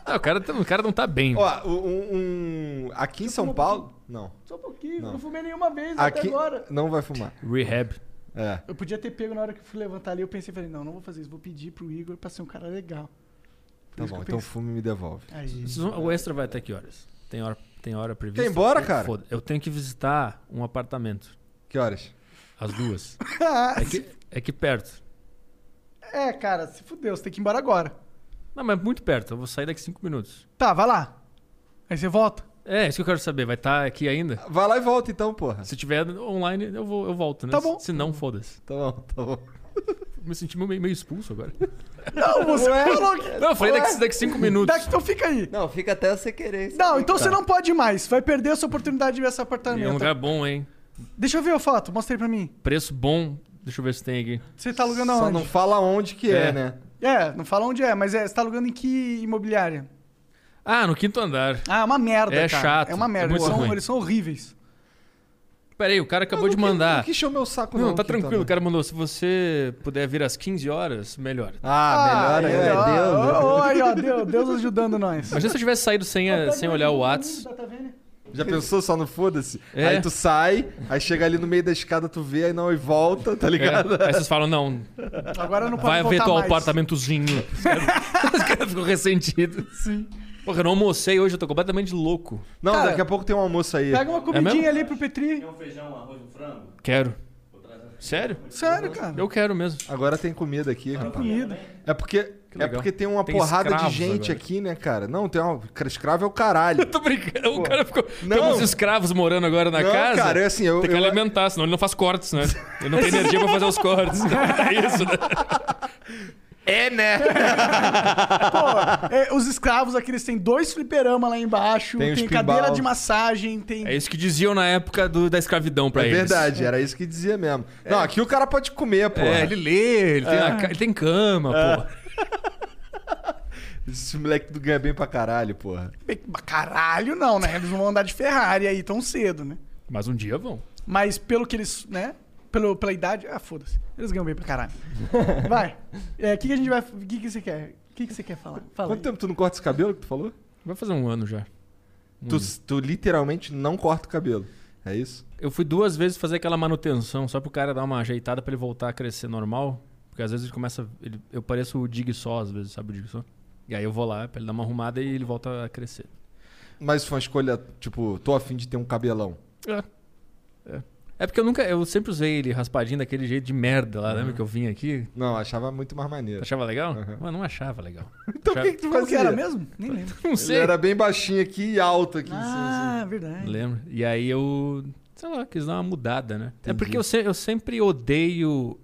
D: Ah, o, cara, tá- o cara não tá bem.
C: Ó, um, um- aqui em São Paulo. Não.
B: Só um pouquinho,
C: Não.
B: não, fumei nenhuma vez até
C: Aqui.
B: agora.
C: Não vai fumar.
D: Rehab.
C: É.
B: Eu podia ter pego na hora que eu fui levantar ali, eu pensei, falei, não, não vou fazer isso, vou pedir pro Igor pra ser um cara legal. Por
C: Tá
B: isso
C: bom,
B: que eu
C: então fume e me devolve.
B: pensei.
D: (laughs)
B: Aí.
D: Vocês vão- O extra vai até que horas? Tem hora, tem hora prevista?
C: Quer ir embora,
D: Eu-
C: cara?
D: foda- Eu tenho que visitar um apartamento.
C: Que horas?
D: As duas.
B: Ah,
D: É que, é que perto.
B: É, cara, se fudeu, você tem que ir embora agora.
D: Não, mas muito perto. Eu vou sair daqui cinco minutos.
B: Tá, vai lá. Aí você volta.
D: É, isso que eu quero saber. Vai estar aqui ainda?
C: Vai lá e volta então, porra.
D: Se tiver online, eu, vou, eu volto, né?
B: Tá bom.
D: Se não, foda-se.
C: Tá bom, tá bom.
D: Me senti meio, meio expulso
C: (laughs)
D: agora.
B: Não, você falou que.
D: Não, eu falei daqui, daqui cinco minutos.
B: Daqui, então fica aí.
E: Não, fica até você querer. isso
B: Não,
E: aqui,
B: então
E: cara.
B: você não pode ir mais. Vai perder a sua oportunidade de ver esse
D: E é
B: apartamento.
D: um lugar bom, hein?
B: Deixa eu ver a foto, mostra aí pra mim.
D: Preço bom. Deixa eu ver se tem aqui.
B: Você tá alugando
C: Só
B: aonde?
C: não fala onde que é,
D: É.
C: né?
B: É, não fala onde é, mas é, você tá alugando em que imobiliária?
D: Ah, no quinto andar.
B: Ah, é uma merda,
D: É
B: cara.
D: chato,
B: É uma merda.
D: é muito
B: eles, são,
D: ruim.
B: eles são horríveis.
D: Peraí, o cara acabou
C: Eu
D: de
C: não que-
D: mandar.
C: Não quis encher o meu saco, não.
D: Não, tá
C: aqui
D: tranquilo, o
C: também.
D: cara mandou. Se você puder vir às 15 horas, melhor.
C: Ah, melhor
D: é,
B: aí,
C: ainda.
B: ó,
C: Deus, né?
B: ó, ó, aí, ó, Deus, Deus ajudando
C: (laughs)
B: nós.
D: Imagina se eu tivesse saído sem, a- sem olhar o Whats.
C: Já pensou só no foda-se?
D: É.
C: Aí tu sai, aí chega ali no meio da escada, tu vê, aí não, e volta, tá
D: É.
C: ligado?
D: Aí vocês falam, não,
B: Agora não pode
D: vai ver
B: voltar
D: teu
B: mais.
D: apartamentozinho. Os caras- Os caras ficam ressentidos. Sim. Porra, eu não almocei hoje, eu tô completamente louco.
C: Não,
B: Cara,
C: daqui a pouco tem um almoço aí.
B: Pega uma
D: mesmo?
B: comidinha ali pro Petri.
D: Quero. Sério?
B: Sério, cara.
D: Eu quero mesmo.
B: um-
C: Agora tem comida aqui, rapaz.
B: Comida.
C: É porque, é
D: legal.
C: porque tem uma
D: Tem
C: porrada de
D: escravos
C: gente
D: agora.
C: aqui, né, cara? Não, tem uma. Escravo é o caralho.
D: Tô brincando, o cara ficou.
C: Não.
D: Tem uns escravos morando agora na
C: Não,
D: casa.
C: cara, é assim, eu-
D: Tem que
C: eu-
D: alimentar, senão ele não faz cortes, né?
C: (laughs)
D: Ele não tem energia pra fazer os cortes. É isso, né?
C: É, né?
B: Pô, (laughs) é, os escravos aqui, eles têm dois fliperama lá embaixo,
C: Tem um
B: tem,
C: os pinball.
B: cadeira de massagem, tem.
D: É isso que diziam na época do- da escravidão (laughs) pra
C: É
D: eles.
C: verdade, era isso que dizia mesmo. Não, aqui o cara pode comer, pô.
D: É, ele lê, ele, tem, a ca- ele tem cama,
C: É.
D: pô.
C: Esse moleque do ganha bem pra caralho, porra.
B: Caralho, não, né? Eles não vão andar de Ferrari aí tão cedo, né?
D: Mas um dia vão.
B: Mas pelo que eles, né? Pelo, pela idade. Ah, foda-se. Eles ganham bem pra
C: (laughs)
B: caralho. Vai. É, O que, que a gente vai. O que, que você quer? O que, que você quer falar? Fala.
C: Quanto
B: aí.
C: tempo tu não corta esse cabelo que tu falou?
D: Vai fazer um ano já. Hum.
C: Tu, tu literalmente não corta o cabelo. É isso?
D: Eu fui duas vezes fazer aquela manutenção, só pro cara dar uma ajeitada pra ele voltar a crescer normal. Porque às vezes ele começa. ele- eu pareço o Dig Só, às vezes, sabe o Dig Só? E aí eu vou lá pra ele dar uma arrumada e ele volta a crescer.
C: Mas foi uma escolha, tipo, tô afim de ter um cabelão.
D: É. É porque eu nunca. Eu sempre usei ele raspadinho daquele jeito de merda lá, lembra que eu vim aqui?
C: Não, achava muito mais maneiro.
D: Achava legal? Mas não achava legal.
C: Então o
D: achava-
C: que, que tu
B: Como que
C: fazia?
B: era mesmo? Nem lembro.
D: (laughs) Não
C: Ele
D: sei.
C: era bem baixinho aqui e alto aqui.
B: Ah, verdade.
D: Lembro. E aí eu, sei lá, quis dar uma mudada, né? É porque eu, se- eu sempre odeio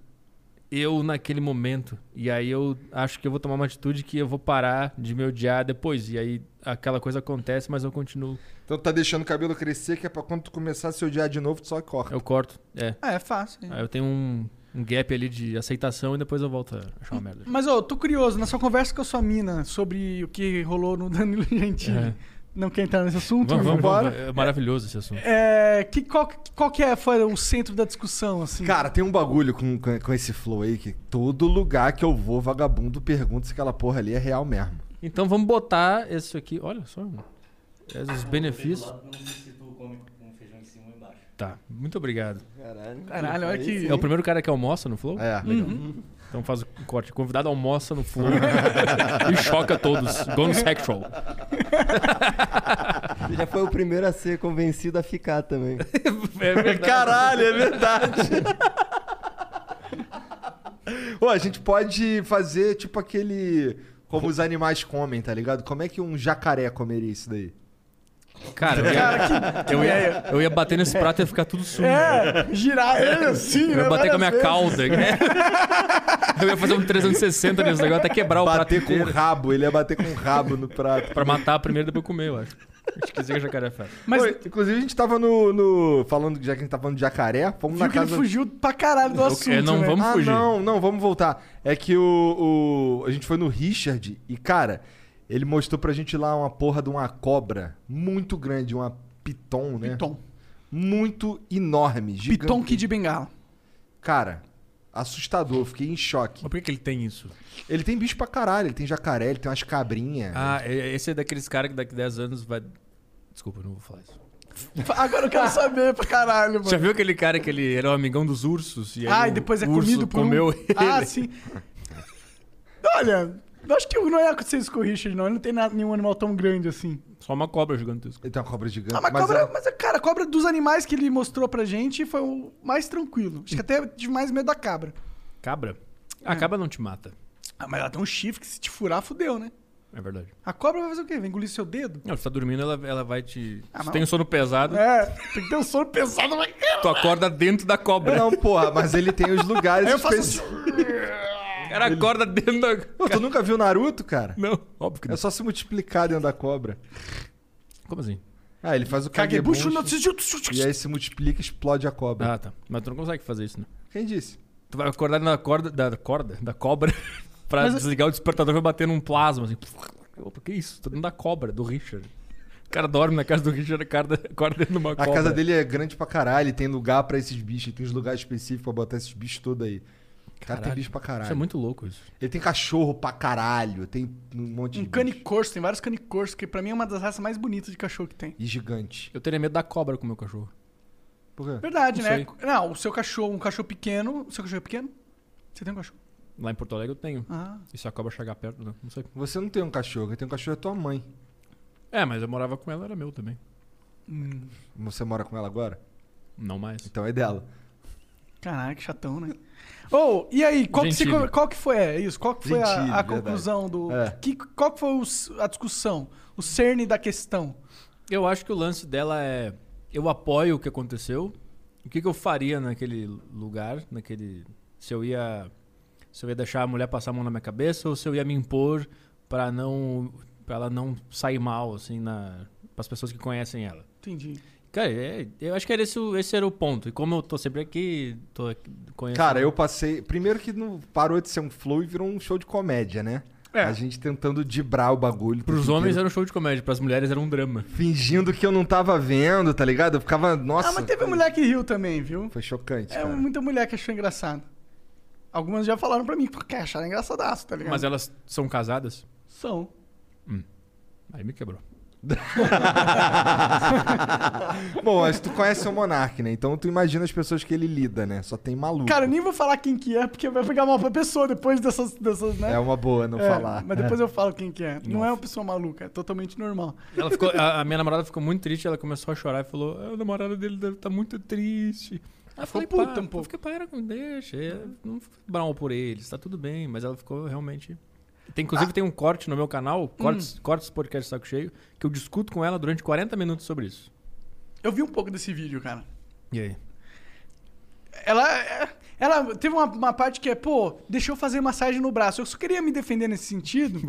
D: eu naquele momento. E aí eu acho que eu vou tomar uma atitude que eu vou parar de me odiar depois. E aí aquela coisa acontece, mas eu continuo.
C: assim. Então tu tá deixando o cabelo crescer, que é pra quando tu começar a se odiar de novo, tu só corta.
D: Eu corto. É.
B: Ah, é fácil. hein?
D: Aí eu tenho um, um gap ali de aceitação e depois eu volto a achar uma merda.
B: Mas, ô, eu tô curioso, na sua conversa com a sua mina sobre o que rolou no (laughs) Danilo Gentili,
D: É.
B: não quer entrar nesse assunto?
D: Vamos, vamos,
C: embora?
D: vamos. É maravilhoso esse assunto.
B: É, que, qual, qual que é, foi o centro da discussão, assim?
C: Cara, tem um bagulho com, com, com esse flow aí que todo lugar que eu vou, vagabundo pergunta se aquela porra ali é real mesmo.
D: Então vamos botar esse aqui. Olha só. mano. É Os benefícios.
F: Ah, Não se situa come com feijão em cima e embaixo.
D: Tá. Muito obrigado.
E: Caralho.
B: Caralho, olha
E: Aí
B: que-
E: sim.
D: É o primeiro cara que almoça no Flow?
C: É.
D: Então faz o corte. Convidado almoça no Flow (laughs) e choca todos. Gone sexual.
E: Você já foi o primeiro a ser convencido a ficar também.
D: É verdade.
C: Caralho, é (laughs) verdade. Pô, a gente pode fazer tipo aquele. Como os animais comem, tá ligado? Como é que um jacaré comeria isso daí?
D: Cara, eu ia, eu, ia, eu ia bater nesse prato e ia ficar tudo sujo.
B: É, girar ele assim,
D: Eu ia bater com a minha cauda. (laughs) Eu ia fazer um 360 nesse negócio até quebrar o prato
C: Bater com o
D: inteiro.
C: rabo, ele ia bater com o rabo no (laughs) prato.
D: Pra matar primeiro e depois comer, eu acho. Esqueci que jacaré faz.
B: Mas
C: Pô, inclusive, a gente tava no. no- falando, já que a gente tá falando de jacaré, fomos
B: viu
C: na
B: que ele
C: casa.
B: fugiu pra caralho do
D: Eu-
B: assunto,
D: eu não
B: né?
D: vamos-
C: ah,
D: fugir.
C: Não, não, vamos voltar. É que o, o- A gente foi no Richard e, cara, ele mostrou pra gente lá uma porra de uma cobra muito grande, uma piton, né?
B: Piton.
C: Muito enorme, gigante.
B: Piton Kid Bengala.
C: Cara, assustador, eu fiquei em choque.
D: por que, ele tem isso?
C: Ele tem bicho pra caralho, ele tem jacaré, ele tem umas cabrinhas.
D: Ah, é- esse é daqueles caras que daqui 10 anos vai. Desculpa, eu não vou falar isso.
B: Agora eu
C: (laughs)
B: quero saber pra caralho, mano.
D: Já viu aquele cara que ele era o amigão dos ursos? E aí
B: Ah, e
D: o
B: depois é
D: urso
B: comido por um-
D: comeu ele.
B: Ah, sim. Olha, eu acho que não ia acontecer isso com o Richard, não. Ele não tem nada- nenhum animal tão grande assim.
D: (laughs) Só uma cobra gigantesca.
C: Ele tem uma cobra gigante.
B: Ah, mas,
C: mas é
B: cobra,
C: ela-
B: mas, cara, a cobra dos animais que ele mostrou pra gente foi o mais tranquilo. Acho que até tive mais medo da cabra.
D: Cabra?
B: É.
D: A cabra não te mata.
B: Ah, mas ela tem um chifre que se te furar, fudeu, né?
D: É verdade.
B: A cobra vai fazer o quê? Vai engolir seu dedo?
D: Não, você tá dormindo, ela, ela vai te.
B: Ah,
D: se
B: mas-
D: tem um sono pesado,
B: É, tem que ter um sono pesado, mas
D: tu acorda dentro da cobra.
C: Não, porra, mas ele
B: (laughs)
C: tem os lugares
B: eu faço assim,
C: especi-
D: O cara acorda dentro da. (laughs)
C: Pô, tu nunca viu Naruto, cara?
D: Não, óbvio que
C: É
D: não.
C: só se multiplicar dentro da cobra.
D: Como assim?
C: Ah, ele faz o
B: Caguebucho
C: caguebucho
B: no
C: e aí se multiplica e explode a cobra.
D: Ah, tá. Mas tu não consegue fazer isso, né?
C: Quem disse?
D: Tu vai acordar na corda da corda, da cobra, (laughs) pra
B: Mas-
D: desligar o despertador vai bater num plasma, assim. Opa, que isso? Tô dentro da cobra, do Richard. O cara dorme na casa do Richard, o cara acorda dentro de uma
C: A
D: cobra.
C: casa dele é grande pra caralho, e tem lugar pra esses bichos, e tem uns lugares específicos pra botar esses bichos todos aí. O cara tem
D: Caralho.
C: bicho pra caralho.
D: Isso é muito louco, isso.
C: Ele tem cachorro pra caralho, tem um monte
B: Um
C: de bicho.
B: canicorso, tem vários canicorsos, que pra mim é uma das raças mais bonitas de cachorro que tem.
C: E gigante.
D: Eu teria medo da cobra com o meu cachorro.
C: Por quê?
B: Verdade,
D: Não
B: né? Não, o seu cachorro, um cachorro pequeno. O seu cachorro é pequeno? Você tem um cachorro?
D: Lá em Porto Alegre eu tenho.
B: Ah.
D: E se a cobra chegar perto, né? Não sei.
C: Você não tem um cachorro, quem tem um cachorro é tua mãe.
D: É, mas eu morava com ela, era meu também.
B: Hum,
C: Você mora com ela agora?
D: Não mais.
C: Então é dela.
B: caralho, que chatão, né? (laughs) Ô, e aí, qual que, você-
D: Gentile.
B: qual que foi? É isso, qual que foi a- a,
C: Gentile,
B: conclusão do.
C: É.
B: que- qual que foi o- a discussão? O cerne da questão?
D: Eu acho que o lance dela é. Eu apoio o que aconteceu. O que, que eu faria naquele lugar, naquele. Se eu ia. Se eu ia deixar a mulher passar a mão na minha cabeça ou se eu ia me impor pra não. para ela não sair mal, assim, na. as pessoas que conhecem ela.
B: Entendi.
D: Cara, é- eu acho que era esse, o- esse era o ponto. E como eu tô sempre aqui, tô aqui- conhecendo.
C: Cara, eu passei. Primeiro que não parou de ser um flow e virou um show de comédia, né?
B: É.
C: A gente tentando dibrar o bagulho. (laughs)
D: Pros
C: porque-
D: homens era um show de comédia, pras mulheres era um drama.
C: Fingindo que eu não tava vendo, tá ligado? Eu ficava. Nossa.
B: ah, mas teve mulher que riu também, viu?
C: Foi chocante.
B: É
C: cara.
B: muita mulher que achou engraçado. Algumas já falaram pra mim, porque acharam engraçadaço, tá ligado?
D: Mas elas são casadas?
B: São.
D: Aí me quebrou.
C: Bom, mas tu conhece o Monark, né? Então tu imagina as pessoas que ele lida, né? Só tem maluco.
B: Cara, eu nem vou falar quem que é, porque vai pegar mal pra pessoa depois dessas, dessas né?
C: É uma boa não
B: É,
C: falar.
B: Mas depois eu falo quem que é. Não é uma pessoa maluca, é totalmente normal.
D: Ela ficou- a, a minha namorada ficou muito tá triste, ela começou a chorar e falou: "Ah, A namorada dele deve estar muito triste. Ela
B: ficou
D: falei,
B: puta
D: "Pá",
B: um pouco.
D: Eu fiquei, para, com- deixa. é, Não fico bravo por eles, tá tudo bem. Mas ela ficou realmente... Tem, inclusive tem um corte no meu canal, cortes, cortes podcast Saco Cheio, que eu discuto com ela durante 40 minutos sobre isso.
B: Eu vi um pouco desse vídeo, cara.
D: E aí?
B: Ela. Ela teve uma, uma parte que é, pô, deixou eu fazer massagem no braço. Eu só queria me defender nesse sentido.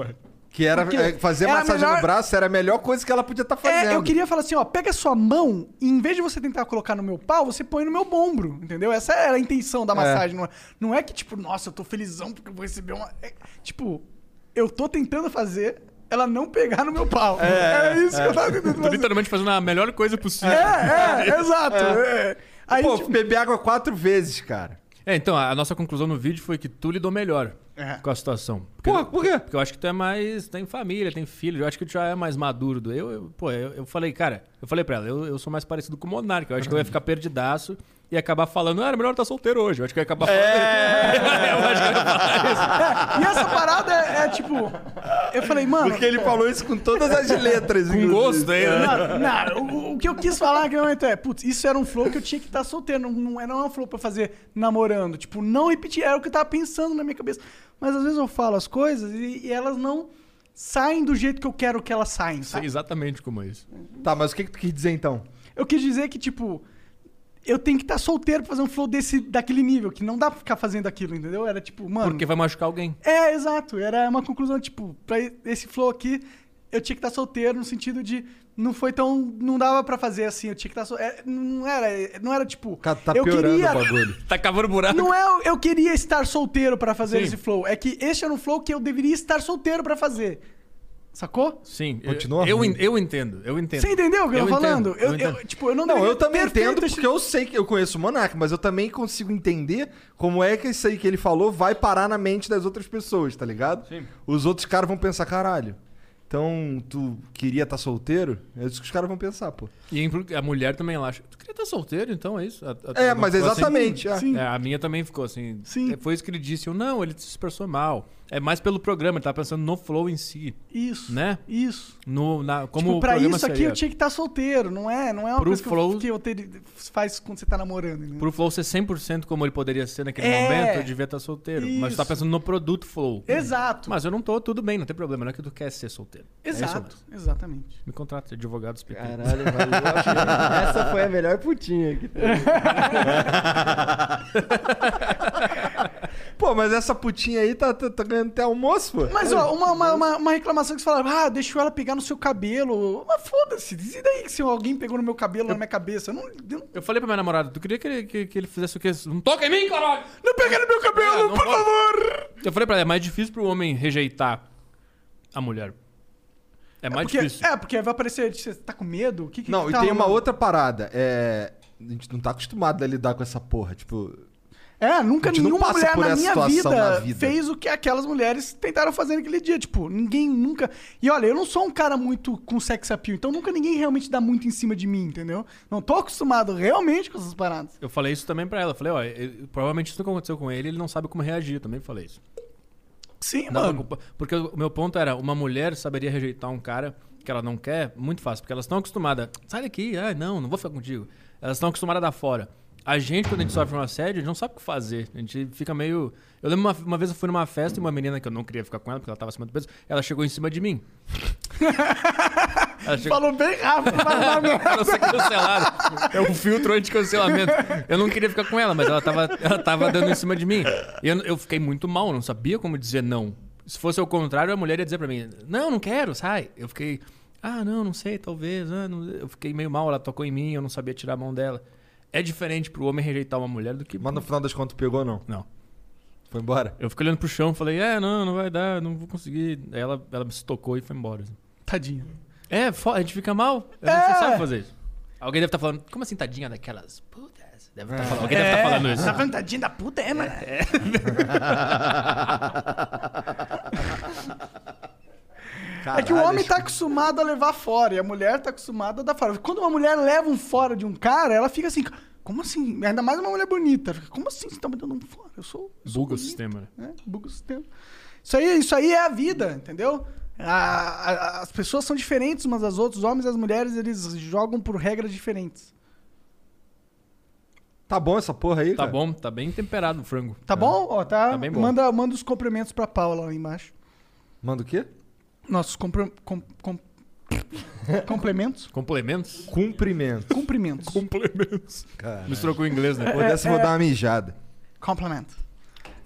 C: Que era
B: Porque
C: é, fazer
B: era
C: massagem
B: melhor-
C: no braço, era a melhor coisa que ela podia estar fazendo.
B: É, eu queria falar assim, ó, pega a sua mão e em vez de você tentar colocar no meu pau, você põe no meu ombro, entendeu? Essa era a intenção da massagem. Não, é, não é que, tipo, nossa, eu tô felizão porque eu vou receber uma... é, tipo, eu tô tentando fazer ela não pegar no meu pau. É, isso que eu tava tentando
D: Tô
B: fazer.
D: literalmente fazendo a melhor coisa possível.
B: É, é, exato. é. Aí,
C: Pô,
B: tipo,
C: beber água quatro vezes, cara.
D: É, então, a a nossa conclusão no vídeo foi que tu lidou melhor
B: É.
D: com a situação. Porque,
C: Porra, por quê?
D: porque eu acho que tu é mais. Tem família, tem filho, eu acho que tu já é mais maduro. do- Eu, eu pô, eu, eu falei, cara, eu falei pra ela, eu, eu sou mais parecido com o Monarca. Eu acho que eu ia ficar perdidaço e ia acabar falando, ah, era melhor estar solteiro hoje. Eu acho que eu ia acabar falando. eu acho que eu ia falar isso.
B: é, e essa parada é, é, tipo... Eu falei, mano...
C: Porque ele falou isso com
B: (laughs)
C: todas as letras.
D: Com
C: inclusive.
D: gosto aí, né?
B: Não, não, o, o que eu quis falar naquele momento é, putz, isso era um flow que eu tinha que estar solteiro, não, não era um flow pra fazer namorando. Tipo, não repetir, era o que eu tava pensando na minha cabeça. Mas às vezes eu falo as coisas e, e elas não saem do jeito que eu quero que elas saem,
D: Sei
B: sabe?
D: exatamente como é isso.
C: Tá, mas o que, que tu quis dizer então?
B: Eu quis dizer que, tipo, eu tenho que estar solteiro pra fazer um flow desse, daquele nível, que não dá pra ficar fazendo aquilo, entendeu? Era tipo, mano...
D: Porque vai machucar alguém.
B: É, exato. Era uma conclusão, tipo, pra esse flow aqui, eu tinha que estar solteiro no sentido de não foi tão. Não dava pra fazer assim, eu tinha que estar solteiro. não era, não era tipo.
C: Cara, tá
B: eu
C: piorando
B: queria.
C: o bagulho.
D: Tá cavando buraco.
B: Não é eu- eu queria estar solteiro pra fazer
D: Sim.
B: esse flow. É que este era um flow que eu deveria estar solteiro pra fazer. Sacou?
D: Sim,
C: Continua
D: eu,
C: ruim.
D: en- eu entendo, eu entendo.
B: Você entendeu o que eu tô
D: entendo,
B: falando?
D: eu
B: eu,
D: entendo.
B: eu, tipo, eu não
C: Não,
B: deveria
C: eu também
B: ter feito
C: entendo
B: este-
C: porque eu sei que eu conheço o Monark, mas eu também consigo entender como é que isso aí que ele falou vai parar na mente das outras pessoas, tá ligado? Sim. Os outros caras vão pensar, caralho. Então, tu queria estar solteiro? É isso que os caras vão pensar, pô.
D: E impl- a mulher também ela acha. Tu queria estar solteiro, então é isso? A- a-
C: É,
D: ela
C: mas
D: ficou assim-
C: exatamente. é.
B: Sim.
D: É, a minha também ficou assim.
B: Sim.
D: É, Foi isso que ele disse. Eu, não, ele se expressou mal. É mais pelo programa, ele tava pensando no flow em si,
B: Isso.
D: né?
B: Isso.
D: No, na, como
B: tipo,
D: o
B: pra
D: programa
B: isso aqui
D: seria.
B: eu tinha que estar solteiro, não é? Não é uma
D: Pro
B: coisa que, eu,
D: flow-
B: que eu ter- faz quando você tá namorando. entendeu?
D: Pro flow ser 100% como ele poderia ser naquele
B: É.
D: momento, eu devia estar solteiro. Mas tu tá
B: Isso.
D: pensando no produto flow.
B: Exato.
D: Mas eu não tô, tudo bem, não tem problema. Não é que tu quer ser solteiro. É isso
B: Exato,
D: mesmo.
B: exatamente.
D: Me contrata de advogado pequenos.
E: Caralho, valeu. a pena. Essa foi a melhor putinha que teve.
C: Pô, mas essa putinha aí tá, tá- tá ganhando até almoço, pô.
B: Mas ó, uma, uma, uma- uma reclamação que você fala, ah, deixou ela pegar no seu cabelo. Mas foda-se, e daí que se alguém pegou no meu cabelo, na minha cabeça? Eu não, eu não,
D: Eu falei pra minha namorada, tu queria que ele, que, que ele fizesse o quê? Não toca em mim, caralho!
B: não pega no meu cabelo,
C: É,
D: Ah, não
B: por
D: pode.
B: favor!
D: Eu falei pra ela, é mais difícil pro homem rejeitar a mulher. É mais
B: porque,
D: difícil.
B: É, porque vai aparecer, você tá com medo? O que que
C: Não,
B: que
C: e
B: tá
C: tem uma
B: rolando?
C: outra parada. É. A gente não tá acostumado a lidar com essa porra. Tipo,
B: É, nunca
C: A gente não
B: nenhuma
C: passa
B: mulher
C: por
B: na
C: essa
B: minha vida,
C: situação na vida.
B: fez o que aquelas mulheres tentaram fazer naquele dia. Tipo, ninguém nunca. E olha, eu não sou um cara muito com sex appeal, então nunca ninguém realmente dá muito em cima de mim, entendeu? Não tô acostumado realmente com essas paradas.
D: Eu falei isso também pra ela. Eu falei, ó, ele- provavelmente isso nunca aconteceu com ele, ele não sabe como reagir. Eu também falei isso.
B: Sim,
D: Não dá
B: mano.
D: pra culpar- Porque o meu ponto era, uma mulher saberia rejeitar um cara que ela não quer muito fácil, porque elas estão acostumadas. Sai daqui, ah, não, não vou ficar contigo. Elas estão acostumadas a dar fora. A gente, quando a gente sofre um assédio, a gente não sabe o que fazer. A gente fica meio. Eu lembro uma, uma vez eu fui numa festa e uma menina que eu não queria ficar com ela, porque ela tava acima do peso, ela chegou em cima de mim. (laughs) Ela chegou-
B: Falou bem rápido, mas na minha
D: pra ser cancelado. É um filtro anti-cancelamento. Eu não queria ficar com ela, mas ela tava, ela tava dando em cima de mim. E eu, eu fiquei muito mal, não sabia como dizer não. Se fosse ao contrário, a mulher ia dizer pra mim: Não, não quero, sai. Eu fiquei: Ah, não, não sei, talvez. ah, não- Eu fiquei meio mal, ela tocou em mim, eu não sabia tirar a mão dela. É diferente pro homem rejeitar uma mulher do que.
C: mas no final das contas pegou ou não?
D: Não.
C: Foi embora?
D: Eu fiquei olhando pro chão, falei: É, não, não vai dar, não vou conseguir. Aí ela, ela se tocou e foi embora. assim.
B: Tadinha.
D: É, fo- a gente fica mal. A gente
B: É.
D: não sabe fazer isso. Alguém deve estar falando, como assim, tadinha daquelas putas? Deve tá falando, alguém deve estar falando isso.
B: Tá falando tadinha da puta, é, mano? É que o
C: Caralho,
B: homem tá acostumado a levar fora e a mulher tá acostumada a dar fora. Quando uma mulher leva um fora de um cara, ela fica assim, como assim? Ainda mais uma mulher bonita. Ela fica, como assim você tá me dando um fora? Eu sou. eu sou
D: Buga o
B: bonita",
D: sistema, né?
B: né? Buga o sistema. Isso aí, isso aí é a vida, entendeu? A- a- as pessoas são diferentes umas das outras, os homens e as mulheres, eles jogam por regras diferentes.
C: Tá bom essa porra aí?
D: Tá
C: cara?
D: bom, tá bem temperado o frango.
B: Tá bom? Ó, tá.
D: Tá bem bom.
B: Manda, manda os complementos pra Paula lá embaixo.
C: Manda o quê?
B: Nossos compre- com- com- complementos?
D: Complementos?
C: Cumprimento.
B: Cumprimentos.
D: Complementos.
C: Cara,
D: Misturou com o inglês,
B: É.
D: né?
C: vou dessa, eu vou dar uma mijada.
B: Complemento.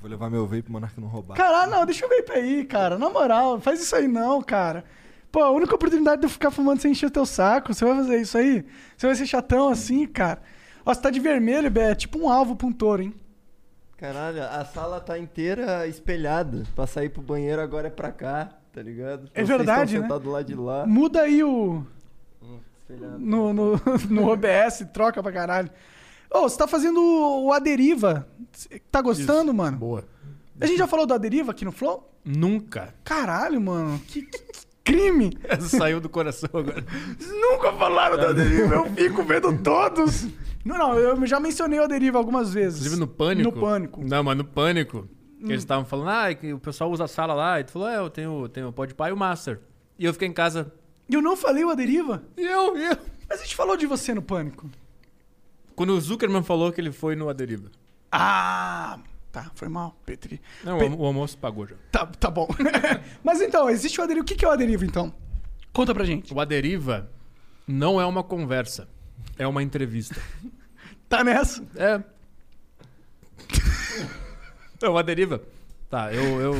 C: Vou levar meu vape pro Monarca não roubar.
B: Caralho, não, deixa eu ver pra aí, cara. Na moral, não faz isso aí não, cara. Pô, a única oportunidade de eu ficar fumando sem encher o teu saco, você vai fazer isso aí? Você vai ser chatão assim, cara? Ó, você tá de vermelho, Bé, é tipo um alvo pra um touro, hein?
E: Caralho, a sala tá inteira espelhada. Pra sair pro banheiro agora é pra cá, tá ligado?
B: É verdade, né?
E: sentado lá de lá.
B: Muda aí o.
E: Espelhado.
B: No, no, (laughs) no OBS, troca pra caralho. Ô, você tá fazendo o A Deriva. Cê Tá gostando, mano?
D: é Boa.
B: A gente já falou do A Deriva aqui no Flow?
D: Nunca.
B: (laughs) Caralho, mano. Que, que- que crime.
D: Essa saiu do coração agora.
B: Vocês nunca falaram da deriva, (laughs) eu fico vendo todos. Não, não, eu já mencionei a deriva algumas vezes.
D: Inclusive no Pânico.
B: No pânico. Hum.
D: Não, mas no Pânico. que Eles estavam falando, ah, que o pessoal usa a sala lá. E tu falou, é, eu tenho, tenho o Podpah e o Master. E eu fiquei em casa.
B: E eu não falei o a deriva.
D: E eu, e eu.
B: Mas a gente falou de você no pânico.
D: Quando o Zuckerman falou que ele foi no Aderiva.
B: Ah, tá, foi mal, Petri.
D: Não, o,
B: Pe-
D: almo- o almoço pagou já.
B: Tá, tá bom. (laughs) Mas então, existe o aderiva. O que que é o aderiva, então? Conta pra gente.
D: O Aderiva não é uma conversa. É uma entrevista.
B: Tá nessa?
D: É. (laughs) É uma deriva. Tá, eu. (laughs) Eu,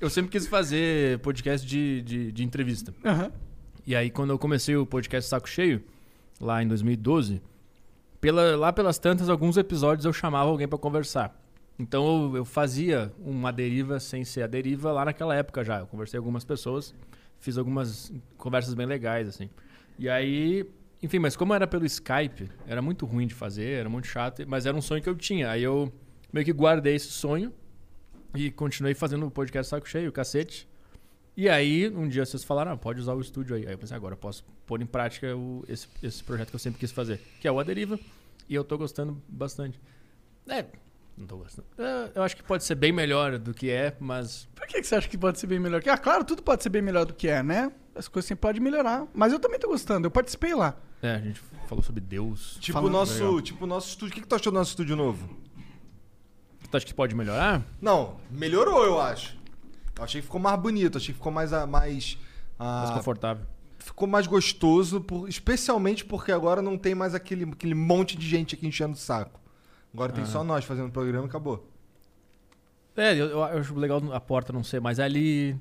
D: eu sempre quis fazer podcast de, de, de entrevista.
B: Aham.
D: E aí, quando eu comecei o podcast Saco Cheio, lá em 2012, pela, lá pelas tantas, alguns episódios eu chamava alguém pra conversar. Então eu, eu fazia uma deriva sem ser a deriva lá naquela época já. Eu conversei com algumas pessoas, fiz algumas conversas bem legais, assim. E aí, enfim, mas como era pelo Skype, era muito ruim de fazer, era muito chato, mas era um sonho que eu tinha. Aí eu meio que guardei esse sonho e continuei fazendo o podcast Saco Cheio, cacete. E aí, um dia vocês falaram, ah, pode usar o estúdio aí. Aí eu pensei, agora eu posso pôr em prática o- esse, esse projeto que eu sempre quis fazer, que é o A Deriva. E eu tô gostando bastante. É, não tô gostando. É, Eu acho que pode ser bem melhor do que é, mas
B: Por que que você acha que pode ser bem melhor? que- Ah, claro, tudo pode ser bem melhor do que é, né? As coisas sempre podem melhorar. Mas eu também tô gostando, eu participei lá.
D: é, a gente falou sobre Deus.
C: Tipo o
B: Falando
C: nosso,
D: legal.
C: tipo o nosso estúdio. O que, que tu achou do nosso estúdio novo?
D: Tu acha que pode melhorar?
C: Não, melhorou, eu acho. Eu achei que ficou mais bonito, achei que ficou mais. a- mais
D: Mais
C: ah,
D: confortável.
C: ficou mais gostoso, por- especialmente porque agora não tem mais aquele, aquele monte de gente aqui enchendo o saco. Agora tem só nós fazendo o programa e acabou.
D: É, eu, eu acho legal a porta não ser mais ali.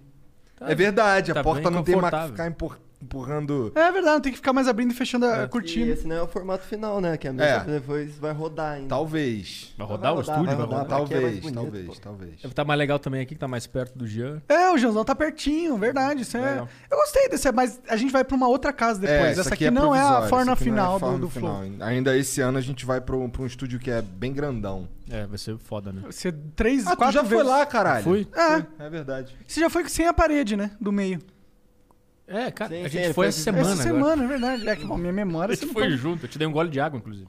D: Tá-
C: é verdade,
D: tá
C: a porta
D: bem
C: não tem mais que
D: confortável.
C: ficar empur- empurrando.
B: É verdade, tem que ficar mais abrindo e fechando a
E: E
B: cortina.
E: esse não é o formato final, né? Que a mesa
C: É.
E: depois vai rodar ainda.
C: Talvez.
D: Vai rodar o
E: Vai rodar,
D: estúdio? Vai
E: vai
D: rodar.
E: rodar. aqui é
C: Talvez,
E: mais bonito,
C: talvez,
E: pô.
C: talvez.
D: Tá mais legal também aqui, que tá mais perto do Jean.
B: É, o Janzão tá pertinho, verdade. Isso é...
D: Legal.
B: Eu gostei desse, mas a gente vai pra uma outra casa
C: É,
B: depois.
C: isso
B: essa aqui, não é
C: provisório,
B: a
C: isso
B: forma
C: aqui não é
B: final
C: a forma
B: do, do Flow.
C: Ainda esse ano a gente vai pra um, pra um estúdio que é bem grandão.
D: É, vai ser foda, né?
B: Você três,
C: Ah, tu
B: quatro
C: já
B: vezes.
C: foi lá, caralho?
D: Fui?
B: É,
C: É verdade.
B: você já foi sem a parede, né? Do meio.
D: É, cara,
E: Sim,
D: a
E: sim,
D: gente foi
E: ele foi
D: essa
E: de-
D: semana.
B: Essa
D: agora.
B: semana, é verdade. É que, bom, minha memória...
D: A
B: você
D: gente
B: não
D: foi
B: pode-
D: junto, eu te dei um gole de água, inclusive.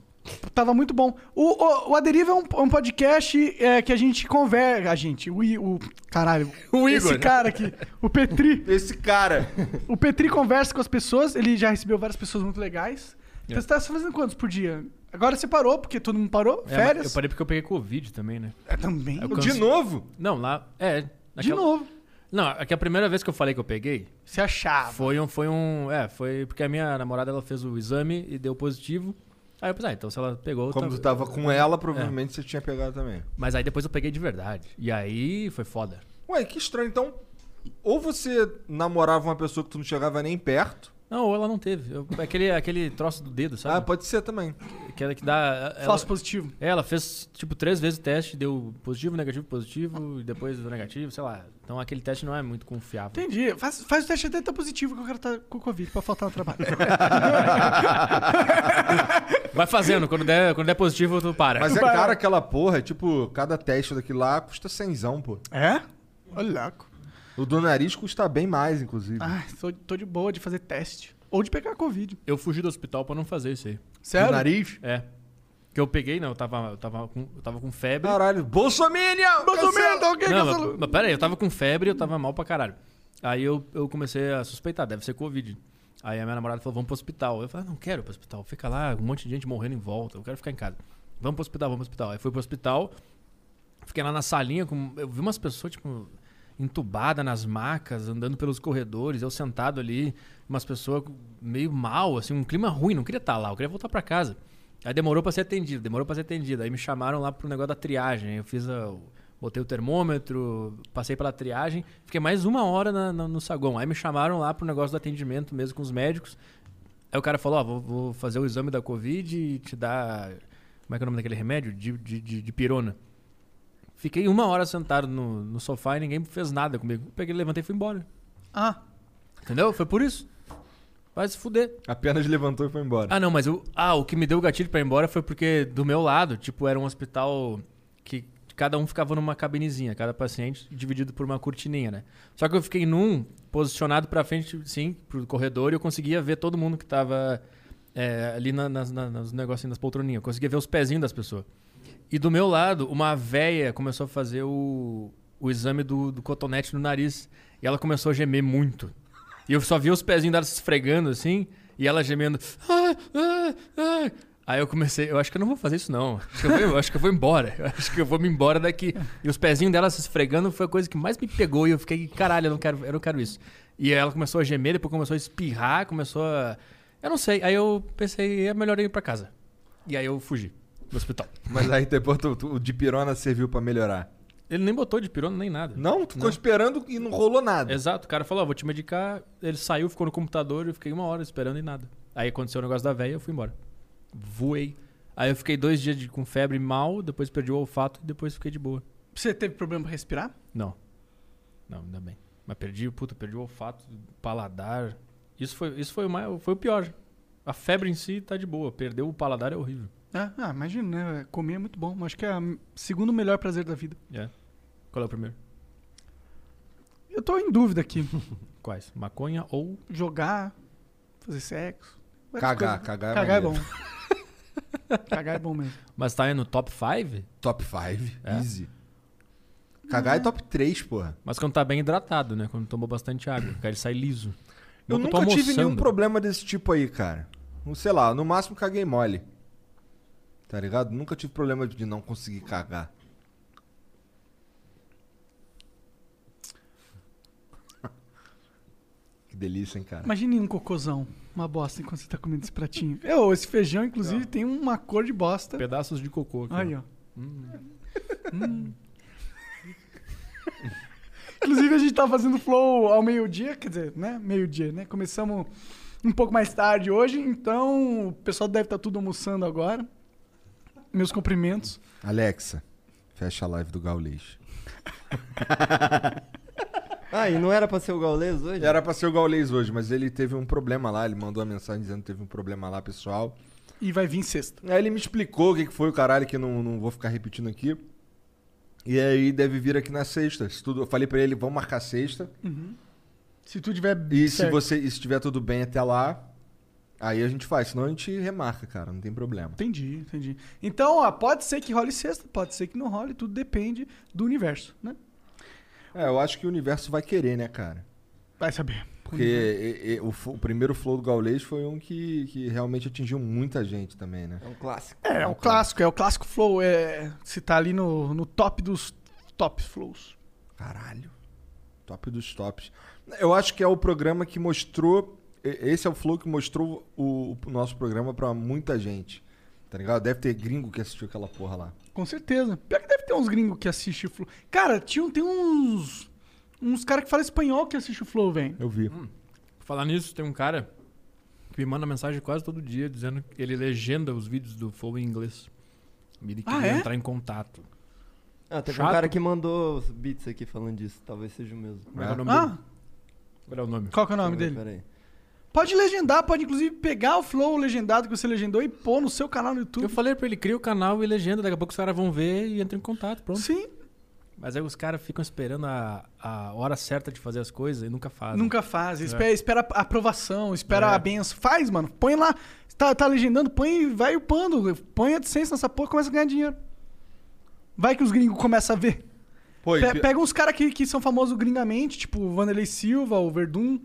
B: Tava muito bom. O, o, o Aderiva é um, é um podcast é, que a gente conversa. A gente, o, I- o. Caralho.
D: (laughs) O
B: Esse
D: Igor, né?
B: cara aqui, o Petri. (laughs)
C: Esse cara.
B: O Petri conversa com as pessoas, ele já recebeu várias pessoas muito legais.
D: É.
B: Então você tá fazendo quantos por dia? Agora você parou, porque todo mundo parou?
D: É, mas
B: férias?
D: Eu parei porque eu peguei Covid também, né?
B: É, também.
D: Eu
C: De
D: canso-
C: novo?
D: Não, lá. É.
B: De
D: naquela-
B: novo.
D: Não, é que a primeira vez que eu falei que eu peguei
B: Você
C: Ah,
B: achava.
D: foi um. Foi um é, foi porque a minha namorada ela fez o exame e deu positivo. Aí eu pensei, ah, então se ela pegou.
C: Como
D: tá-
C: tu tava com ela,
B: É.
C: provavelmente você tinha pegado também.
D: Mas aí depois eu peguei de verdade. E aí foi foda.
C: Ué, que estranho. Então, ou você namorava uma pessoa que tu não chegava nem perto.
D: Não, ou ela não teve. Eu- aquele, aquele troço do dedo,
B: Tá
C: Ah,
D: sabe?
C: pode ser também.
D: Aquela que dá. ela-
B: Falso positivo.
D: É, ela fez, tipo, três vezes o teste, deu positivo, negativo, positivo, e depois o negativo, sei lá. Então aquele teste não é muito confiável.
B: Entendi. Faz, faz o teste até tá positivo que eu quero estar com Covid pra faltar no trabalho.
D: Vai fazendo, quando der, quando der positivo, tu para.
C: Mas é
B: né?
C: cara aquela porra, tipo, cada teste daquilo lá custa cenzão, pô.
B: (laughs) é? Olha, louco.
C: O do nariz custa bem mais, inclusive.
B: Ai, sou- tô de boa de fazer teste. Ou de pegar Covid.
D: Eu fugi do hospital pra não fazer isso aí.
C: do
B: Sério?
C: nariz?
D: É. Que eu peguei, não, eu tava, eu tava, com, eu tava com febre.
C: Caralho. Bolsominion!
B: Bolsominion,
C: cancela!
B: alguém
D: não,
B: cancela-
D: mas, mas pera aí, eu tava com febre, eu tava mal pra caralho. Aí eu, eu comecei a suspeitar, deve ser Covid. Aí a minha namorada falou, vamos pro hospital. Eu falei, "Ah, não quero ir pro hospital, fica lá, um monte de gente morrendo em volta, eu quero ficar em casa. Vamos pro hospital, vamos pro hospital. Aí fui pro hospital, fiquei lá na salinha, com... eu vi umas pessoas, tipo, entubadas nas macas, andando pelos corredores, eu sentado ali, umas pessoas meio mal, assim, um clima ruim, não queria estar lá, eu queria voltar pra casa. Aí demorou pra ser atendido, demorou pra ser atendido. Aí me chamaram lá pro negócio da triagem. Eu fiz a. Botei o termômetro, passei pela triagem, fiquei mais uma hora na- na- no saguão. Aí me chamaram lá pro negócio do atendimento mesmo com os médicos. Aí o cara falou: Ó, vou, vou fazer o exame da Covid e te dar. Como é que é o nome daquele remédio? De, de, de, de pirona. Fiquei uma hora sentado no, no sofá e ninguém fez nada comigo. Peguei, levantei e fui embora.
B: Ah,
D: Entendeu? Foi por isso. Vai se fuder.
C: Apenas levantou e foi embora.
D: Ah, não, mas o, ah, o que me deu o gatilho pra ir embora foi porque do meu lado, tipo, era um hospital que cada um ficava numa cabinezinha, cada paciente dividido por uma cortininha, né? Só que eu fiquei num posicionado pra frente, sim, pro corredor e eu conseguia ver todo mundo que tava é, ali na, nas, na- nos negocinhos das poltroninhas. Eu conseguia ver os pezinhos das pessoas. E do meu lado, uma véia começou a fazer o, o exame do, do cotonete no nariz e ela começou a gemer muito. E eu só via os pezinhos dela se esfregando assim, e ela gemendo. "Ah, ah, ah". Aí eu comecei, eu acho que eu não vou fazer isso não. Acho que eu vou, eu acho que eu vou embora. Eu acho que eu vou me embora daqui. E os pezinhos dela se esfregando foi a coisa que mais me pegou e eu fiquei, caralho, eu não quero, eu não quero isso. E ela começou a gemer, depois começou a espirrar, começou a Eu não sei. Aí eu pensei, é melhor ir pra casa. E aí eu fugi do hospital.
C: Mas aí depois tu, tu, o de pirona serviu pra melhorar.
D: Ele nem botou de pirona nem nada.
C: Não, tu ficou esperando e não rolou nada.
D: Exato, o cara falou, ó, vou te medicar. Ele saiu, ficou no computador, eu fiquei uma hora esperando e nada. Aí aconteceu o negócio da véia, eu fui embora. Voei. Aí eu fiquei dois dias de- com febre mal, depois perdi o olfato e depois fiquei de boa.
B: você teve problema pra respirar?
D: Não. Não, ainda bem. Mas perdi, puta, perdi o olfato, paladar. Isso foi, isso foi o mais, foi o pior. A febre em si tá de boa, perdeu o paladar é horrível.
B: Ah, ah, imagina, né? Comer é muito bom. Acho que é o segundo melhor prazer da vida.
D: É. Qual é o primeiro?
B: Eu tô em dúvida aqui.
D: Quais? Maconha ou
B: (laughs) Jogar, fazer sexo. várias
C: Cagar,
B: coisas.
C: cagar é
B: Cagar é bom.
C: maneiro.
B: (laughs) Cagar é bom mesmo.
D: Mas tá aí no top 5?
C: Top 5,
D: É?
C: easy. Cagar é top 3, porra.
D: Mas quando tá bem hidratado, né? Quando tomou bastante água. Porque ele sai liso.
C: Eu
D: Nunca
C: nunca
D: tô
C: tive
D: tá almoçando.
C: nenhum problema desse tipo aí, cara. Não sei lá, no máximo caguei mole. Tá ligado? Nunca tive problema de não conseguir cagar. (laughs) Que delícia, hein, cara?
B: Imagine um cocôzão, uma bosta, enquanto você tá comendo esse pratinho. Eu, esse feijão, inclusive, tem uma cor de bosta.
D: Pedaços de cocô. Aqui,
B: Aí,
D: ó.
B: ó. Hum. (laughs) Inclusive, a gente tá fazendo flow ao meio-dia, quer dizer, né? Meio-dia, né? Começamos um pouco mais tarde hoje, então o pessoal deve estar tudo almoçando agora. Meus cumprimentos.
C: Alexa, fecha a live do Gaulês.
E: Ah, e não era pra ser o Gaules hoje?
C: Era pra ser o Gaulês hoje, mas ele teve um problema lá. Ele mandou uma mensagem dizendo que teve um problema lá, pessoal.
B: E vai vir sexta.
C: Aí ele me explicou o que que foi o caralho, que eu não, não vou ficar repetindo aqui. E aí deve vir aqui na sexta. Se tudo, eu falei pra ele, vamos marcar sexta.
B: Se tu tiver.
C: E se
B: certo.
C: você e se tiver tudo bem até lá, aí a gente faz. Senão a gente remarca, cara, não tem problema.
B: Entendi, entendi. Então, ó, pode ser que role sexta, pode ser que não role, tudo depende do universo, né?
C: É, eu acho que o universo vai querer, né, cara?
B: Vai saber.
C: Porque e- e- o, fo- o primeiro flow do Gaulês foi um que, que realmente atingiu muita gente também, né?
E: É um clássico.
B: É, é o clássico, é o clássico flow. É, se tá ali no, no top dos top flows.
C: Caralho. Top dos tops. Eu acho que é o programa que mostrou. e- Esse é o flow que mostrou o, o nosso programa pra muita gente. Tá ligado? Deve ter gringo que assistiu aquela porra lá.
B: Com certeza. Pior que deve ter uns gringos que assistem o flow. Cara, tinha, tem uns. Uns caras que falam espanhol que assistem o flow, velho.
C: Eu vi.
D: Falar nisso, tem um cara que me manda mensagem quase todo dia dizendo que ele legenda os vídeos do Flow em inglês. Ele
B: Ah,
D: queria
B: é?
D: entrar em contato.
E: Ah, teve um
D: Chato.
E: cara que mandou os beats aqui falando disso. Talvez seja o mesmo.
D: Como é que é o nome
B: Ah,
D: dele? Qual é o nome?
B: qual que é o nome
E: Peraí,
B: dele?
E: peraí.
B: Pode legendar, pode inclusive pegar o flow legendado que você legendou e pôr no seu canal no
D: Eu
B: YouTube.
D: falei pra ele, cria o canal e legenda, daqui a pouco os caras vão ver e entram em contato, pronto.
B: Sim,
D: Mas aí os caras ficam esperando a, a hora certa de fazer as coisas e nunca fazem.
B: nunca faz. Espera, espera a aprovação, espera
D: Ah, É.
B: a benção. Faz, mano. Põe lá. Tá, tá legendando, põe e vai upando. Põe a AdSense nessa porra e começa a ganhar dinheiro. Vai que os gringos começam a ver.
C: Pô, e
B: Pe-
C: pi-
B: pega uns caras
C: Uhum.
B: que, que são famosos gringamente, tipo o Vanderlei Silva, o Verdun,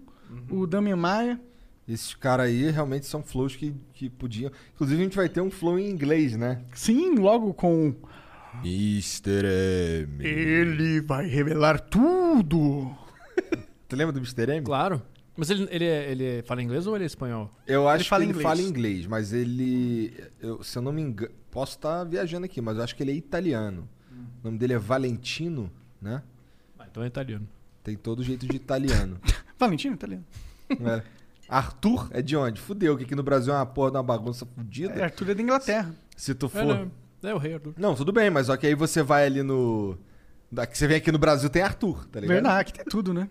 B: o Damian Maia.
C: e Esses caras aí realmente são flows que, que podiam. Inclusive, a gente vai ter um flow em inglês, né?
B: Sim, logo com.
C: Mr. M.
B: Ele vai revelar tudo.
C: Tu lembra do Mr. M?
D: Claro. Mas ele, ele, é- ele fala inglês ou ele é espanhol?
C: Eu acho
B: fala
C: que ele
B: inglês.
C: fala inglês, mas ele. eu- se eu não me engano. Posso estar viajando aqui, mas eu acho que ele é italiano.
B: Hum.
C: O nome dele é Valentino, né?
D: Ah, então é italiano.
C: Tem todo jeito de italiano.
B: Valentino, italiano.
C: né? Arthur é de onde? Fudeu, que aqui no Brasil é uma porra de uma bagunça fudida.
B: É, Arthur é da Inglaterra.
C: Se tu for.
D: Ele é, é o rei Arthur.
C: Não, tudo bem, mas só que aí você vai ali no. Daqui você vem aqui no Brasil, tem Arthur, tá ligado?
B: Verdade, aqui tem tudo, né?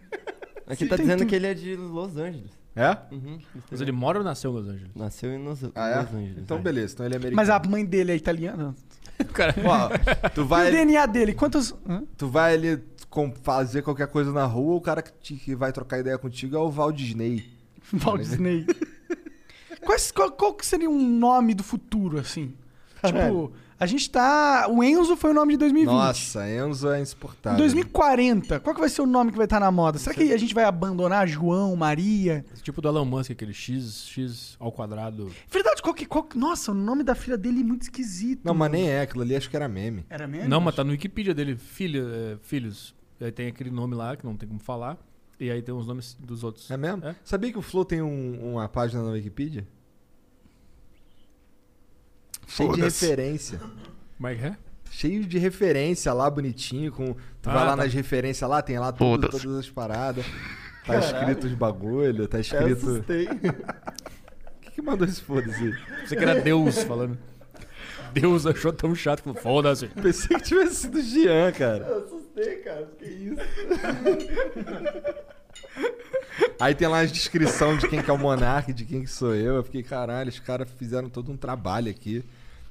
E: Aqui
B: Sim,
E: tá
B: tem
E: dizendo
B: tudo.
E: que ele é de Los Angeles.
C: É?
E: Uhum.
D: Mas ele mora ou nasceu em Los Angeles?
E: Nasceu em Los,
C: Ah, é?
E: Los Angeles.
C: Então,
E: né?
C: beleza, então ele é americano.
B: Mas a mãe dele é italiana.
D: Cara,
C: Ó, tu
B: (laughs) E o
C: vai,
B: DNA dele, quantos.
C: (laughs)
B: Hã?
C: tu vai ali com- fazer qualquer coisa na rua, o cara que, te- que vai trocar ideia contigo é o Walt Disney.
B: Walt Disney. Quais- qual, qual que seria um nome do futuro, assim? Tipo, a gente tá. O Enzo foi o nome de 2020.
C: Nossa, Enzo é insuportável.
B: Em 2040, qual que vai ser o nome que vai estar na moda? Será que a gente vai abandonar João, Maria?
D: esse tipo do Elon Musk, aquele X, X ao quadrado.
B: Verdade, qual que. Qual, que- nossa, o nome da filha dele é muito esquisito.
C: Não, mas nem é, aquilo ali acho que era meme.
B: Era mesmo?
D: Não, mas tá no Wikipedia dele, filho, é, filhos. Aí tem aquele nome lá que não tem como falar. E aí tem os nomes dos outros.
C: É mesmo?
D: É.
C: Sabia que o Flow tem um- uma página na Wikipedia? Cheio de
B: Foda-se.
C: referência.
D: Como é que é?
C: Cheio de referência lá, bonitinho. Com... Tu
D: Ah,
C: vai lá
D: tá.
C: nas referências lá, tem lá tudo, todas as paradas. Tá escrito os bagulho, tá
E: Eu
C: escrito. (laughs)
E: assustei.
C: Quem que mandou esse foda-se?
D: Você que era Deus
B: (laughs)
D: falando. Deus achou tão chato, falou, foda-se.
C: Pensei que tivesse sido Jean, cara.
E: Eu assustei, cara. Que isso?
C: Aí tem lá a descrição de quem que é o monarca, de quem que sou eu. Eu fiquei, caralho, os caras fizeram todo um trabalho aqui.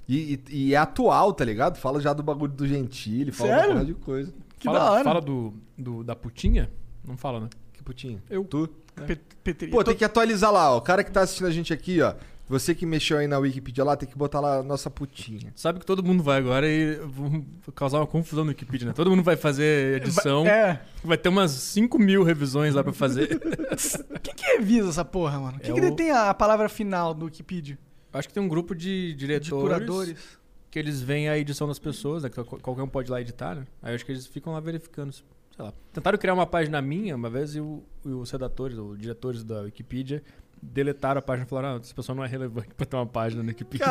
C: E, e- e é atual, tá ligado? Fala já do bagulho do Gentili, fala uma
B: Sério?
C: porra de coisa.
B: Que
D: fala
B: da hora.
D: fala do, do- da putinha? Não fala, né?
C: Que putinho.
D: Eu.
C: Tu?
B: Pe- Petri-
C: Pô, tem que atualizar lá, ó. O cara que tá assistindo a gente aqui, ó. Você que mexeu aí na Wikipedia lá, tem que botar lá nossa putinha.
D: Sabe que todo mundo vai agora e vão causar uma confusão no Wikipedia, né? Todo mundo vai fazer edição. Vai,
B: É.
D: ter umas 5 mil revisões lá
B: (laughs)
D: pra fazer.
B: Quem que revisa essa porra, mano? Quem
D: É
B: que
D: o-
B: detém a palavra final do Wikipedia?
D: Acho que tem um grupo de diretores.
B: De curadores?
D: Que eles veem a edição das pessoas, né? Que qual- qualquer um pode ir lá editar, né? Aí eu acho que eles ficam lá verificando. Sei lá. Tentaram criar uma página minha uma vez e, o- e os redatores, ou diretores da Wikipedia, deletaram a página e falaram: ah, essa pessoa não é relevante pra ter uma página no Wikipedia.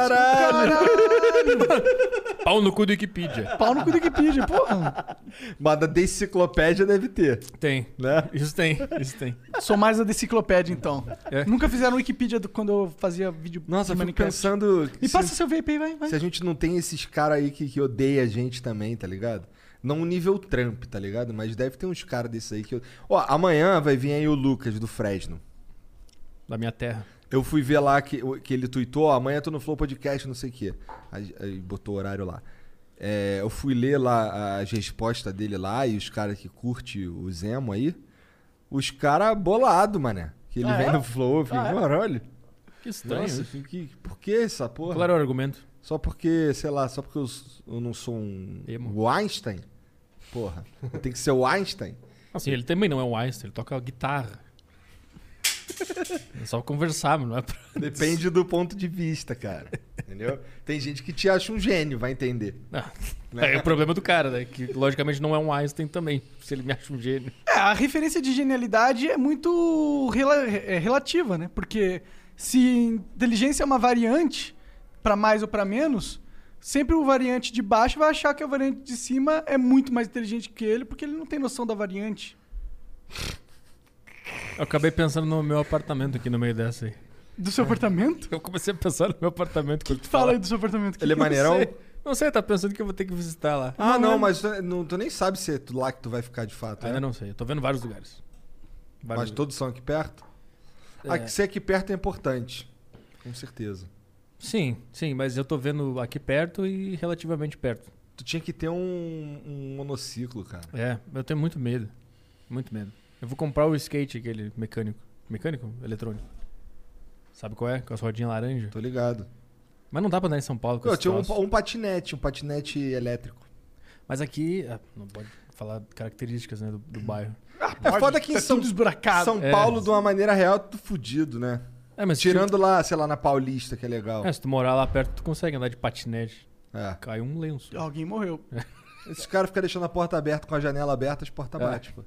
D: Pau no cu do Wikipedia.
B: Pau no cu do Wikipedia, porra.
C: Mas da enciclopédia deve ter,
D: Tem.
C: né?
D: Isso tem, isso tem.
B: Sou mais a da enciclopédia, então.
D: É.
B: Nunca fizeram Wikipedia do- quando eu fazia vídeo
C: Nossa,
B: de
C: eu fico
B: Minecraft.
C: pensando.
B: Me
C: se-
B: passa seu vape aí, vai, vai.
C: Se a gente não tem esses caras aí que, que odeia a gente também, tá ligado? Não nível Trump, tá ligado? Mas deve ter uns caras desses aí que. eu- Ó, amanhã vai vir aí o Lucas do Fresno.
D: Da minha terra.
C: Eu fui ver lá que, que ele tuitou, ó, amanhã tô no Flow Podcast, não sei o quê. Aí, aí botou o horário lá. É, eu fui ler lá as respostas dele lá e os caras que curte o Zemo aí. Os caras bolado, mané. Que ele
B: Ah,
C: vem
B: é?
C: no Flow, eu fiquei,
B: Ah, é? Então, assim.
C: caralho.
D: Que estranho.
C: Nossa, eu
D: isso.
C: fiquei, por que essa porra?
D: Qual era o argumento?
C: Só porque, sei lá, só porque eu, s- eu não sou um
D: Emo.
C: o Einstein? Porra, tem que ser o
D: (laughs)
C: Einstein?
D: Assim, ele também não é um Einstein, ele toca guitarra. É só conversar, mas não é pra... (laughs)
C: Depende do ponto de vista, cara. Entendeu? Tem gente que te acha um gênio, vai entender.
D: Ah, É o problema do cara, né? Que logicamente não é um Einstein também, se ele me acha um gênio.
B: É, a referência de genialidade é muito rela- é relativa, né? Porque se inteligência é uma variante, pra mais ou pra menos, sempre o variante de baixo vai achar que o variante de cima é muito mais inteligente que ele, porque ele não tem noção da variante.
D: Eu acabei pensando no meu apartamento aqui no meio dessa aí.
B: Do seu apartamento?
D: Eu comecei a pensar no meu apartamento quando tu
B: Fala
D: fala.
B: aí do seu apartamento.
C: Ele é maneirão?
D: Não sei, não sei, tá pensando que eu vou ter que visitar lá.
C: Ah, não, mas tu, não, tu nem sabe se é tu lá que tu vai ficar de fato, né?
D: Ainda não sei, eu tô vendo vários lugares.
C: Mas
D: Vários
C: todos são aqui perto?
D: É.
C: Aqui, ser aqui perto é importante. Com certeza.
D: Sim, sim, mas eu tô vendo aqui perto e relativamente perto.
C: Tu tinha que ter um, um monociclo, cara.
D: É, eu tenho muito medo. Muito medo. Eu vou comprar o skate, aquele mecânico. Mecânico? Eletrônico. Sabe qual é? Com as rodinhas laranja.
C: Tô ligado.
D: Mas não dá pra andar em São Paulo com
C: Eu
D: esse
C: tinha um,
D: troço.
C: um patinete, um patinete elétrico.
D: Mas aqui... ah, não pode falar características, né, do,
C: Hum.
D: do bairro.
C: É foda que em
B: Tá
C: São (laughs)
B: tudo esburacado.
C: São
D: É.
C: Paulo, de uma maneira real, tudo fudido, né?
D: É, mas
C: Tirando lá, sei lá, na Paulista, que é legal.
D: É, se tu morar lá perto, tu consegue andar de patinete.
C: É.
D: Cai um lenço.
B: Alguém morreu.
C: Esses caras ficam deixando a porta aberta com a janela aberta, as portas
D: É.
C: batem, pô.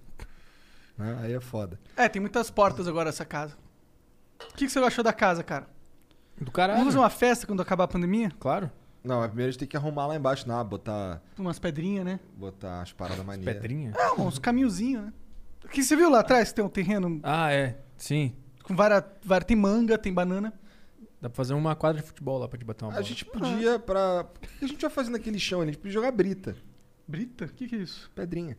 C: Né? Aí é foda.
B: É, tem muitas portas agora essa casa. O que, que você achou da casa, cara?
D: Do caralho.
B: Vamos fazer uma festa quando acabar a pandemia?
D: Claro.
C: Não, mas primeiro a gente tem que arrumar lá embaixo, não, botar,
B: Umas pedrinhas, né?
C: botar as paradas maneiras.
D: Pedrinha.
B: Ah, uns caminhozinhos, né? O que você viu lá atrás? que Tem um terreno
D: Ah, é. Sim.
B: com várias... várias tem manga, tem banana.
D: Dá pra fazer uma quadra de futebol lá pra te botar uma
C: A
D: bola.
C: gente podia pra... O que a gente vai fazer naquele chão ali? A gente podia jogar brita,
B: Brita? O que, que é isso?
C: pedrinha.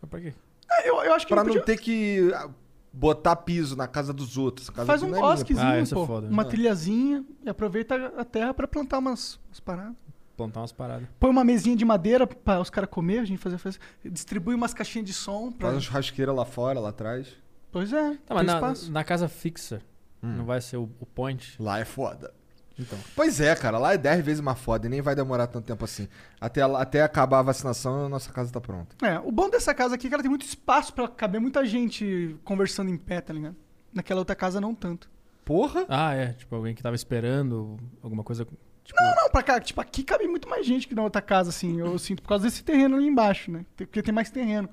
D: Mas pra quê?
B: Ah, eu, eu acho que
C: Pra
B: eu
C: não
B: podia-
C: ter que ah, botar piso na casa dos outros. Essa Casa
B: Faz
C: aqui
B: um
C: não é minha, pô.
B: bosquezinho,
D: Ah, essa é
B: pô.
D: foda.
B: Uma
D: Ah.
B: trilhazinha e aproveita a terra pra plantar umas, umas paradas.
D: Plantar umas paradas.
B: Põe uma mesinha de madeira pra os caras comer, a gente fazer festa. Distribui umas caixinhas de som pra.
C: Faz um uma churrasqueira lá fora, lá atrás.
B: Pois é,
D: Tá, mas
B: tem
D: na,
B: espaço.
D: na casa fixa. Não vai ser o, o point.
C: Lá é foda.
D: Então.
C: Pois é, cara, lá é 10 vezes mais foda e nem vai demorar tanto tempo assim. Até, lá- até acabar a vacinação, a nossa casa tá pronta.
B: É, o bom dessa casa aqui é que ela tem muito espaço pra caber muita gente conversando em pé, tá ligado? Naquela outra casa não tanto.
C: Porra!
D: Ah, é. Tipo, alguém que tava esperando alguma coisa. Tipo,
B: Não, pra cá, tipo, aqui cabe muito mais gente que na outra casa, assim. Eu sinto por causa desse terreno ali embaixo, né? Tem- Porque tem mais terreno.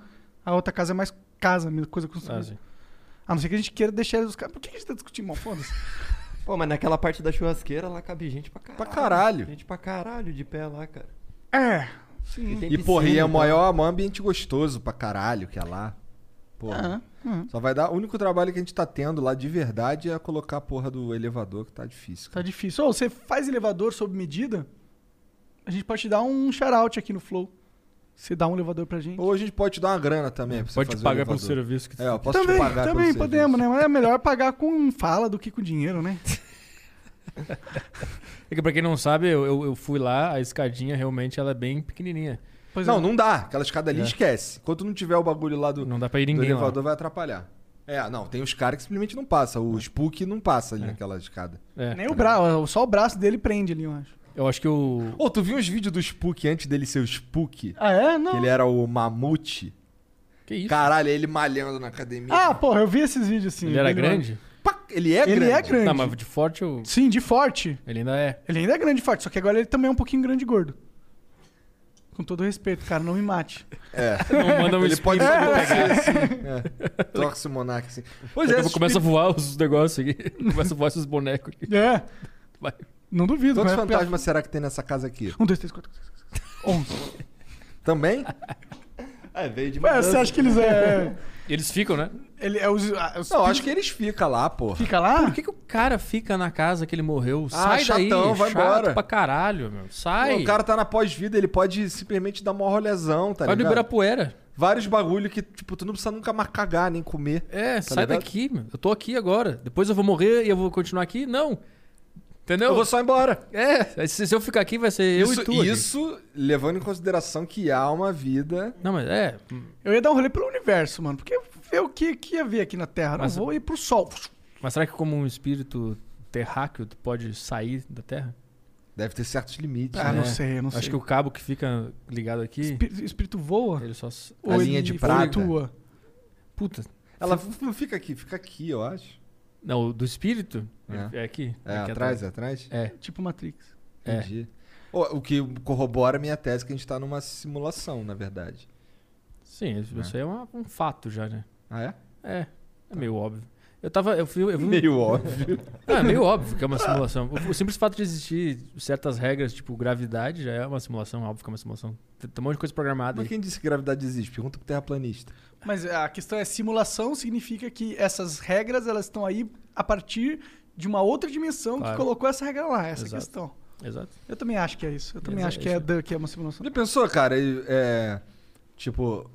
B: A outra casa é mais casa, mesmo, coisa
D: ah,
B: construída.
D: sim.
B: A não ser que a gente queira deixar os caras. Por que a gente tá discutindo mal? Foda-se.
E: Pô, mas naquela parte da churrasqueira lá cabe gente pra caralho.
C: Pra caralho!
E: Gente pra caralho de pé lá, cara.
B: É.
E: E, tem
C: E, porra, e
B: né,
E: piscina,
C: é o
E: então.
C: maior, maior ambiente gostoso pra caralho que é lá.
B: Ah,
C: Porra. Só vai dar. O único trabalho que a gente tá tendo lá de verdade é colocar a porra do elevador, que tá difícil.
B: Tá
C: Cara.
B: difícil. Ô, você faz elevador sob medida? A gente pode te dar um shout-out aqui no Flow. Você dá um elevador pra gente.
C: Ou a gente pode te dar uma grana também. Pra você
D: Pode
C: fazer
D: te
C: o
D: pagar pelo
C: elevador.
D: serviço que tu
C: É, eu posso
B: também,
C: te pagar
B: também
C: pelo
B: podemos,
C: serviço.
B: né? Mas é melhor pagar com fala do que com dinheiro, né?
D: É que pra quem não sabe, eu, eu, eu fui lá, a escadinha realmente ela é bem pequenininha.
B: Pois
C: Não,
B: é.
C: não dá. Aquela escada ali
D: É.
C: esquece. Enquanto não tiver o bagulho lá do,
D: Não dá pra ir
C: do
D: ninguém lá.
C: elevador, vai atrapalhar. É, não, tem os caras que simplesmente não passa. O Spook não passa ali naquela escada.
D: É.
B: Nem o braço, só o braço dele prende ali, eu acho.
D: Eu acho que o...
C: Ô, tu viu uns vídeos do Spook antes dele ser o Spook?
B: Ah, é?
C: Que
B: Não.
C: ele era o mamute?
D: Que isso?
C: Caralho, é ele malhando na academia.
B: Ah, porra, eu vi esses vídeos sim.
D: Ele era grande?
C: Pá, ele é
B: Ele
C: grande.
B: é grande.
D: Não, mas de forte eu...
B: Sim, de forte.
D: ele ainda é.
B: Ele ainda é grande e forte, só que agora ele também é um pouquinho grande e gordo. Com todo respeito, cara, não me mate.
D: Não manda um
C: Ele pode
D: espírito.
C: torcer assim. É. Torce o monarca assim. Pois é,
D: Daqui a pouco começa a voar os negócios aqui. (laughs) começa a voar esses bonecos aqui.
B: É.
D: Vai.
B: Não duvido.
C: Quantos
B: vai-
C: fantasmas será que tem nessa casa aqui?
B: Um, dois, três, quatro, cinco, seis, sete, oito, onze.
C: Também?
E: É, veio de
B: Ué,
E: mudança.
B: você acha que eles é.
D: E eles ficam, né?
B: Ele é os. ah, os
C: Não, acho que eles ficam lá, pô.
B: Fica lá?
D: Por que, que o cara fica na casa que ele morreu? Sai daí,
C: Ah, chatão, vai
D: chato
C: embora.
D: pra caralho, meu. Sai.
C: O cara tá na pós-vida, ele pode simplesmente dar uma rolezão, tá
D: vai do
C: ligado?
D: Ibirapuera.
C: Vários bagulho que, tipo, tu não precisa nunca mais cagar nem comer.
D: É, sai
C: Tá ligado?
D: daqui, meu. Eu tô aqui agora. Depois eu vou morrer e eu vou continuar aqui? Não. Entendeu?
C: Eu vou só embora.
D: É, se, se eu ficar aqui vai ser eu
C: isso,
D: e tu. aqui.
C: isso levando em consideração que há uma vida.
D: Não, mas é.
B: Eu ia dar um rolê pelo universo, mano. Porque ver o que, que ia ver aqui na Terra.
D: Mas-
B: Não vou ir pro Sol.
D: Mas será que como um espírito terráqueo tu pode sair da Terra?
C: Deve ter certos limites,
B: Ah,
C: né?
B: não sei, eu não sei.
D: É, Acho que o cabo que fica ligado aqui,
B: Espí- espírito voa?
D: ele só...
C: A linha de prata.
B: flutua?
D: Puta.
C: Ela f- não fica aqui, fica aqui, eu acho.
D: Não, o do espírito
C: É.
D: é, aqui.
C: É,
D: aqui
C: atrás, é atrás?
D: É.
B: Tipo Matrix.
D: É.
C: Entendi. O, o que corrobora a minha tese que a gente tá numa simulação, na verdade.
D: Sim, isso isso aí é uma- um fato já, né?
C: Ah, é?
D: É, é meio óbvio. Eu tava. Eu fui. Eu vi um-
C: Meio
D: (laughs)
C: óbvio.
D: Ah, é meio óbvio que é uma simulação. O, o simples fato de existir certas regras, tipo gravidade, já é uma simulação, óbvio que é uma simulação. Tem, tem um monte de coisa programada.
C: Mas
D: aí.
C: quem disse que gravidade existe? Pergunta pro terraplanista.
B: Mas a questão é simulação significa que essas regras elas estão aí a partir de uma outra dimensão
D: Claro.
B: que colocou essa regra lá, essa
D: Exato.
B: questão.
D: Exato.
B: Eu também acho que é isso. Eu também
D: Exato,
B: acho que é,
D: isso.
B: da- que é uma simulação.
C: Já pensou, cara? e- É, tipo,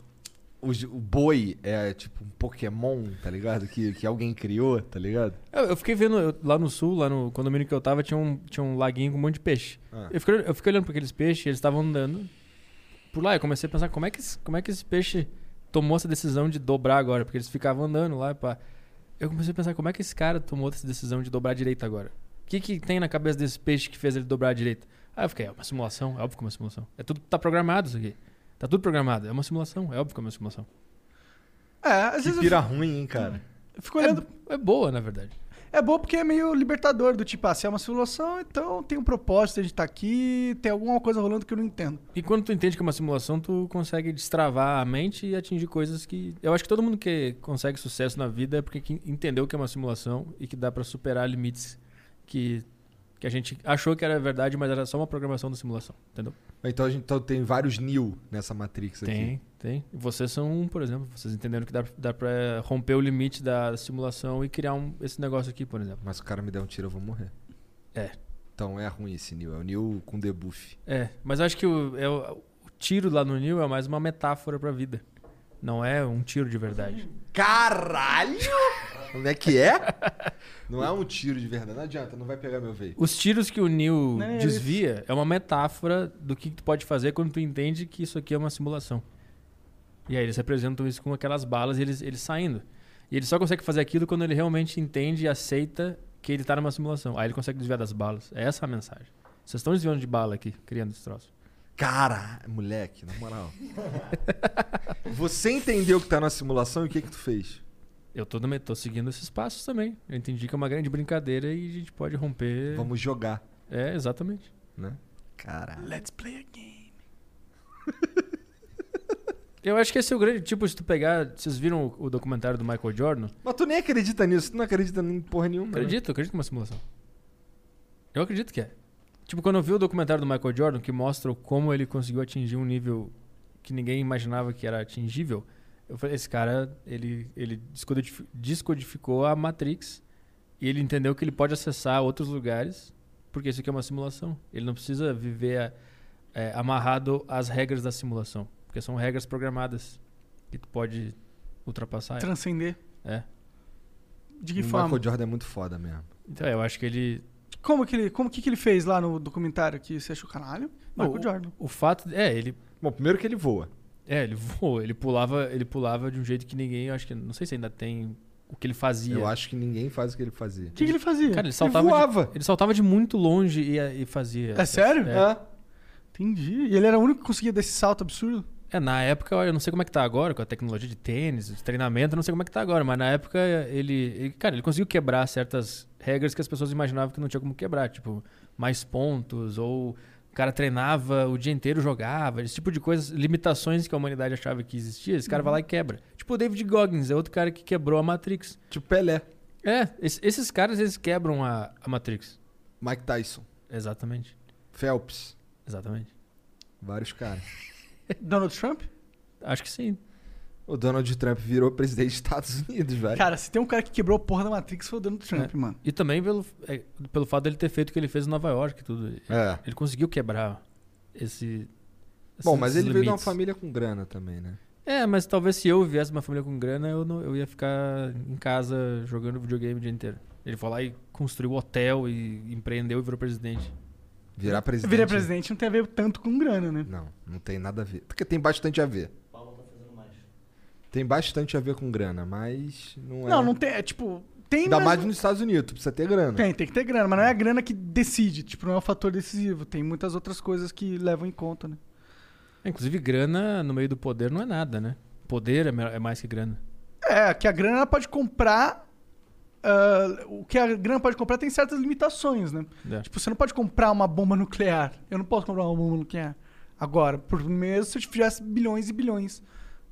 C: os- o boi é tipo um Pokémon, tá ligado? Que, que alguém criou, tá ligado?
D: Eu, eu fiquei vendo eu- lá no sul, lá no condomínio que eu tava, tinha um, tinha um laguinho com um monte de peixe.
C: Ah.
D: Eu, fiquei, eu fiquei olhando pra aqueles peixes, eles estavam andando por lá. Eu comecei a pensar como é, que, esse- como é que esse peixe tomou essa decisão de dobrar agora, porque eles ficavam andando lá. Pá. Eu comecei a pensar como é que esse cara tomou essa decisão de dobrar à direita agora. O que, que tem na cabeça desse peixe que fez ele dobrar à direita? Ah, eu fiquei, é uma simulação, é óbvio que é uma simulação. É tudo tá programado isso aqui. Tá tudo programado, é uma simulação, é óbvio que é uma simulação.
B: É, às
C: Que
B: vezes
C: pira ruim, hein, cara?
B: eu fico olhando.
D: É boa, na verdade.
B: É bom porque é meio libertador, do tipo, ah, se é uma simulação, então tem um propósito de estar aqui, tem alguma coisa rolando que eu não entendo.
D: E quando tu entende que é uma simulação, tu consegue destravar a mente e atingir coisas que. Eu acho que todo mundo que consegue sucesso na vida é porque que entendeu que é uma simulação e que dá pra superar limites que, que a gente achou que era verdade, mas era só uma programação da simulação. Entendeu?
C: Então a gente então, tem vários Neo nessa Matrix aqui.
D: Tem, tem. E vocês são um, por exemplo. Vocês entenderam que dá, dá pra romper o limite da simulação e criar um- esse negócio aqui, por exemplo.
C: Mas se o cara me der um tiro, eu vou morrer.
D: É.
C: Então é ruim esse Neo. É o Neo com debuff.
D: É, mas eu acho que o, é o- o tiro lá no Nil é mais uma metáfora pra vida. Não é um tiro de verdade.
C: Caralho! Como é que é? Não é um tiro de verdade. Não adianta, não vai pegar meu veio.
D: Os tiros que o Neo
B: Não, é isso.
D: desvia é uma metáfora do que tu pode fazer quando tu entende que isso aqui é uma simulação. E aí eles representam isso com aquelas balas e eles, eles saindo. E ele só consegue fazer aquilo quando ele realmente entende e aceita que ele tá numa simulação. Aí ele consegue desviar das balas. É essa a mensagem. Vocês estão desviando de bala aqui, criando esse troço.
C: Cara, moleque, na moral. (laughs) Você entendeu que tá na simulação e o que que tu fez?
D: Eu tô, também- tô seguindo esses passos também. Eu entendi que é uma grande brincadeira e a gente pode romper.
C: Vamos jogar,
D: É, exatamente.
C: né? Caralho.
B: Let's play a game.
D: (laughs) Eu acho que esse é o grande. Tipo, se tu pegar. Vocês viram o, o documentário do Michael Jordan?
C: Mas tu nem acredita nisso, tu não acredita em porra nenhuma. né?
D: Acredito, acredito que é uma simulação. Eu acredito que é. Tipo, quando eu vi o documentário do Michael Jordan, que mostra como ele conseguiu atingir um nível que ninguém imaginava que era atingível, eu falei, esse cara, ele, ele descodifi- descodificou a Matrix e ele entendeu que ele pode acessar outros lugares, porque isso aqui é uma simulação. Ele não precisa viver a- é, amarrado às regras da simulação, porque são regras programadas que tu pode ultrapassar. elas.
B: Transcender.
D: É.
B: De que
C: o
B: forma?
C: Michael Jordan é muito foda mesmo.
D: Então, eu acho que ele
B: Como que ele, como que, que ele fez lá no documentário que você achou canalho?
D: Não,
B: Michael Jordan.
D: O fato. É, ele.
C: Bom, primeiro que ele voa.
D: É, ele voou. Ele pulava, ele pulava de um jeito que ninguém. eu Acho que. Não sei se ainda tem o que ele fazia.
C: Eu acho que ninguém faz o que ele fazia.
B: O que, que ele fazia?
D: Cara, ele
C: Ele
D: saltava. de,
C: voava.
D: ele saltava de muito longe e, eh, e fazia.
B: É sério?
D: É.
B: Entendi. E ele era o único que conseguia desse salto absurdo?
D: É, na época, eu não sei como é que tá agora, com a tecnologia de tênis, de treinamento, eu não sei como é que tá agora, mas na época ele, ele- Cara, ele conseguiu quebrar certas regras que as pessoas imaginavam que não tinha como quebrar, tipo, mais pontos, ou o cara treinava o dia inteiro, jogava, esse tipo de coisas, limitações que a humanidade achava que existia, esse cara vai lá e quebra. Tipo o David Goggins, é outro cara que quebrou a Matrix.
C: Tipo Pelé,
D: É, es- esses caras, eles quebram a, a Matrix.
C: Mike Tyson,
D: Exatamente,
C: Phelps,
D: exatamente.
C: vários caras.
B: Donald Trump?
D: Acho que sim.
C: O Donald Trump virou presidente dos Estados Unidos, velho.
B: Cara, se tem um cara que quebrou a porra da Matrix foi o Donald Trump, mano.
D: E também pelo, é, pelo fato dele ter feito o que ele fez em Nova York e tudo.
C: É.
D: Ele conseguiu quebrar esse.
C: Bom,
D: esses
C: mas ele veio de uma
D: limites.
C: família com grana também, né?
D: É, mas talvez se eu viesse de uma família com grana, eu, não, eu ia ficar em casa jogando videogame o dia inteiro. Ele foi lá e construiu hotel e empreendeu e virou presidente.
C: Virar presidente. né?
B: Virar presidente não tem a ver tanto com grana, né?
C: Não, não tem nada a ver. Porque tem bastante a ver.
F: Paulo tá fazendo mais.
C: Tem bastante a ver com grana, mas não é.
B: Não, não tem. É tipo. Tem.
C: Ainda
B: mas-
C: mais nos Estados Unidos, tu precisa ter grana.
B: Tem, tem que ter grana, mas não é a grana que decide. Tipo, não é o fator decisivo. Tem muitas outras coisas que levam em conta, né?
D: É, inclusive, grana no meio do poder não é nada, né? Poder é, me- é mais que grana.
B: É, que a grana ela pode comprar. ah, o que a grana pode comprar tem certas limitações, né?
D: É.
B: Tipo, você não pode comprar uma bomba nuclear. Eu não posso comprar uma bomba nuclear agora, por um mês, se eu tivesse bilhões e bilhões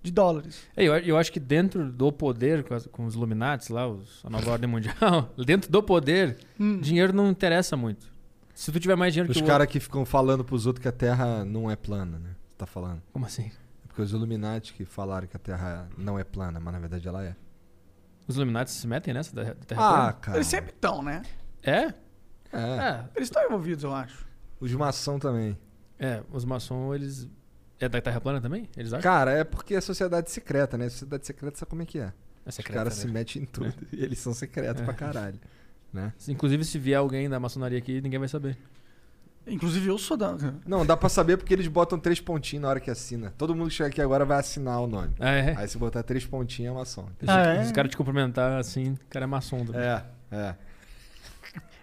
B: de dólares.
D: É, eu, a- eu acho que dentro do poder, com, as- com os Illuminati lá, os- a nova ordem mundial, (laughs) dentro do poder,
B: Hum.
D: dinheiro não interessa muito. Se tu tiver mais dinheiro
C: Os
D: que o
C: caras que ficam falando pros outros que a Terra não é plana, né? Você tá falando.
D: outro- Como assim?
C: É porque os Illuminati que falaram que a Terra não é plana, mas na verdade ela é.
D: Os Illuminati se metem nessa da, da Terra é
C: Ah,
D: plana?
C: cara.
B: Eles sempre estão, né?
D: É?
C: É.
D: É.
B: Eles estão envolvidos, eu acho.
C: Os maçom também.
D: É, os maçons, eles. É da Terra plana também? Eles acham?
C: Cara, é porque é sociedade secreta, né? Sociedade secreta sabe como é que é.
D: É
C: Os
D: secreta,
C: caras
D: né?
C: se metem em tudo. E eles são secretos pra caralho.
D: Se- Inclusive, se vier alguém da maçonaria aqui, ninguém vai saber.
B: Inclusive, eu sou da.
C: Não, dá pra saber porque eles botam três pontinhos na hora que assina. Todo mundo que chega aqui agora vai assinar o nome.
D: Ah, é?
C: Aí se botar três pontinhos é maçom.
B: Ah, é?
D: Se os caras te cumprimentar assim, o cara é maçom. também.
C: É, é.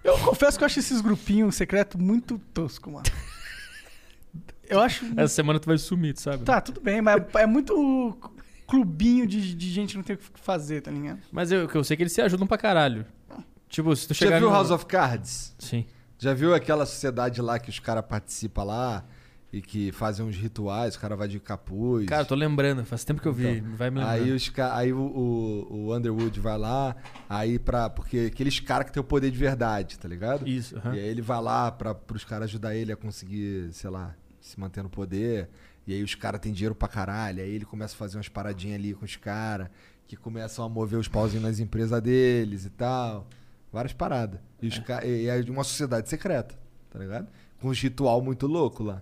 B: Eu confesso que eu acho esses grupinhos secretos muito tosco, mano. Eu acho.
C: É.
D: Essa semana tu vai sumir, tu sabe?
B: Tá, tudo bem, mas é muito clubinho de, de gente que não tem o que fazer, tá ligado?
D: é Mas eu, que eu sei que eles se ajudam pra caralho. Tipo, se tu chegar.
C: Já viu
D: no-
C: House of Cards?
D: Sim.
C: Já viu aquela sociedade lá que os caras participam lá e que fazem uns rituais, o cara vai de capuz.
D: Cara, eu tô lembrando, faz tempo que eu vi, vai me lembrar.
C: Aí, os, ca- aí o, o- o Underwood vai lá, aí pra. Porque aqueles caras que tem o poder de verdade, tá ligado?
D: Isso, aham.
C: E aí ele vai lá pra, pros caras ajudar ele a conseguir, sei lá, se manter no poder. E aí os caras têm dinheiro pra caralho. Aí ele começa a fazer umas paradinhas ali com os caras, que começam a mover os pauzinhos nas empresas deles e tal. Várias paradas. E, os ca- e- e é de uma sociedade secreta, tá ligado? Com um ritual muito louco lá.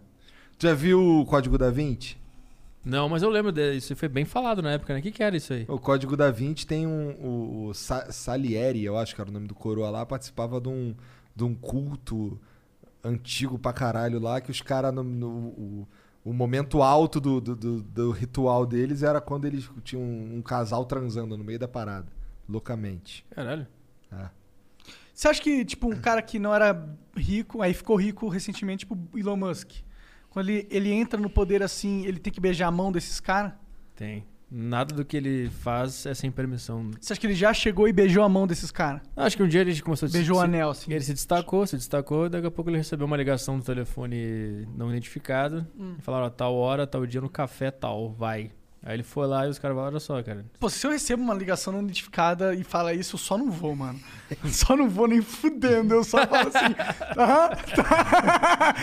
C: Tu já viu o Código da Vinci?
D: Não, mas eu lembro disso, foi bem falado na época, né? O que, que era isso aí?
C: O Código da Vinci tem um. O, o Sa- Salieri, eu acho que era o nome do coroa lá, participava de um, de um culto antigo pra caralho lá, que os caras. no- no- o, o momento alto do, do, do- do ritual deles era quando eles tinham um, um casal transando no meio da parada, loucamente.
D: Caralho.
B: Você acha que, tipo, um cara que não era rico, aí ficou rico recentemente, tipo Elon Musk. Quando ele, ele entra no poder assim, ele tem que beijar a mão desses caras?
D: Tem. Nada do que ele faz é sem permissão.
B: Você acha que ele já chegou e beijou a mão desses caras?
D: Acho que um dia ele começou a se-
B: Beijou o
D: se-
B: anel, assim.
D: Ele se destacou, se destacou, e daqui a pouco ele recebeu uma ligação do telefone não identificado. E falaram, ó, tal hora, tal dia no café, tal, vai. Aí ele foi lá e os caras falaram, olha só, cara.
B: Pô, se eu recebo uma ligação não identificada e fala isso, eu só não vou, mano. (laughs) Só não vou nem fudendo. Eu só falo assim. (laughs) Aham, tá.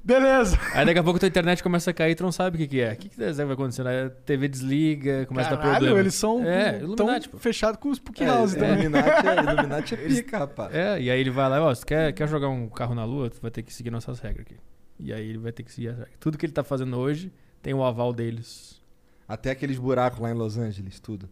B: (laughs) Beleza.
D: Aí daqui a pouco tua internet começa a cair e tu não sabe o que, que é. O que, que vai acontecendo? Aí a TV desliga, começa a dar
B: Caralho,
D: problema.
B: eles são
D: É,
B: tão
D: Illuminati, pô.
B: fechados com os Spook
C: É,
B: House também.
C: Illuminati, é, Illuminati é
D: (laughs)
C: pica, rapaz.
D: né? É, e aí ele vai lá e ó, se quer, quer jogar um carro na lua, tu vai ter que seguir nossas regras aqui. E aí ele vai ter que seguir as regras. Tudo que ele tá fazendo hoje tem o aval deles.
C: Até aqueles buracos lá em Los Angeles, tudo.
D: O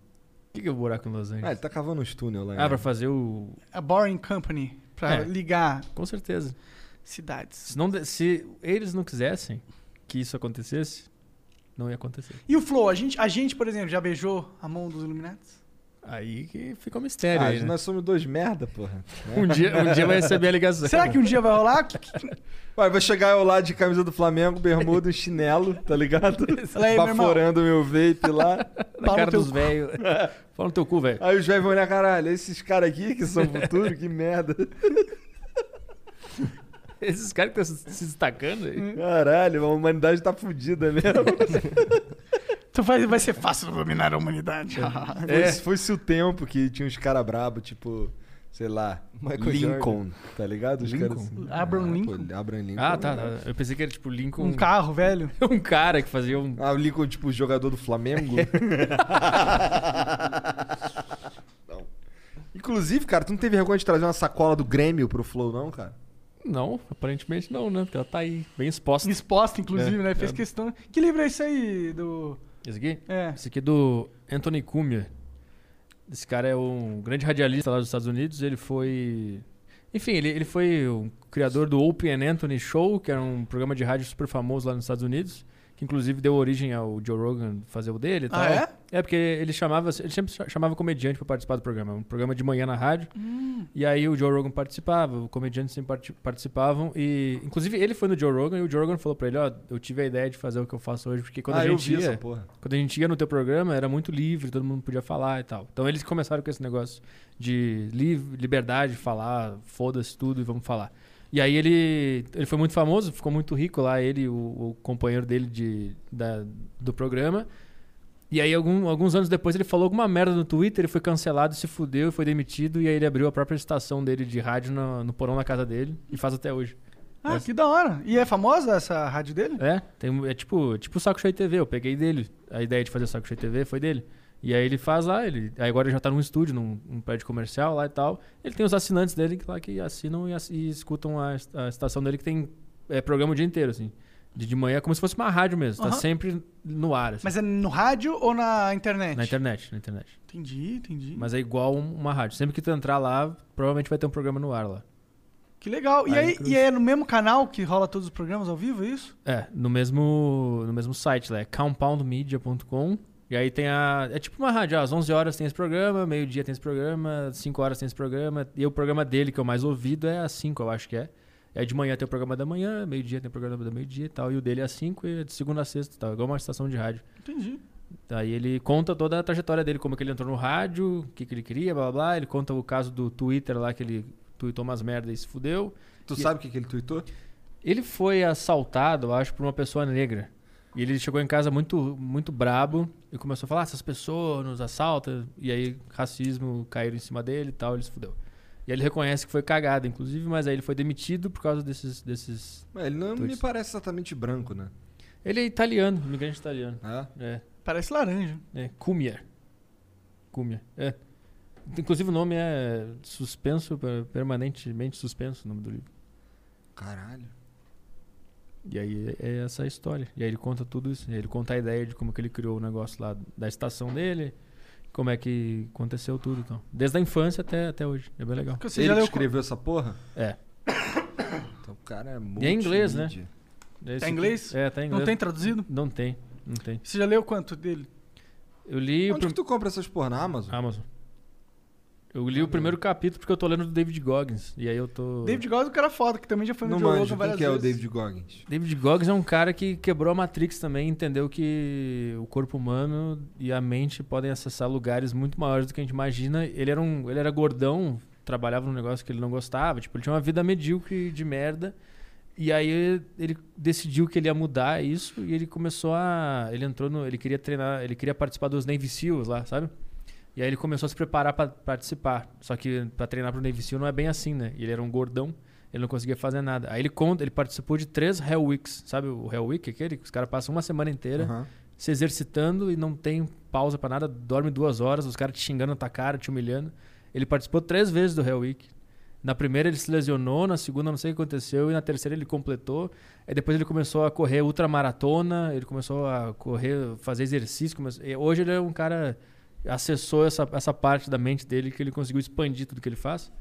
D: que, que é o buraco em Los
C: Ah,
D: Angeles?
C: ele tá cavando uns túnel
B: é.
C: lá. em-
D: Ah, pra fazer o.
B: A Boring Company, pra
D: É.
B: ligar
D: Com certeza.
B: cidades.
D: Se, não de- se eles não quisessem que isso acontecesse, não ia acontecer.
B: E o Flow, a gente, a gente, por exemplo, já beijou a mão dos Illuminates?
D: Aí que fica um
C: Ah,
D: mistério. aí, né?
C: nós somos dois merda, porra.
D: (laughs) um, dia, um dia vai receber a ligação.
B: Será que um dia vai rolar? Que- que-
C: Ué, vai chegar eu lá de camisa do Flamengo, bermuda, e chinelo,
B: (laughs)
C: tá ligado?
B: Fala aí, meu irmão.
C: Baforando meu vape lá.
D: (laughs) Na
B: Fala
D: cara
B: no teu
D: dos velhos.
B: (laughs)
D: Fala no teu cu, velho.
C: Aí os velhos vão olhar, caralho, esses caras aqui que são futuro, que merda.
D: Esses caras que estão se destacando aí.
B: Hum.
C: Caralho, a humanidade tá fudida
D: (laughs)
C: mesmo.
B: Então vai, vai ser fácil dominar a humanidade.
D: É.
C: Foi- Foi-se o tempo que tinha uns caras brabo, tipo, sei lá,
E: Michael
C: Lincoln, tá ligado? Os
E: Lincoln?
C: Caras... assim.
B: Abraham Lincoln?
C: Pô, Abraham Lincoln.
D: Ah, tá, tá. Eu pensei que era tipo Lincoln.
B: um carro, velho.
D: (laughs) um cara que fazia um
C: Ah, o Lincoln, tipo, jogador do Flamengo? Não. Inclusive, cara, tu não teve vergonha de trazer uma sacola do Grêmio pro Flow, não, cara?
D: Não, aparentemente não, né? Porque ela tá aí, bem exposta.
B: Exposta, inclusive,
D: É,
B: né? Fez
D: é.
B: questão. Que livro é esse aí do.
D: Esse aqui?
B: É.
D: Esse aqui é do Anthony Cumia. Esse cara é um grande radialista lá dos Estados Unidos. Ele foi. Enfim, ele, ele foi o criador do Open and Anthony Show, que era um programa de rádio super famoso lá nos Estados Unidos. Que inclusive deu origem ao Joe Rogan fazer o dele e tal.
B: Ah, é?
D: É, porque ele chamava, ele sempre cha- chamava comediante pra participar do programa. Um programa de manhã na rádio.
C: Hum.
D: E aí o Joe Rogan participava, o comediante sempre parti- participavam. E, inclusive, ele foi no Joe Rogan e o Joe Rogan falou pra ele, ó, eu tive a ideia de fazer o que eu faço hoje, porque quando
C: ah,
D: a gente
C: eu vi
D: ia.
C: essa porra.
D: Quando a gente ia no teu programa, era muito livre, todo mundo podia falar e tal. Então eles começaram com esse negócio de liv- liberdade de falar, foda-se tudo e vamos falar. E aí ele, ele foi muito famoso, ficou muito rico lá, ele e o, o companheiro dele de, da- do programa. E aí algum- alguns anos depois ele falou alguma merda no Twitter, ele foi cancelado, se fudeu, foi demitido. E aí ele abriu a própria estação dele de rádio no, no porão da casa dele e faz até hoje.
B: Ah, que da hora. E é famosa essa rádio dele?
D: É, tem, é tipo, tipo o Saco Cheio TV, eu peguei dele. A ideia de fazer o Saco Cheio TV foi dele. E aí ele faz lá, ele, aí agora ele já tá num estúdio, num, num prédio comercial lá e tal. Ele tem os assinantes dele que lá que assinam e, ass- e escutam a, est- a estação dele que tem é, programa o dia inteiro, assim. De, de manhã, como se fosse uma rádio mesmo, tá
B: Aham.
D: sempre no ar, assim.
B: Mas é no rádio ou na internet? Hum.
D: Na internet, na internet.
B: Entendi, entendi.
D: Mas é igual um- uma rádio. Sempre que tu entrar lá, provavelmente vai ter um programa no ar lá.
B: Que legal. E
D: Aí,
B: aí,
D: Cruz.
B: e aí é no mesmo canal que rola todos os programas ao vivo, é isso?
D: É, no mesmo, no mesmo site lá, é compoundmedia.com. E aí tem a. É tipo uma rádio, ó, às 11 horas tem esse programa, meio-dia tem esse programa, 5 horas tem esse programa. E o programa dele, que é o mais ouvido, é às 5, eu acho que é. E aí de manhã tem o programa da manhã, meio-dia tem o programa da meio-dia e tal. E o dele é às 5 e é de segunda a sexta e tal. Igual uma estação de rádio.
B: Entendi.
D: Daí ele conta toda a trajetória dele, como que ele entrou no rádio, o que, que ele queria, blá blá blá. Ele conta o caso do Twitter lá, que ele tweetou umas merdas e se fudeu.
C: Tu
D: E-
C: sabe o que, que ele tweetou?
D: Ele foi assaltado, eu acho, por uma pessoa negra. E ele chegou em casa muito, muito brabo e começou a falar: "Ah, essas pessoas nos assaltam. E aí, racismo caíram em cima dele e tal, ele se fudeu. E aí ele reconhece que foi cagada, inclusive, mas aí ele foi demitido por causa desses. desses...
C: Ué, Ele não me
D: Tweets.
C: parece exatamente branco, né?
D: Ele é italiano, imigrante italiano.
C: É?
D: É,
B: Parece laranja.
D: é. Cumia. Cumia, é. Inclusive o nome é Suspenso, per- permanentemente suspenso, o nome do livro.
C: Caralho.
D: E aí é essa a história. E aí ele conta tudo isso. né? Ele conta a ideia de como que ele criou o negócio lá da estação dele, como é que aconteceu tudo, então. Desde a infância até, até hoje. É bem legal.
B: Porque você
C: Ele
B: já
C: que
B: leu...
C: escreveu essa porra?
D: É.
C: Então o cara é muito.
D: E é inglês, né?
B: Tá em inglês?
D: É, tá em inglês.
B: Não tem traduzido?
D: Não tem. Não tem.
B: Você já leu quanto dele?
D: Eu li o
C: Onde
D: prim... Ah,
C: que tu compra essas porra na Amazon?
B: tá?
D: Amazon. Eu li o primeiro capítulo porque eu tô lendo do David Goggins. E aí eu tô.
B: David Goggins é um cara foda, que também já foi no
C: não
B: Joe
C: manjo.
B: Rogan
C: Quem
B: várias
C: que é o
B: vezes.
C: David Goggins?
D: David Goggins é um cara que quebrou a Matrix também, entendeu que o corpo humano e a mente podem acessar lugares muito maiores do que a gente imagina. Ele era um, ele era gordão, trabalhava num negócio que ele não gostava, tipo, ele tinha uma vida medíocre de merda. E aí ele decidiu que ele ia mudar isso e ele começou a, ele entrou no, ele queria treinar, ele queria participar dos Navy SEALs lá, sabe? E aí ele começou a se preparar pra participar. Só que pra treinar pro Navy SEAL não é bem assim, né? E ele era um gordão, ele não conseguia fazer nada. Aí ele conta, ele participou de três Hell Weeks, sabe? O Hell Week é aquele que os caras passam uma semana inteira
C: Aham.
D: se exercitando e não tem pausa pra nada, dorme duas horas, os caras te xingando na tua cara, te humilhando. Ele participou três vezes do Hell Week. Na primeira ele se lesionou, na segunda não sei o que aconteceu, e na terceira ele completou. Aí depois ele começou a correr ultramaratona, ele começou a correr, fazer exercício. começou- e Hoje ele é um cara. acessou essa, essa parte da mente dele que ele conseguiu expandir tudo que ele faz.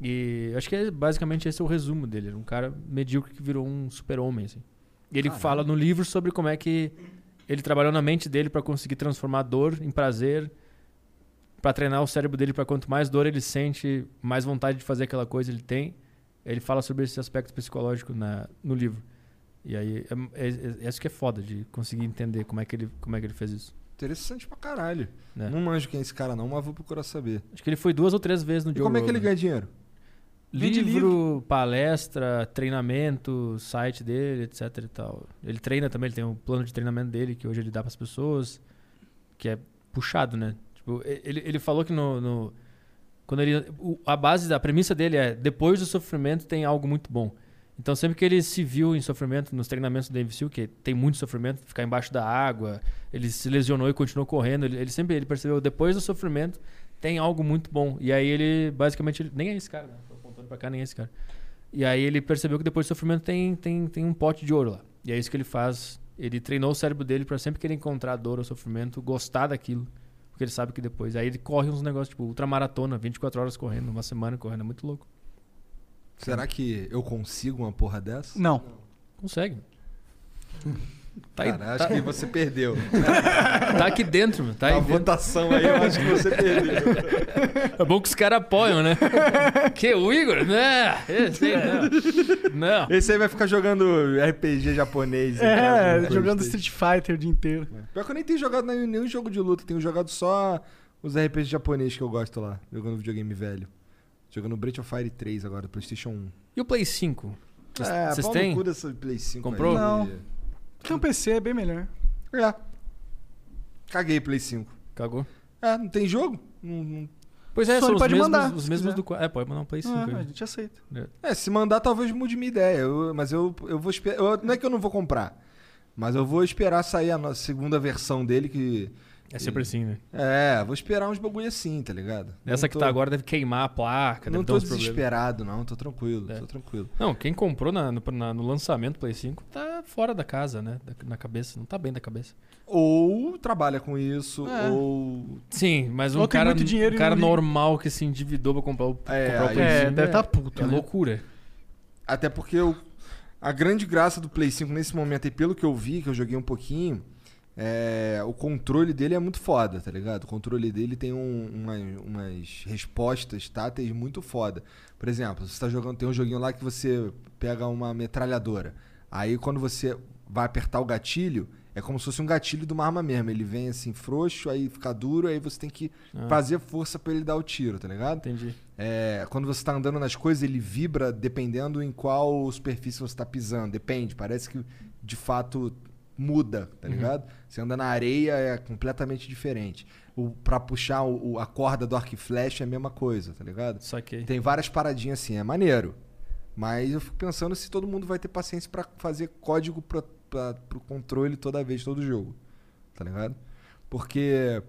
D: E acho que é, basicamente esse é o resumo dele. Ele é um cara medíocre que virou um super-homem. Assim. E ele
C: Caralho.
D: fala no livro sobre como é que ele trabalhou na mente dele pra conseguir transformar dor em prazer, pra treinar o cérebro dele pra quanto mais dor ele sente, mais vontade de fazer aquela coisa ele tem. Ele fala sobre esse aspecto psicológico na, no livro. E aí, é, é, é, isso que é foda de conseguir entender como é que ele, como é que ele fez isso.
C: Interessante pra caralho.
D: É.
C: Não manjo quem é esse cara, não, mas vou procurar saber.
D: Acho que ele foi duas ou três vezes no
C: E
D: Joe
C: como é que ele
D: Rogan.
C: ganha dinheiro?
B: Vende
D: Livro,
B: livro.
D: palestra, treinamento, site dele, etc e tal. Ele treina também, ele tem um plano de treinamento dele que hoje ele dá para as pessoas, que é puxado, né? Tipo, e- ele, ele falou que no, no- quando ele o- a base da premissa dele é depois do sofrimento tem algo muito bom. Então sempre que ele se viu em sofrimento nos treinamentos do MVC, que tem muito sofrimento, ficar embaixo da água, ele se lesionou e continuou correndo, ele, ele sempre ele percebeu depois do sofrimento tem algo muito bom. E aí ele, basicamente, ele- nem é esse cara, né? Tô apontando pra cá, nem é esse cara. E aí ele percebeu que depois do sofrimento tem, tem, tem um pote de ouro lá. E é isso que ele faz. Ele treinou o cérebro dele pra sempre que ele encontrar dor ou sofrimento, gostar daquilo. Porque ele sabe que depois. Aí ele corre uns negócios, tipo, ultramaratona, 24 horas correndo, uma semana correndo. É muito louco.
C: Será que eu consigo uma porra dessa?
B: Não.
D: Consegue. Tá, aí,
C: Cara, acho que você perdeu.
D: (laughs) tá aqui dentro, mano. Tá
C: A
D: aí dentro.
C: votação aí, eu acho que você
D: (laughs)
C: perdeu. tá
D: É bom que os caras
C: (laughs)
D: apoiam, né? que o Igor? Né? Esse aí, né?
C: (laughs)
D: não. não.
C: Esse aí vai ficar jogando RPG japonês. em casa,
B: É,
C: no
B: jogando
C: PlayStation.
B: Street Fighter o dia inteiro.
C: Pior que eu nem tenho jogado nenhum nenhum jogo de luta, tenho jogado só os RPG japoneses que eu gosto lá, jogando videogame velho. Jogando Breath of Fire 3 agora, PlayStation 1.
D: E o Play 5? Vocês-
C: É,
D: Vocês
C: pau
D: têm?
C: no cu dessa Play 5
D: Comprou?
C: aí.
B: Não. Tem um PC, é bem melhor.
C: É. Caguei Play 5.
D: Cagou.
C: É, não tem jogo? Não- não-
D: Pois é,
B: Sony
D: são os
B: pode
D: mesmos,
B: mandar,
D: os
B: se
D: mesmos
B: quiser.
D: do 4. É, pode mandar um Play 5.
B: Ah, a
D: aí.
B: gente aceita.
C: É, se mandar talvez mude minha ideia, eu- mas eu, eu vou esperar. Não é que eu não vou comprar, mas eu vou esperar sair a nossa segunda versão dele que.
D: É sempre assim, né?
C: É, vou esperar uns bagulho assim, tá ligado?
D: Essa
C: Não
D: que
C: tô-
D: tá agora deve queimar a placa,
C: Não
D: deve
C: tô
D: dar uns problemas.
C: desesperado, não, tô tranquilo,
D: É.
C: tô tranquilo.
D: Não, quem comprou na- no, na- no lançamento do Play 5 tá fora da casa, né? Da- na cabeça, não tá bem da cabeça.
C: Ou trabalha com isso,
B: É.
C: ou.
D: Sim, mas um
B: Ou tem
D: cara,
B: muito dinheiro
D: um
B: e
D: cara
B: não liga.
D: normal que se endividou pra comprar o,
C: É,
D: comprar o
C: aí-
D: Play 5.
B: É, deve tá puto,
D: É
B: né?
D: loucura.
C: Até porque eu, a grande graça do Play 5 nesse momento, e pelo que eu vi, que eu joguei um pouquinho, é, o controle dele é muito foda, tá ligado? O controle dele tem um- uma- umas respostas táteis muito foda. Por exemplo, você tá jogando, tem um joguinho lá que você pega uma metralhadora. Aí quando você vai apertar o gatilho, É como se fosse um gatilho de uma arma mesmo. Ele vem assim, frouxo, aí fica duro, aí você tem que fazer força pra ele dar o tiro, tá ligado?
D: Entendi.
C: É, quando você tá andando nas coisas, ele vibra dependendo em qual superfície você tá pisando. Depende, parece que de fato muda, tá ligado? Você anda na areia, é completamente diferente. O, pra puxar o- o- a corda do arco e flecha é a mesma coisa, tá ligado?
D: Saquei.
C: Tem várias paradinhas assim, é maneiro. Mas eu fico pensando se todo mundo vai ter paciência pra fazer código pra, pra, pro controle toda vez, todo jogo. Tá ligado? Porque,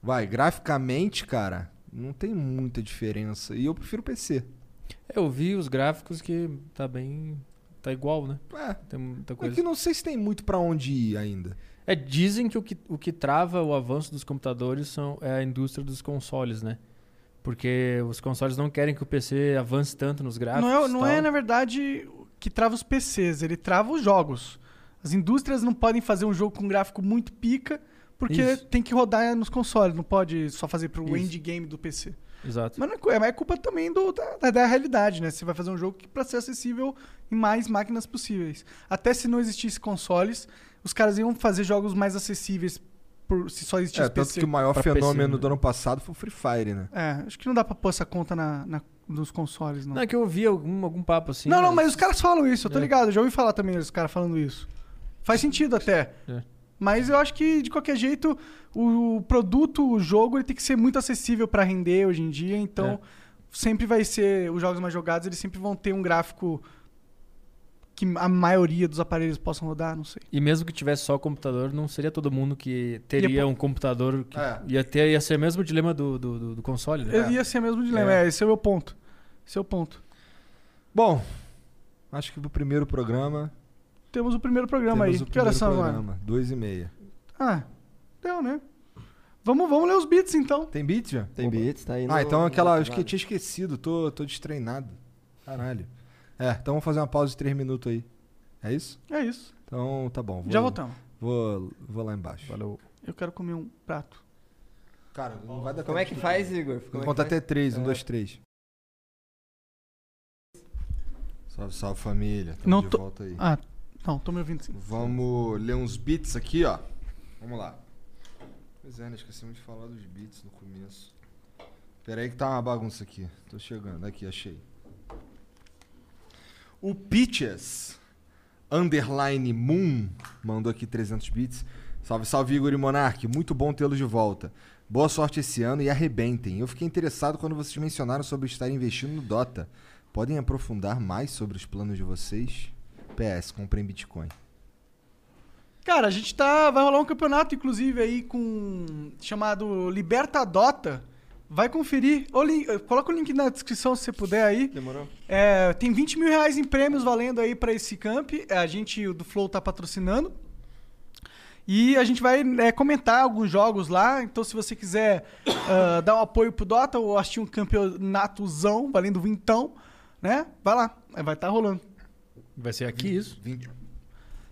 C: vai, graficamente, cara, não tem muita diferença. E eu prefiro É, PC.
D: Eu vi os gráficos que tá bem. Tá igual, né?
C: É,
D: Tem muita
C: é
D: coisa.
C: que não sei se tem muito pra onde ir ainda.
D: É, dizem que o, que o que trava o avanço dos computadores são, é a indústria dos consoles, né? Porque os consoles não querem que o PC avance tanto nos gráficos.
B: Não é,
D: e
B: não
D: tal.
B: é, na verdade, o que trava os PCs, ele trava os jogos. As indústrias não podem fazer um jogo com gráfico muito pica, porque
D: Isso.
B: tem que rodar nos consoles, não pode só fazer pro
D: Isso.
B: endgame do PC.
D: Exato.
B: Mas não é, cu- é- mas é culpa também do- da, da- da realidade, né? Você vai fazer um jogo que para ser acessível em mais máquinas possíveis. Até se não existisse consoles, os caras iam fazer jogos mais acessíveis por, se só existisse
C: É, tanto
B: PC.
C: que o maior
D: pra
C: fenômeno
D: PC, né?
C: do ano passado foi o Free Fire, né?
B: É, acho que não dá pra pôr essa conta na, na- nos consoles, não.
D: Não é que eu ouvi algum, algum papo assim.
B: não, não,
D: né?
B: mas os caras falam isso, eu tô
D: É.
B: ligado. Eu já ouvi falar também os caras falando isso. Faz sentido até.
D: É.
B: Mas eu acho que, de qualquer jeito, o produto, o jogo, ele tem que ser muito acessível pra render hoje em dia. Então,
D: É.
B: sempre vai ser... Os jogos mais jogados, eles sempre vão ter um gráfico que a maioria dos aparelhos possam rodar, não sei.
D: E mesmo que tivesse só computador, não seria todo mundo que
B: Ia
D: teria
B: pô-
D: um computador que
C: É.
D: ia ter ia ser o mesmo dilema do, do, do- do console, né?
B: Ia ser o mesmo dilema.
D: É.
B: É. esse é o meu ponto. Esse é o ponto.
C: Bom, acho que pro primeiro programa.
B: Temos o primeiro programa
C: temos
B: aí.
C: o
B: que horas são
C: primeiro
B: agora?
C: programa, Dois e meia.
B: Ah, deu, né? Vamos, vamos ler os beats, então.
C: Tem beat já?
E: Tem
C: Opa.
E: beats, tá aí.
C: Ah,
E: no-
C: então
E: no
C: aquela. Acho
E: trabalho.
C: que eu tinha esquecido, tô, tô destreinado. Caralho. É, então vamos fazer uma pausa de três minutos aí. É isso?
B: É isso.
C: Então tá bom. Vou,
B: Já voltamos.
C: Vou, vou lá embaixo.
D: Valeu.
B: Eu quero comer um prato.
C: Cara, não vai dar
E: Como é que faz, Igor? Como
C: Vou
E: é
C: contar
E: que faz?
C: até três. Um,
E: É.
C: dois, três. Salve, salve família. Tamo
B: Não
C: de
B: tô-
C: volta aí.
B: Ah, não, tô me ouvindo sim.
C: Vamos ler uns beats aqui, ó. Vamos lá. Pois é, né? Esquecemos de falar dos beats no começo. Pera aí que tá uma bagunça aqui. Tô chegando. Aqui, achei. O Pitches Underline Moon mandou aqui 300 bits. Salve, salve Igor e Monark. Muito bom tê-los de volta. Boa sorte esse ano e arrebentem. Eu fiquei interessado quando vocês mencionaram sobre estar investindo no Dota. Podem aprofundar mais sobre os planos de vocês? PS, comprem Bitcoin.
B: Cara, a gente tá. Vai rolar um campeonato, inclusive, aí com. chamado Libertadota. Vai conferir. Ô, Lin- eh, Coloca o link na descrição se você puder aí.
E: Demorou?
B: É, tem 20 mil reais em prêmios valendo aí pra esse camp. É, A gente, o do Flow, tá patrocinando. E a gente vai né, comentar alguns jogos lá. Então, se você quiser ah, dar um apoio pro Dota ou assistir um campeonatozão valendo vintão, né? Vai lá, vai estar rolando.
D: Ah, Vai ser aqui isso?
C: Vinte-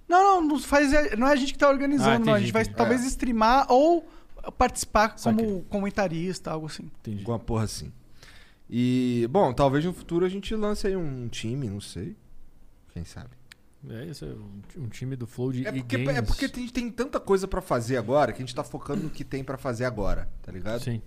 B: Não, não, não, faz, não é a gente que tá organizando,
D: Ah, entendi,
B: não. A gente vai
D: entendi.
B: talvez streamar ou participar como
D: Saquei.
B: comentarista, algo assim.
D: Entendi.
C: Alguma porra assim. E, bom, talvez no futuro a gente lance aí um time, não sei. Quem sabe?
D: É isso, é um, um time do Flow de
C: É porque,
D: e-games.
C: é porque tem, tem tanta coisa pra fazer agora que a gente tá focando no que tem pra fazer agora, tá ligado?
D: Sim.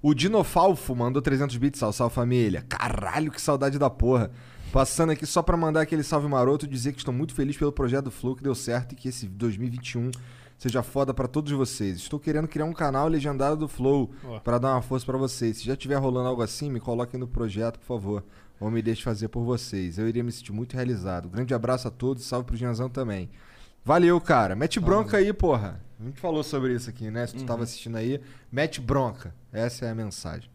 C: O Dinofalfo mandou 300 bits, salve, salve família. Caralho, que saudade da porra. Passando aqui só pra mandar aquele salve maroto e dizer que estou muito feliz pelo projeto do Flow que deu certo e que esse 2021 seja foda pra todos vocês. Estou querendo criar um canal legendado do Flow
D: Ó.
C: pra dar uma força pra vocês. Se já tiver rolando algo assim, me coloquem no projeto, por favor. Ou me deixe fazer por vocês. Eu iria me sentir muito realizado. Grande abraço a todos, salve pro Gianzão também. Valeu, cara.
B: Tá
C: Mete bronca aí, porra. A gente falou sobre isso aqui, né? Se tu
B: Uhum.
C: tava assistindo aí, mete bronca. Essa é a mensagem.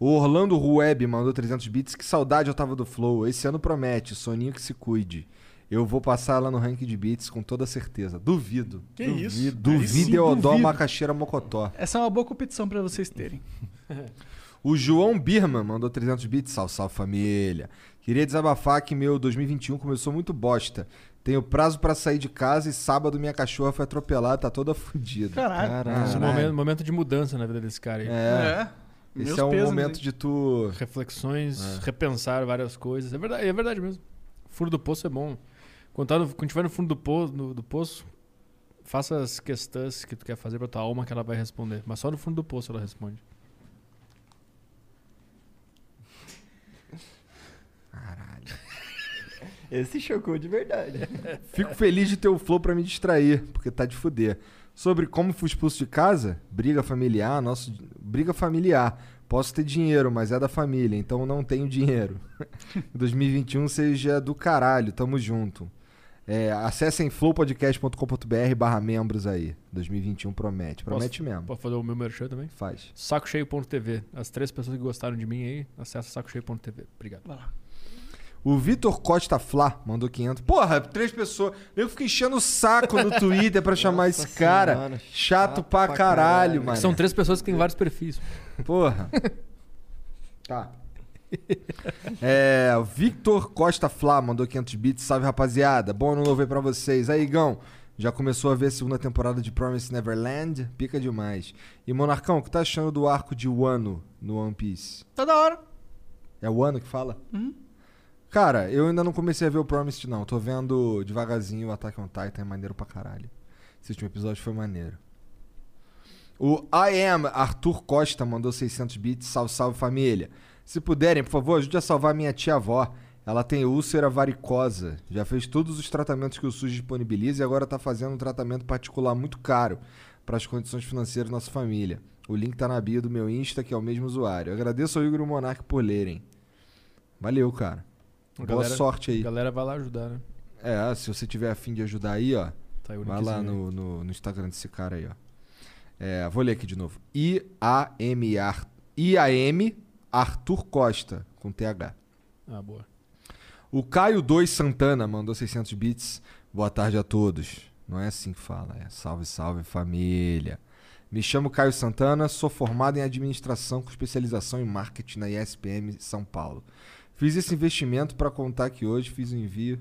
C: O Orlando Rueb mandou 300 bits. Que saudade eu tava do Flow. Esse ano promete. Soninho que se cuide. Eu vou passar lá no ranking de beats com toda certeza. Duvido.
B: Que
C: duvido,
B: isso? Aí sim,
C: Duvido, Eodó,
B: duvido.
C: Macaxeira, Mocotó.
B: Essa é uma boa competição pra vocês terem.
C: O João Birman mandou 300 bits. Salve, salve família. Queria desabafar que meu 2021 começou muito bosta. Tenho prazo pra sair de casa e sábado minha cachorra foi atropelada, tá toda (laughs) fodida.
B: Caralho.
D: Esse é
C: Caralho.
D: um momento, momento de mudança na vida desse cara aí.
C: Ah, né? É. Esse
B: Meus
C: é um
B: pêsames,
C: momento
B: hein?
C: de tu.
D: Reflexões, repensar várias coisas. É verdade, é verdade mesmo. Furo do poço é bom. Quando, tá no- quando tiver no fundo do, po, no- do poço, faça as questões que tu quer fazer pra tua alma que ela vai responder. Mas só no fundo do poço ela responde.
E: Esse chocou de verdade.
C: Fico feliz de ter o Flow pra me distrair, porque tá de fuder. Sobre como fui expulso de casa, briga familiar, nosso. Briga familiar. Posso ter dinheiro, mas é da família, então não tenho dinheiro. (laughs) 2021 seja do caralho, tamo junto. É, acessem flowpodcast.com.br barra membros aí. 2021 promete. Promete mesmo.
D: Pode fazer o meu merchan também?
C: Faz.
D: Sacocheio.tv. As três pessoas que gostaram de mim aí, acessa sacocheio.tv. Obrigado.
C: O Vitor Costa Flá mandou 500. Porra, três pessoas. Eu fico enchendo o saco (laughs) no Twitter pra chamar
E: Nossa
C: esse cara.
E: Senhora,
C: chato, pra, caralho, mano.
D: São três pessoas que têm vários perfis.
C: Porra. tá. É, o Victor Costa Flá mandou 500 bits. Salve, rapaziada. Bom ano novo aí pra vocês. Aí, Igão. Já começou a ver a segunda temporada de Promise Neverland? Pica demais. E, Monarcão, o que tá achando do arco de Wano no One Piece?
B: Tá da hora.
C: É o Wano que fala? Cara, eu ainda não comecei a ver o Promised, não. Tô vendo devagarzinho o Attack on Titan, é maneiro pra caralho. Esse último episódio foi maneiro. O I Am Arthur Costa mandou 600 bits. Salve, salve família. Se puderem, por favor, ajude a salvar minha tia-avó. Ela tem úlcera varicosa. Já fez todos os tratamentos que o SUS disponibiliza e agora tá fazendo um tratamento particular muito caro para as condições financeiras da nossa família. O link tá na bio do meu Insta, que é o mesmo usuário. Eu agradeço ao Igor e ao Monark por lerem. Valeu, cara.
D: A
C: Boa
D: galera-
C: sorte
D: A
C: aí.
D: galera vai lá ajudar, né?
C: É, se você tiver afim de ajudar aí, ó.
D: Tá aí o
C: Vai
D: linkzinho
C: lá
D: aí.
C: no, no, no Instagram desse cara aí, ó. É, vou ler aqui de novo. I-A-M Ar- IAM Arthur Costa, com TH.
D: Ah, boa.
C: O Caio 2 Santana mandou 600 bits. Boa tarde a todos. Não é assim que fala, é salve, salve família. Me chamo Caio Santana, sou formado em administração com especialização em marketing na ISPM São Paulo. Fiz esse investimento para contar que hoje fiz o envio.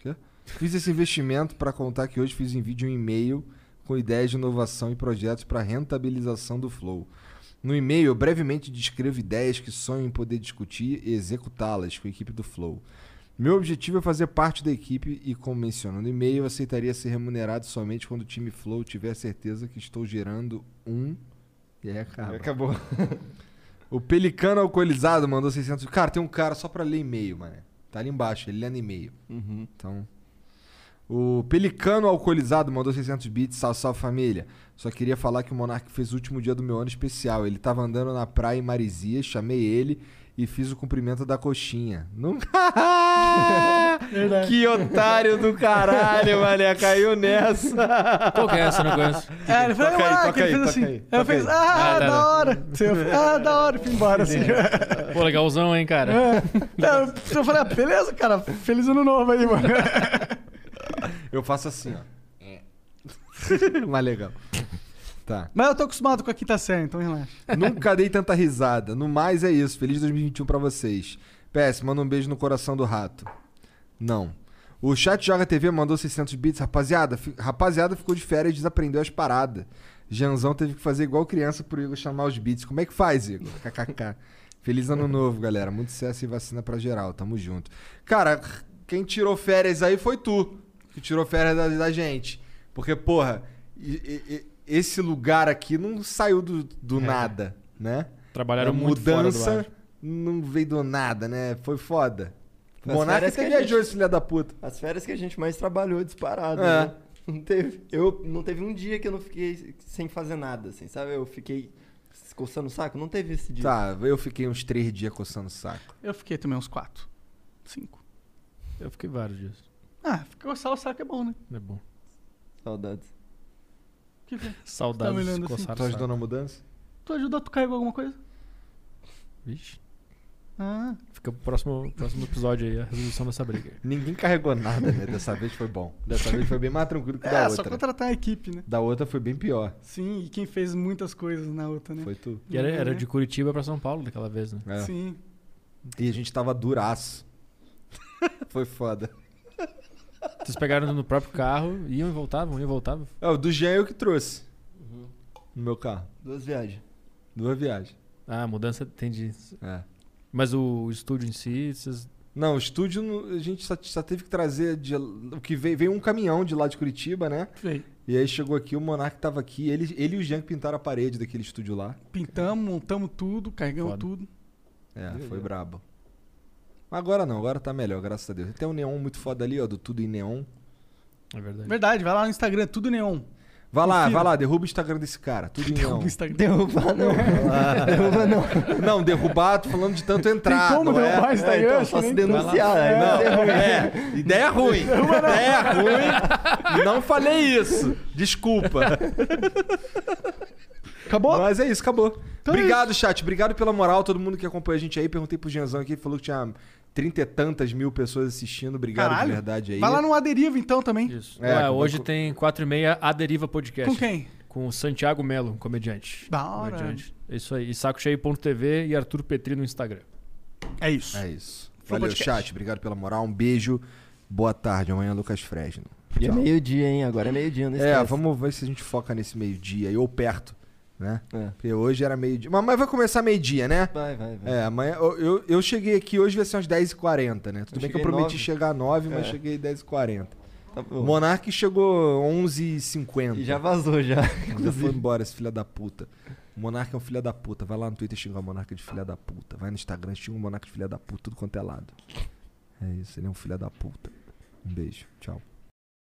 C: Quê? Fiz esse investimento para contar que hoje fiz o envio de um e-mail com ideias de inovação e projetos para rentabilização do Flow. No e-mail, eu brevemente descrevo ideias que sonho em poder discutir e executá-las com a equipe do Flow. Meu objetivo é fazer parte da equipe e, como menciono no e-mail, eu aceitaria ser remunerado somente quando o time Flow tiver certeza que estou gerando um. E aí acaba. Acabou. (laughs) o Pelicano Alcoolizado mandou 600. Cara, tem um cara só pra ler e-mail, mano. Tá ali embaixo, ele lendo e-mail. Então. O Pelicano Alcoolizado mandou 600 bits. Salve, salve família. Só queria falar que o Monark fez o último dia do meu ano especial. Ele tava andando na praia em Marizia, chamei ele e fiz o cumprimento da coxinha. (laughs) Nunca. que otário do (laughs) caralho, mané. Caiu nessa.
D: Qual que é essa? Eu não conheço.
B: É, ele falou,
C: Toca aí,
B: ah,
C: toca
B: que ele
C: aí,
B: fez
C: toca
B: assim.
C: aí,
B: Ela
C: toca
B: fez,
C: aí.
B: ah,
D: Ah, tá,
B: da (laughs)
D: tá.
B: hora. Você- ah, da hora, e fui embora assim. (laughs)
D: Pô, legalzão, hein, cara?
C: (laughs)
B: É, Eu falei, ah, beleza, cara, feliz ano novo aí, (laughs) mano.
C: Eu faço assim, ó. (laughs) Mas legal. Tá.
B: Mas eu tô acostumado com a quinta série, então relaxa.
C: Nunca dei tanta risada. No mais é isso. Feliz 2021 pra vocês. PS, manda um beijo no coração do rato. Não. O chat joga TV mandou 600 bits. Rapaziada, fi- rapaziada ficou de férias e desaprendeu as paradas. Janzão teve que fazer igual criança pro Igor chamar os bits. Como é que faz, Igor? (laughs) KKK. Feliz ano novo, galera. Muito sucesso e vacina pra geral. Tamo junto. Cara, quem tirou férias aí foi tu. Que tirou férias da, da gente. Porque, porra, e- e- e- esse lugar aqui não saiu do, do nada, né?
D: Trabalharam
C: A
D: muito fora do ar.
C: mudança não veio do nada, né? Foi foda. O
E: As
C: Monarca
E: férias
C: até
E: que a
C: viajou esse filho da puta.
E: (laughs) As férias que a gente mais trabalhou disparado,
C: É.
E: né? Não teve, eu, não teve um dia que eu não fiquei sem fazer nada, assim, sabe? Eu fiquei se coçando o saco. Não teve esse dia.
C: Tá, eu fiquei uns três dias coçando o saco.
B: Eu fiquei também uns quatro, cinco.
D: Eu fiquei vários dias.
B: Ah, ficou só o saco é bom, né?
D: É bom.
E: Saudades.
B: Que bom. Tá me
D: Saudades
B: olhando
D: de coçar
C: Tu
D: o saco.
C: ajudou na mudança?
B: Tu ajudou, tu carregou alguma coisa?
D: Vixe.
B: Ah,
D: Fica pro próximo, próximo episódio aí, a resolução dessa briga.
C: Ninguém carregou nada, né? Dessa vez foi bom. Dessa vez foi bem mais tranquilo que
B: é,
C: da
B: só
C: outra.
B: contratar a equipe, né?
C: Da outra foi bem pior.
B: Sim, e quem fez muitas coisas na outra, né?
C: Foi tu.
D: E era, era
B: É.
D: de Curitiba pra São Paulo daquela vez, né?
C: É.
B: Sim.
C: E a gente tava (laughs) duraço. foi foda.
D: Vocês pegaram no próprio carro, iam e voltavam, iam e voltavam.
C: É, o do Jean eu que trouxe.
D: Uhum.
C: No meu carro.
E: Duas viagens.
C: Duas viagens.
D: Ah, mudança, entendi.
C: É.
D: Mas o estúdio em si, vocês
C: Não, o estúdio não- a gente só, só teve que trazer de- o que veio, veio um caminhão de lá de Curitiba, né?
B: Veio.
C: E aí chegou aqui, o Monark tava aqui, ele, ele e o Jean que pintaram a parede daquele estúdio lá.
B: Pintamos, montamos tudo, carregamos
D: Foda.
B: tudo.
C: É, foi brabo. Mas agora não, agora tá melhor, graças a Deus. Tem um neon muito foda ali, ó, do Tudo em Neon.
D: É verdade.
B: Verdade, vai lá no Instagram, tudo neon.
C: Vai lá,
B: Confira.
C: vai lá, derruba o Instagram desse cara, Tudo em Neon.
B: No Instagram.
E: Derrubar Ah, não. Derrubar não.
C: Não, derrubar, tô falando de tanto entrar,
B: Tem como
C: não é?
B: derrubar isso?
E: É,
B: Instagram,
E: então,
B: acho
E: só
B: que
E: se
B: nem-
E: denunciar. aí vai ser ruim.
C: É, ideia ruim. Ideia ruim. Não falei isso. Desculpa.
B: Acabou?
C: Mas é isso, acabou.
B: Então é
C: obrigado, chat. Obrigado pela moral. Todo mundo que acompanha a gente aí. Perguntei pro Gianzão aqui, ele falou que tinha trinta e tantas mil pessoas assistindo. Obrigado
B: Caralho.
C: de verdade aí.
B: Vai lá no Aderiva então também.
D: Isso.
C: É,
D: Ué,
C: com-
D: hoje
C: com-
D: tem 4 e meia a Deriva Podcast.
B: Com quem?
D: Com o Santiago Melo, um comediante.
B: Da hora.
D: Comediante. Isso aí. E sacocheio.tv e Arthur Petri no Instagram.
B: É isso.
C: É isso.
B: Flow
C: Valeu,
B: Podcast.
C: chat. Obrigado pela moral. Um beijo. Boa tarde. Amanhã, Lucas Fresno.
E: E é meio-dia, hein? Agora é meio-dia, não
C: É,
E: esquece.
C: vamos ver se a gente foca nesse meio-dia aí, ou perto, né?
E: É.
C: Porque hoje era meio-dia. Mas, mas vai começar meio-dia, né?
E: Vai, vai, vai.
C: É, amanhã. Eu, eu, eu cheguei aqui hoje, vai ser umas 10h40, né? Tudo bem que eu
E: Eu cheguei
C: prometi
E: nove.
C: chegar às 9, mas
E: É.
C: cheguei 10h40.
E: Tá bom.
C: O Monark chegou 11h50.
E: E já vazou, já.
C: Já foi
E: Inclusive.
C: embora esse filho da puta. O Monarca é um filho da puta. Vai lá no Twitter e xinga o Monarca de filha da puta. Vai no Instagram, xinga o Monarca de filha da puta, tudo quanto é lado. É isso, ele é um filho da puta. Um beijo, tchau.